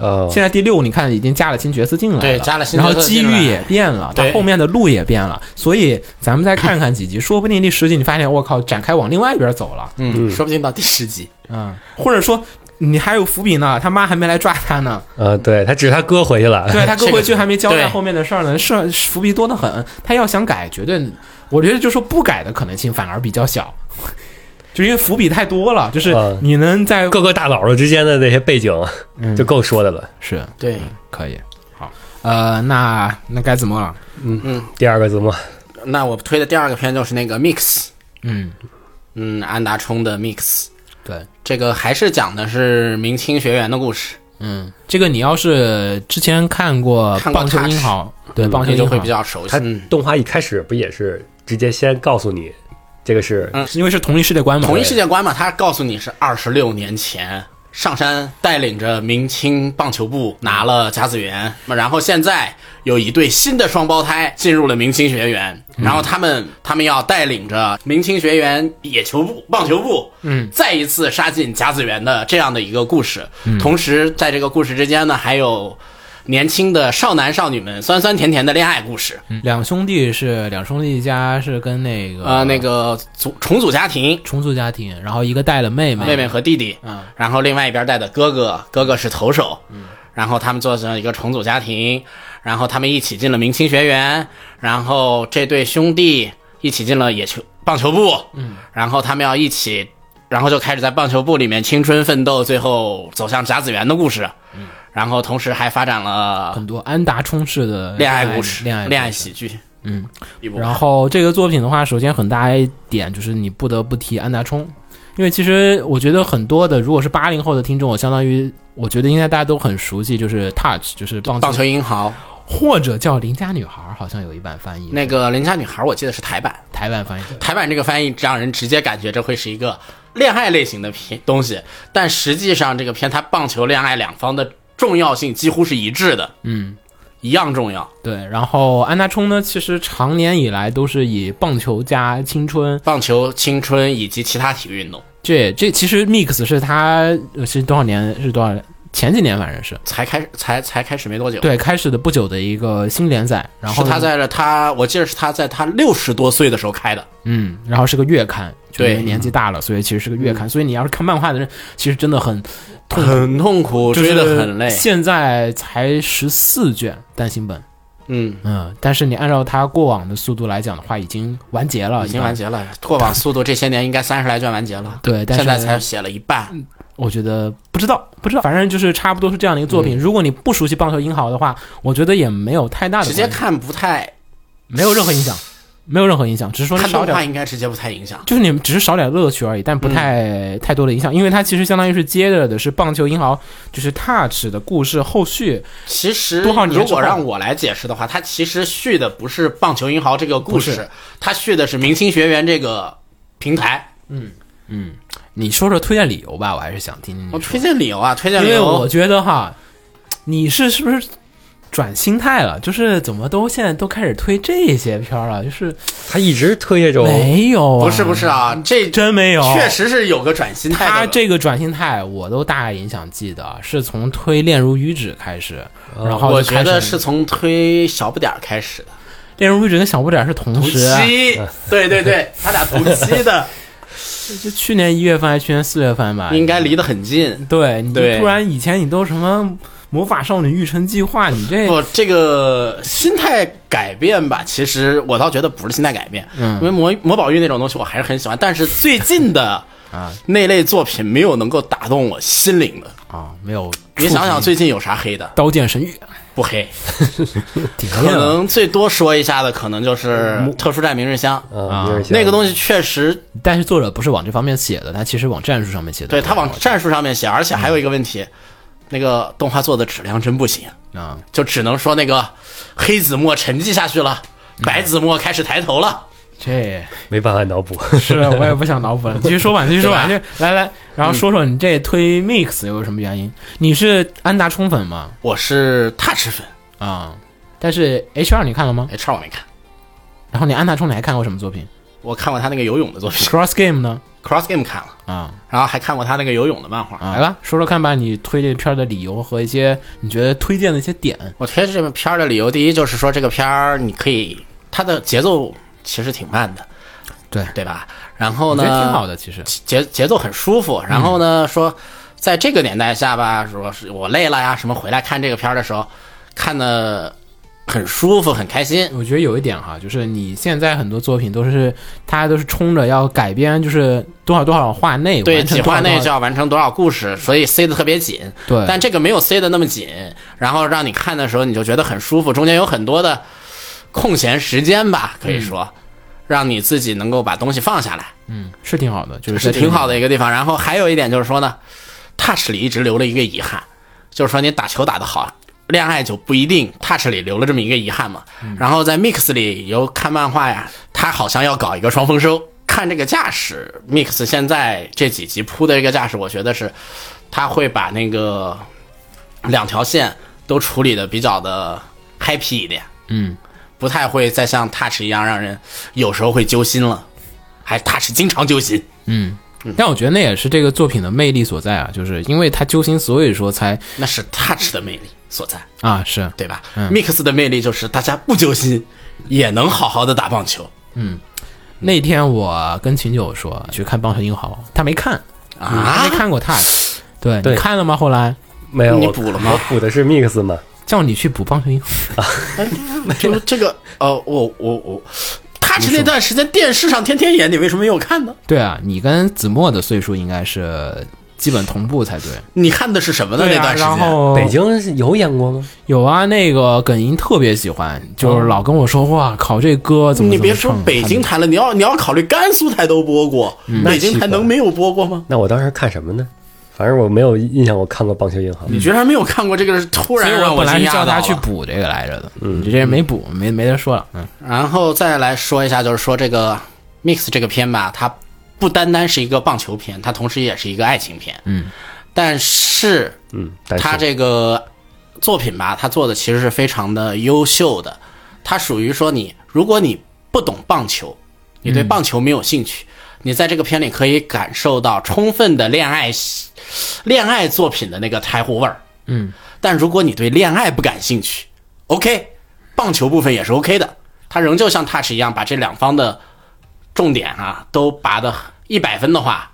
哦现在第六你看已经加了新角色进来了，嗯对加了新然后角色机进来遇也变了，它对后面的路也变了，所以咱们再看看几集，说不定第十集你发现我靠展开往另外一边走了，嗯，说不定到第十集。嗯，或者说。你还有伏笔呢，他妈还没来抓他呢。呃，对他只是他哥回去了， <laughs> 对他跟回去还没交这代个后面的事儿呢，是伏笔多得很。他要想改，绝对，我觉得就说不改的可能性反而比较小， <laughs> 就因为伏笔太多了，就是嗯你能在各个大佬之间的那些背景嗯就够说的了。是对，可以好。呃，那那该怎么了？第二个字幕，嗯那我推的第二个片就是那个 Mix，嗯，嗯，安达充的 Mix，对，这个还是讲的是明清学员的故事，嗯，这个你要是之前看过《看过棒球 Touch 英豪》，对《嗯那棒球就英豪会》比，较熟悉他。嗯动画一开始不也是直接先告诉你这个是嗯因为是同一世界观嘛，同一世界观嘛，他告诉你是二十六年前上山带领着明清棒球部拿了甲子园，那然后现在有一对新的双胞胎进入了明清学园，然后他们他们要带领着明清学园野球部棒球部，嗯，再一次杀进甲子园的这样的一个故事。同时，在这个故事之间呢，还有年轻的少男少女们酸酸甜甜的恋爱故事，嗯两兄弟是两兄弟家是跟那个呃，那个组重组家庭，重组家庭，然后一个带了妹妹，妹妹和弟弟，嗯，然后另外一边带的哥哥，哥哥是投手，嗯，然后他们做成了一个重组家庭，然后他们一起进了明星学园，然后这对兄弟一起进了野球棒球部，嗯，然后他们要一起，然后就开始在棒球部里面青春奋斗，最后走向甲子园的故事，嗯，然后同时还发展了很多安达充斥的恋爱故事、恋爱恋故爱事喜剧，嗯，一部然后这个作品的话，首先很大一点就是你不得不提安达充，因为其实我觉得很多的，如果是八零后的听众，我相当于我觉得应该大家都很熟悉，就是 Touch，就是棒棒球英豪，或者叫邻家女孩，好像有一版翻译，那个邻家女孩我记得是台版。台版翻译。台版这个翻译让人直接感觉这会是一个恋爱类型的片东西，但实际上这个片它棒球恋爱两方的重要性几乎是一致的，嗯，一样重要。对，然后安达充呢，其实常年以来都是以棒球加青春，棒球、青春以及其他体育运动这这其实 Mix 是他呃是多少年是多少年前几年反正是才开始才才开始没多久，，对开始的不久的一个新联赛，然后是他呢在了他，我记得是他在他六十多岁的时候开的，嗯，然后是个月刊，就对嗯因为年纪大了，所以其实是个月刊。所以你要是看漫画的人，其实真的很痛苦，很痛苦，就追是得很累，现在才十四卷单行本，嗯，嗯，但是你按照他过往的速度来讲的话，已经完结了，啊已经完结。结了。过往速度这些年应该三十来卷完结了，对但是现在才写了一半，我觉得不知道，不知道，反正就是差不多是这样的一个作品。嗯如果你不熟悉棒球英豪的话，我觉得也没有太大的直接关系看不太没有任何影响，没有任何影响，只是说你看少动点画应该直接不太影响。就是你们只是少点乐趣而已，但不太、嗯太多的影响，因为它其实相当于是接着的是棒球英豪，就是 Touch 的故事后续，其实，多少年之后如果让我来解释的话，它其实续的不是棒球英豪这个故不事是，它续的是明星学园这个平台。你说说推荐理由吧，我还是想听听我你推说，荐理由啊，推荐因理为我由，觉得哈，你是是不是转心态了？就是怎么都现在都开始推这些片儿了？就是他一直推这种没有、啊，不是不是，啊，这真没有，确。实是有个转心态的。他这个转心态，我都大概影响记得，是从推《恋如雨止》开始，然后我就觉开得始是从推小不点儿开始《的，恋如雨止》跟《小不点》是同同时啊、哎期，对对对，他俩同 <laughs> 期的，就去年一月份还是去年四月份吧，应该离得很近。对，你对突然以前你都什么魔法少女育成计划，你这 <laughs> 不，这个心态改变吧，其实我倒觉得不是心态改变，嗯因为魔魔宝玉那种东西我还是很喜欢，但是最 <laughs> 近的啊那类作品没有能够打动我心灵的。啊没有触及。你想想最近有啥黑的？刀剑神域》不黑， <laughs> 顶可能最多说一下的可能就是嗯《特殊战明日香》啊，有点像那个东西，确实但是作者不是往这方面写的，他其实往战术上面写的。对他往战术上面写，而且还有一个问题，那个动画做的质量真不行，啊，就只能说那个黑子墨沉寂下去了，白子墨开始抬头了。这没办法脑补。是我也不想脑 <laughs> 补了。继续说吧，继续说吧，啊就来来，然后说说你这推 mix 有什么原因？你是安达充粉吗？我是 touch 粉啊，但是 H 二你看了吗？ ，H 我没看，然后你安达充你还看过什么作品我看过他那个游泳的作 <laughs> 品？Cross Game 呢？ ，Cross Game 看了，啊，然后还看过他那个游泳的漫画。来吧，说说看吧，你推这片儿的理由和一些你觉得推荐的一些点。我推荐这部片儿的理由，第一就是说这个片儿你可以，它的节奏其实挺慢的，对对吧？然后我呢，觉得挺好的，其实节节奏很舒服。然后呢，说在这个年代下吧，说是我累了呀什么，回来看这个片儿的时候，看的很舒服，很开心。我觉得有一点哈，就是你现在很多作品都是，它都是冲着要改编，就是多少多少话内，对，完成几多话少多内少就要完成多少故事，所以塞得特别紧。对但这个没有塞得那么紧，然后让你看的时候你就觉得很舒服，中间有很多的空闲时间吧，可嗯以说，让你自己能够把东西放下来，是挺好的，就是是在这个挺好的一个地方。然后还有一点就是说呢，touch 里一直留了一个遗憾，就是说你打球打得好。恋爱就不一定，touch 里留了这么一个遗憾嘛。嗯然后在 mix 里有看漫画呀，他好像要搞一个双丰收。看这个架势，mix 现在这几集铺的这个架势，我觉得是他会把那个两条线都处理的比较的 happy 一点，嗯，不太会再像 Touch 一样让人有时候会揪心了，还 Touch 经常揪心，嗯但我觉得那也是这个作品的魅力所在啊，就是因为它揪心，所以说才那是 Touch 的魅力所在，啊是对吧、嗯 m i x 的魅力就是大家不揪心也能好好的打棒球那天我跟秦九说去看《棒球英豪》，他没看，啊他没，看过他，对对你看了吗？后来没有，你我补了吗我补的是 Mix 嘛，叫你去补《棒球英豪》，就是 <laughs> 这个呃，我我我，Touch 那段时间电视上天天演，你为什么没有看呢？对啊，你跟子墨的岁数应该是基本同步才对。你看的是什么呢？对那啊，段时间，嗯然后北京是有演过吗？有啊，那个耿莹特别喜欢，就是老跟我说哇靠，这歌怎么你怎么别说唱北京台了，你要你要考虑甘肃台都播过，嗯北京台能没有播过吗？那我当时看什么呢？反正我没有印象，我看过《棒球银行》。你居然没有看过这个，突所然以让本来惊是讶叫到他去了补这个来着的，嗯，你这人没补，没没得说了，嗯，然后再来说一下，就是说这个 Mix 这个片吧，它不单单是一个棒球片，它同时也是一个爱情片。嗯，但是嗯，但是他这个作品吧，他做的其实是非常的优秀的。他属于说你，如果你不懂棒球，你对棒球没有兴趣，你在这个片里可以感受到充分的恋爱恋爱作品的那个柴胡味儿。嗯，但如果你对恋爱不感兴趣，OK，棒球部分也是 OK 的。他仍旧像 Touch 一样，把这两方的重点啊都拔的一百分的话，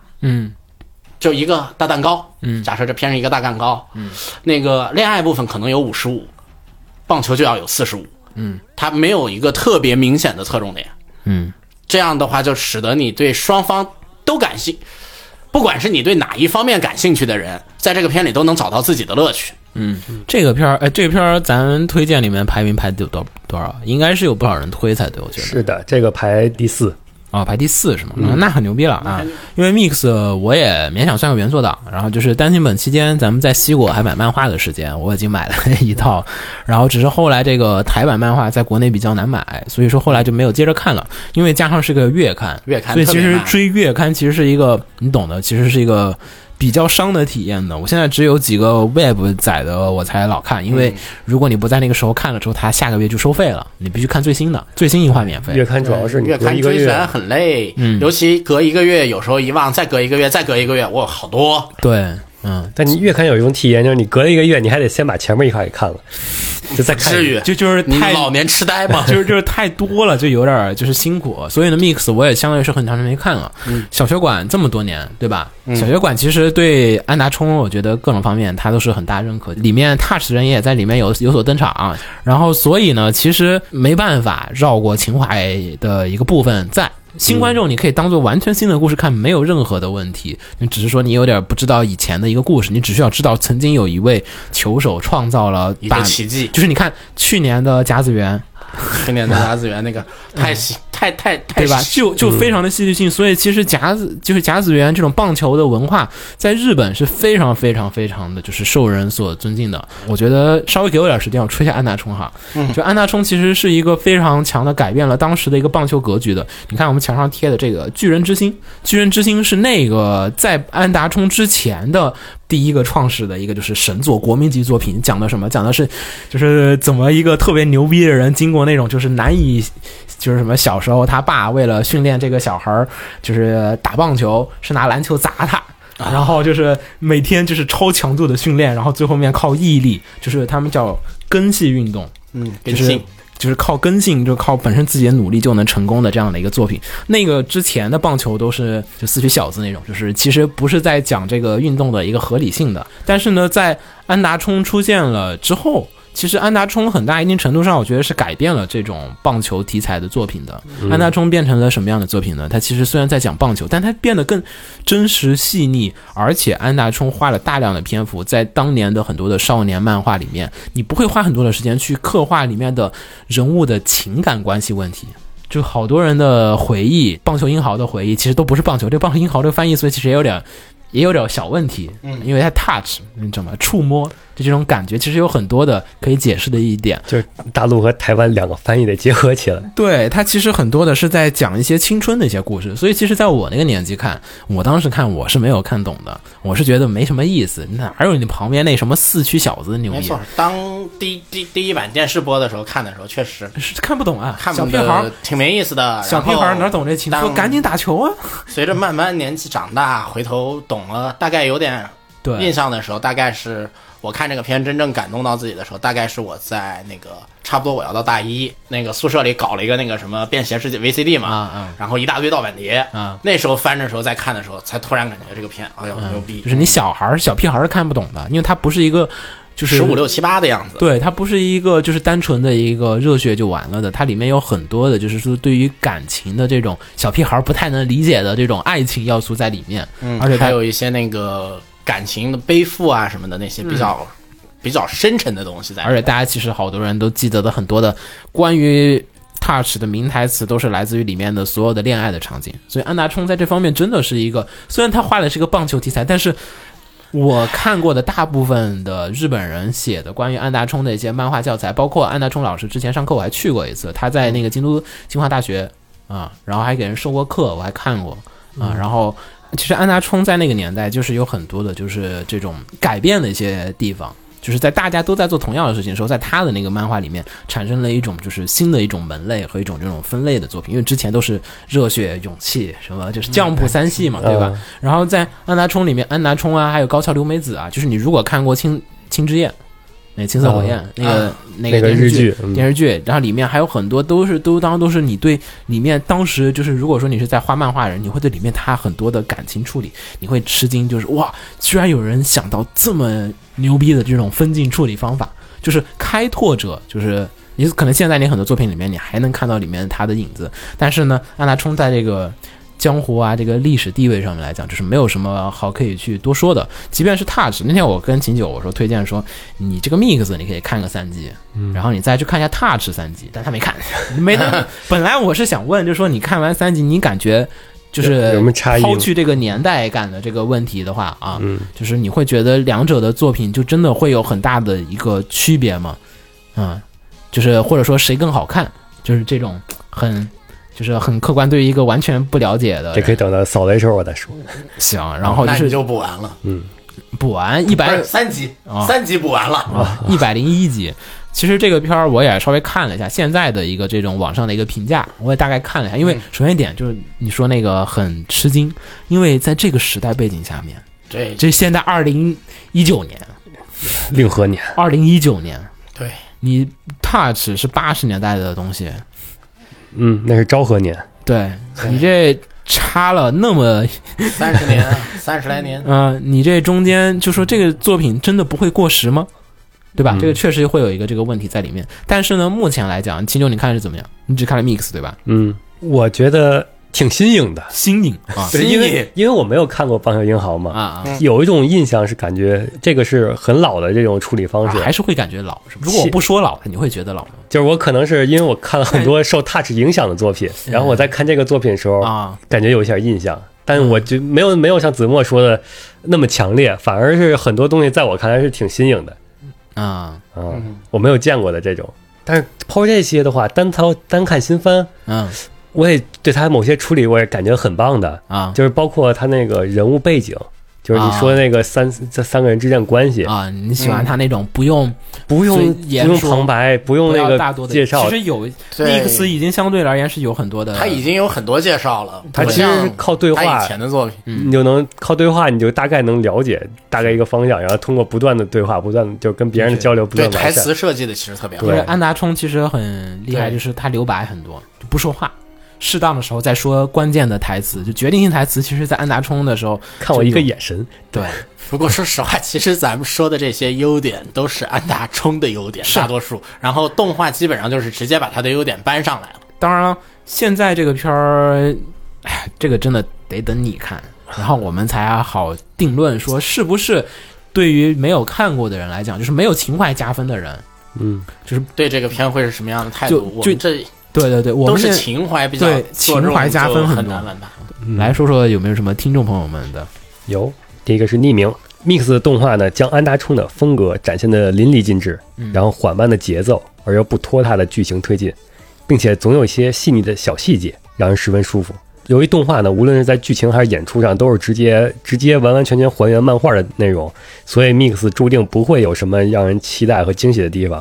就一个大蛋糕，嗯，假设这偏是一个大蛋糕，嗯，那个恋爱部分可能有五十五，棒球就要有四十五，嗯，它没有一个特别明显的侧重点，嗯，这样的话就使得你对双方都感兴，不管是你对哪一方面感兴趣的人，在这个片里都能找到自己的乐趣。这个片儿，哎，这个片儿咱推荐里面排名排第多多少？应该是有不少人推才对，我觉得是的，这个排第四。哦，排第四是吗？嗯那很牛逼了啊！因为 Mix 呃我也勉强算个原作党，然后就是单行本期间，咱们在西果还买漫画的时间，我已经买了 <laughs> 一套，然后只是后来这个台版漫画在国内比较难买，所以说后来就没有接着看了，因为加上是个月刊，月刊所以其特别实慢追月刊其实是一个你懂的，其实是一个。比较伤的体验的，我现在只有几个 Web 载的我才老看，因为嗯如果你不在那个时候看了之后，它下个月就收费了，你必须看最新的，最新一话免费。月刊主要是你月隔刊一个追月人很累，嗯，尤其隔一个月，有时候一忘，再隔一个月，再隔一个月，哇，好多。对，嗯，但你月刊有一种体验，就是你隔一个月，你还得先把前面一话给看 <laughs> 了，就再看一至遍。于就就是你太老年痴呆吗？ <laughs> 就是就是太多了，就有点儿就是辛苦。所以呢，Mix 我也相当于是很长时间没看了。嗯小学馆这么多年，对吧？小学馆其实对安达充，我觉得各种方面他都是很大认可。里面 Touch 人也在里面有有所登场，然后所以呢，其实没办法绕过情怀的一个部分在。新观众，你可以当做完全新的故事看，没有任何的问题。你只是说你有点不知道以前的一个故事，你只需要知道曾经有一位球手创造了一把个，奇迹，就是你看去年的甲子园，去年的大资源那个太喜太太太嗯对吧？嗯喜就就非常的戏剧性，所以其实甲子就是甲子园这种棒球的文化，在日本是非常非常非常的就是受人所尊敬的。我觉得稍微给我点时间，我吹一下安达充哈。就安达充其实是一个非常强的改变了当时的一个棒球格局的。你看我们墙上贴的这个巨人之星，巨人之星是那个在安达充之前的第一个创始的一个就是神作，国民级作品，讲的什么？讲的是就是怎么一个特别牛逼的人，经过那种就是难以就是什么小时候他爸为了训练这个小孩儿，就是打棒球是拿篮球砸他。然后就是每天就是超强度的训练，然后最后面靠毅力，就是他们叫根系运动，嗯，就跟是性就是靠根性，就靠本身自己的努力就能成功的这样的一个作品。那个之前的棒球都是就四驱小子那种，就是其实不是在讲这个运动的一个合理性的。但是呢，在安达充出现了之后，其实安达充很大一定程度上，我觉得是改变了这种棒球题材的作品的。安达充变成了什么样的作品呢？它其实虽然在讲棒球，但它变得更真实细腻，而且安达充花了大量的篇幅在当年的很多的少年漫画里面，你不会花很多的时间去刻画里面的人物的情感关系问题。就好多人的回忆，棒球英豪的回忆，其实都不是棒球。这个棒球英豪这个翻译，所以其实也有点也有点小问题，因为它 touch 你知道吗？触摸就这种感觉，其实有很多的可以解释的一点。就是大陆和台湾两个翻译得结合起来。对它其实很多的是在讲一些青春的一些故事，所以其实在我那个年纪看，我当时看我是没有看懂的，我是觉得没什么意思，哪有你旁边那什么四驱小子牛逼？啊没错，当第第第一版电视播的时候看的时候，确实是看不懂啊，看小不哎屁孩儿得，挺没意思的。小屁孩儿哪懂这情然后说当赶紧打球啊！随着慢慢年纪长大，回头懂了，大概有点印对，象的时候，大概是我看这个片真正感动到自己的时候，大概是我在那个差不多我要到大一那个宿舍里搞了一个那个什么便携式 VCD 嘛，啊啊然后一大堆盗版碟，啊嗯那时候翻的时候再看的时候，才突然感觉这个片，哎呦牛逼就，是你小孩儿、小屁孩儿看不懂的，因为它不是一个就是十五六七八的样子，对，它不是一个就是单纯的一个热血就完了的，它里面有很多的，就是说对于感情的这种小屁孩儿不太能理解的这种爱情要素在里面，嗯而且它还有一些那个感情的背负啊什么的那些比较、嗯比较深沉的东西在里而面，且大家其实好多人都记得的很多的关于 Touch 的名台词都是来自于里面的所有的恋爱的场景，所以安达充在这方面真的是一个，虽然他画的是个棒球题材，但是。我看过的大部分的日本人写的关于安达充的一些漫画教材，包括安达充老师之前上课我还去过一次，他在那个京都清华大学啊，然后还给人授过课，我还看过啊。然后其实安达充在那个年代就是有很多的，就是这种改变的一些地方，就是在大家都在做同样的事情的时候，在他的那个漫画里面产生了一种就是新的一种门类和一种这种分类的作品，因为之前都是热血、勇气什么，就是降普三系嘛，对吧？然后在安达充里面，安达充啊，还有高桥留美子啊，就是你如果看过青《青之焰》。那青色火焰、那个、那那个电视日剧剧、嗯电视剧，然后里面还有很多都是都当都是你对里面当时就是如果说你是在画漫画人，你会对里面他很多的感情处理，你会吃惊，就是哇，居然有人想到这么牛逼的这种分镜处理方法，就是开拓者，就是你可能现在你很多作品里面你还能看到里面他的影子，但是呢，安达充在这个江湖啊这个历史地位上面来讲，就是没有什么好可以去多说的。即便是 Touch，那天我跟秦九我说推荐说，你这个 Mix 你可以看个三集，然后你再去看一下 Touch 三集，但他没看，嗯没 <laughs> 得。本来我是想问，就是说你看完三集，你感觉就是有有什么差异吗抛去这个年代感的这个问题的话啊，就是你会觉得两者的作品就真的会有很大的一个区别吗？嗯，就是或者说谁更好看，就是这种很。就是很客观，对于一个完全不了解的这可以人等到扫雷时候我再说。行，然后就那你是就补完嗯了，补完一不百是三集，啊三集补完了。一百零一集。其实这个片儿我也稍微看了一下现在的一个这种网上的一个评价，我也大概看了一下。因为首先一点就是你说那个很吃惊，因为在这个时代背景下面，对这现在二零一九年，令和年，二零一九年，对，你 Touch 是八十年代的东西，嗯，那是昭和年，对你这差了那么三十年，三十来年，嗯，你这中间就说这个作品真的不会过时吗？对嗯吧？这个确实会有一个这个问题在里面。但是呢，目前来讲，秦九你看是怎么样？你只看了 mix 对吧？嗯，我觉得挺新颖的，新颖啊对，因为因为我没有看过《棒球英豪》嘛，啊啊，有一种印象是感觉这个是很老的这种处理方式，啊还是会感觉老是吧如果我不说老，你会觉得老吗？就是我可能是因为我看了很多受 Touch 影响的作品，然后我在看这个作品的时候，啊感觉有一点印象，但是我嗯就没有没有像子墨说的那么强烈，反而是很多东西在我看来是挺新颖的啊啊、我没有见过的这种。但是抛这些的话，单挑单看新番，嗯我也对他某些处理我也感觉很棒的，啊就是包括他那个人物背景。就是你说的那个三、这三个人之间的关系，啊，你喜欢他那种不用不用所不以言用说旁白，不用不那要大多个的介绍其，实有对 mix 已经相对而言是有很多的，他已经有很多介绍了，他不其实像是靠对话嗯他以前的作品，嗯你就能靠对话，你就大概能了解大概一个方向，然后通过不断的对话，不断的就跟别人的交流，不对断地台完善词。设计的其实特别好就。是对安达充其实很厉害，对就是他留白很多，就不说话，适当的时候再说关键的台词，就决定性台词。其实，在安达充的时候，看我一个眼神，对，不过说实话， <laughs> 其实咱们说的这些优点都是安达充的优点，大多数。然后动画基本上就是直接把他的优点搬上来了。当然现在这个片儿，哎，这个真的得等你看，然后我们才好定论说是不是对于没有看过的人来讲，就是没有情怀加分的人，嗯，对这个片会是什么样的态度？我就们这对对对，我都们是现情怀比较对做这种情怀加分就很很多难完吧？来说说有没有什么听众朋友们的有第一个是匿名。Mix 的动画呢，将安达充的风格展现得淋漓尽致，然后缓慢的节奏，而又不拖沓的剧情推进，并且总有一些细腻的小细节，让人十分舒服。由于动画呢，无论是在剧情还是演出上，都是直接直接完完全全还原漫画的内容，所以 Mix 注定不会有什么让人期待和惊喜的地方。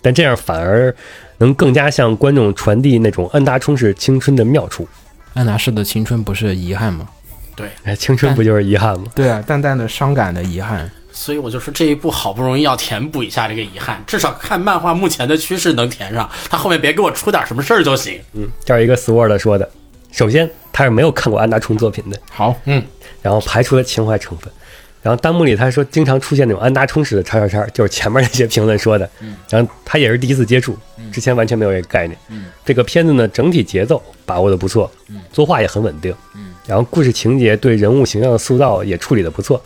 但这样反而能更加向观众传递那种安达充式青春的妙处。安达式的青春不是遗憾吗？哎，青春不就是遗憾吗？对啊，淡淡的伤感的遗憾。所以我就说这一部好不容易要填补一下这个遗憾，至少看漫画目前的趋势能填上，他后面别给我出点什么事儿就行。嗯这儿一个 Sword 说的，首先他是没有看过安达充作品的，好，嗯然后排除了情怀成分。然后弹幕里他说经常出现那种安达充式的叉叉叉，就是前面那些评论说的。然后他也是第一次接触，之前完全没有这个概念。这个片子呢，整体节奏把握的不错，作画也很稳定。然后故事情节对人物形象的塑造也处理的不错。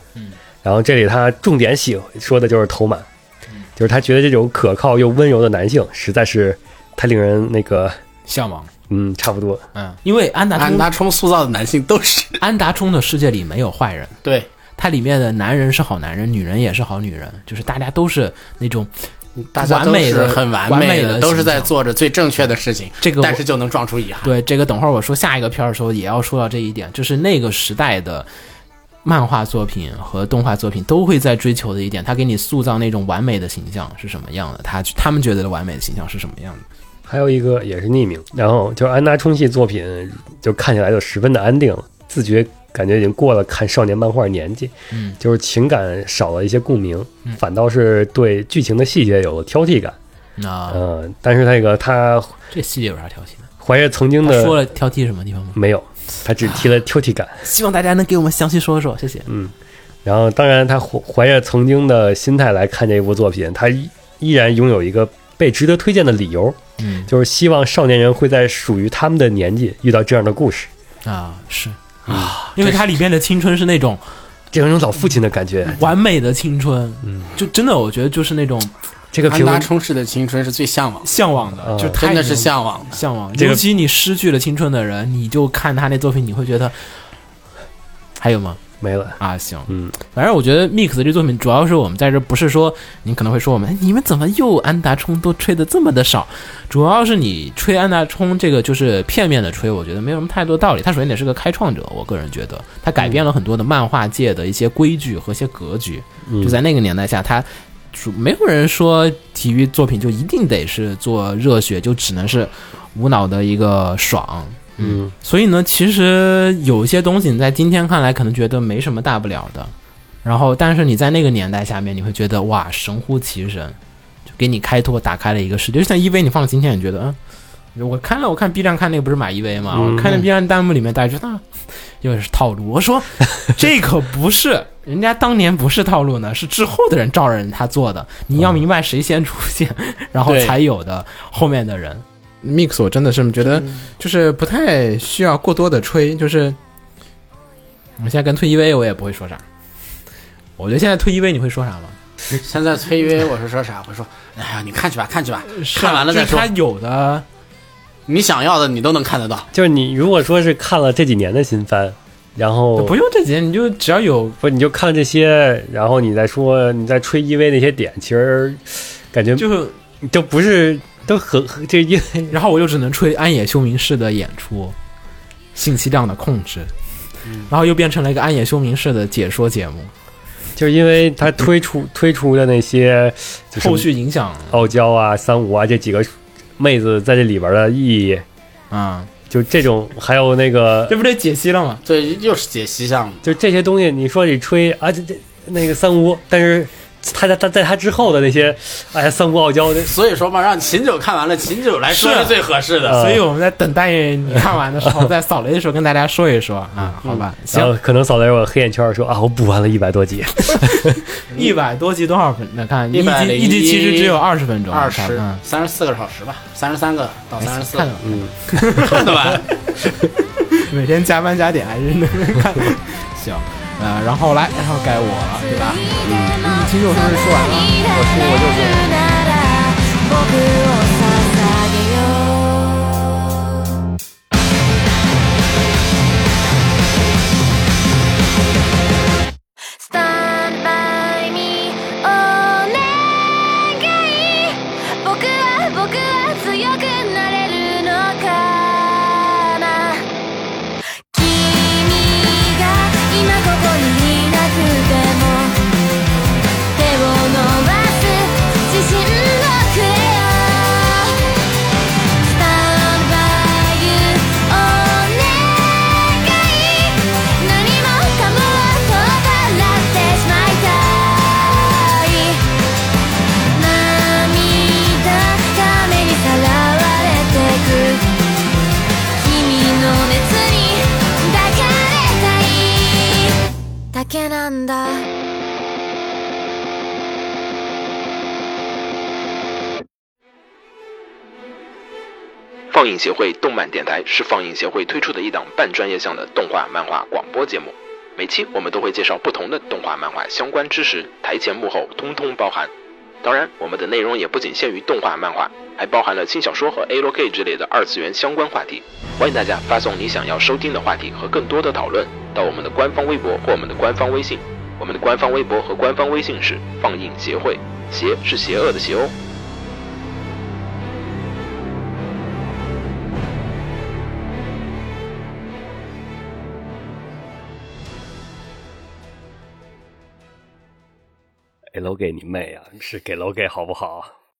然后这里他重点喜说的就是头马，就是他觉得这种可靠又温柔的男性实在是太令人那个向往。嗯，差不多。嗯，因为安达安充达充塑造的男性都 <laughs> 是安达充的世界里没有坏人，对，它里面的男人是好男人，女人也是好女人，就是大家都是那种大家都完美是的很完完美的，的都是在形象做着最正确的事情，这个我但是就能撞出遗憾。对，这个等会儿我说下一个片儿的时候也要说到这一点，就是那个时代的漫画作品和动画作品都会在追求的一点，他给你塑造那种完美的形象是什么样的，他他们觉得的完美的形象是什么样的。还有一个也是匿名，然后就是安达充系作品，就看起来就十分的安定了，自觉感觉已经过了看少年漫画年纪，嗯，就是情感少了一些共鸣，嗯反倒是对剧情的细节有了挑剔感，那、嗯、但是那个他这细节有啥挑剔的？怀着曾经他说的了挑剔什么地方吗？没有，他只提了挑剔感，希望大家能给我们详细说说，谢谢。然后当然他怀怀着曾经的心态来看这部作品，他依依然拥有一个被值得推荐的理由，嗯就是希望少年人会在属于他们的年纪遇到这样的故事。啊，是啊，因为它里面的青春是那种这有一种老父亲的感觉，完美的青春，嗯，就真的我觉得就是那种这个安评达论充式的青春是最向往的，向往的，就太真牛的是逼了向往的。向往。这个尤其你失去了青春的人，你就看他那作品，你会觉得还有吗？没了。啊，行，嗯，反正我觉得 Mix 这作品主要是我们在这，不是说你可能会说我们哎你们怎么又安达充都吹的这么的少，主要是你吹安达充这个就是片面的吹，我觉得没有什么太多道理。他首先得是个开创者，我个人觉得他改变了很多的漫画界的一些规矩和一些格局，就在那个年代下，他主没有人说体育作品就一定得是做热血，就只能是无脑的一个爽。嗯，所以呢，其实有一些东西你在今天看来可能觉得没什么大不了的，然后但是你在那个年代下面，你会觉得哇，神乎其神，就给你开拓打开了一个世界。就像 EV 你放到今天，你觉得嗯。我看了，我看 B 站看那个不是买 EV 嘛，嗯我看那 B 站弹幕里面大家觉得、啊、又是套路。我说 <laughs> 这可不是，人家当年不是套路呢，是之后的人照着人他做的。你要明白谁先出现，然后对才有的后面的人。嗯 mix 我真的是觉得就是不太需要过多的吹，就是我现在跟退 E EV 我也不会说啥。我觉得现在退 EV 你会说啥吗？现在崔约，我是说啥？我说，哎呀，你看去吧，看去吧，看完了啊再就是说他。有的你想要的你都能看得到。就是你如果说是看了这几年的新番，然后不用这节，你就只要有不你就看这些，然后你再说你再吹 EV 那些点，其实感觉就，就不是都很很这因为 <laughs> 然后我就只能吹安野秀明式的演出，信息量的控制，然后又变成了一个安野秀明式的解说节目，就是因为他推 <laughs> 出推出的那些就是后续影响傲娇啊、三五啊这几个妹子在这里边的意义，啊，就这种还有那个这不对解析了吗？对，又是解析项目。就这些东西，你说你吹啊，这这那个三无，但是他在他在他之后的那些，哎呀，三无傲娇的，所以说嘛，让秦九看完了，秦九来说是是最合适的。呃所以我们在等待你看完的时候，在扫雷的时候跟大家说一说啊，好吧？然后行，可能扫雷我黑眼圈说啊，我补完了一百多集，一百多集多少分？那看一集101一集其实只有二十分钟，二差不十多嗯三十四个小时吧，三十三个到三十四，哎嗯看了 <laughs> 看得完。每天加班加点还是能看。行，呃，然后来，然后该我了，对吧？嗯，听众是不是说完了我是我就是。けなんだ放映协会动漫电台是放映协会推出的一档半专业向的动画、漫画广播节目。每期我们都会介绍不同的动画、漫画相关知识，台前幕后通通包含。当然，我们的内容也不仅限于动画、漫画，还包含了轻小说和 A l K 之类的二次元相关话题。欢迎大家发送你想要收听的话题和更多的讨论到我们的官方微博或我们的官方微信。我们的官方微博和官方微信是放映协会，邪是邪恶的邪哦。给楼给你妹啊！是给楼给好不好？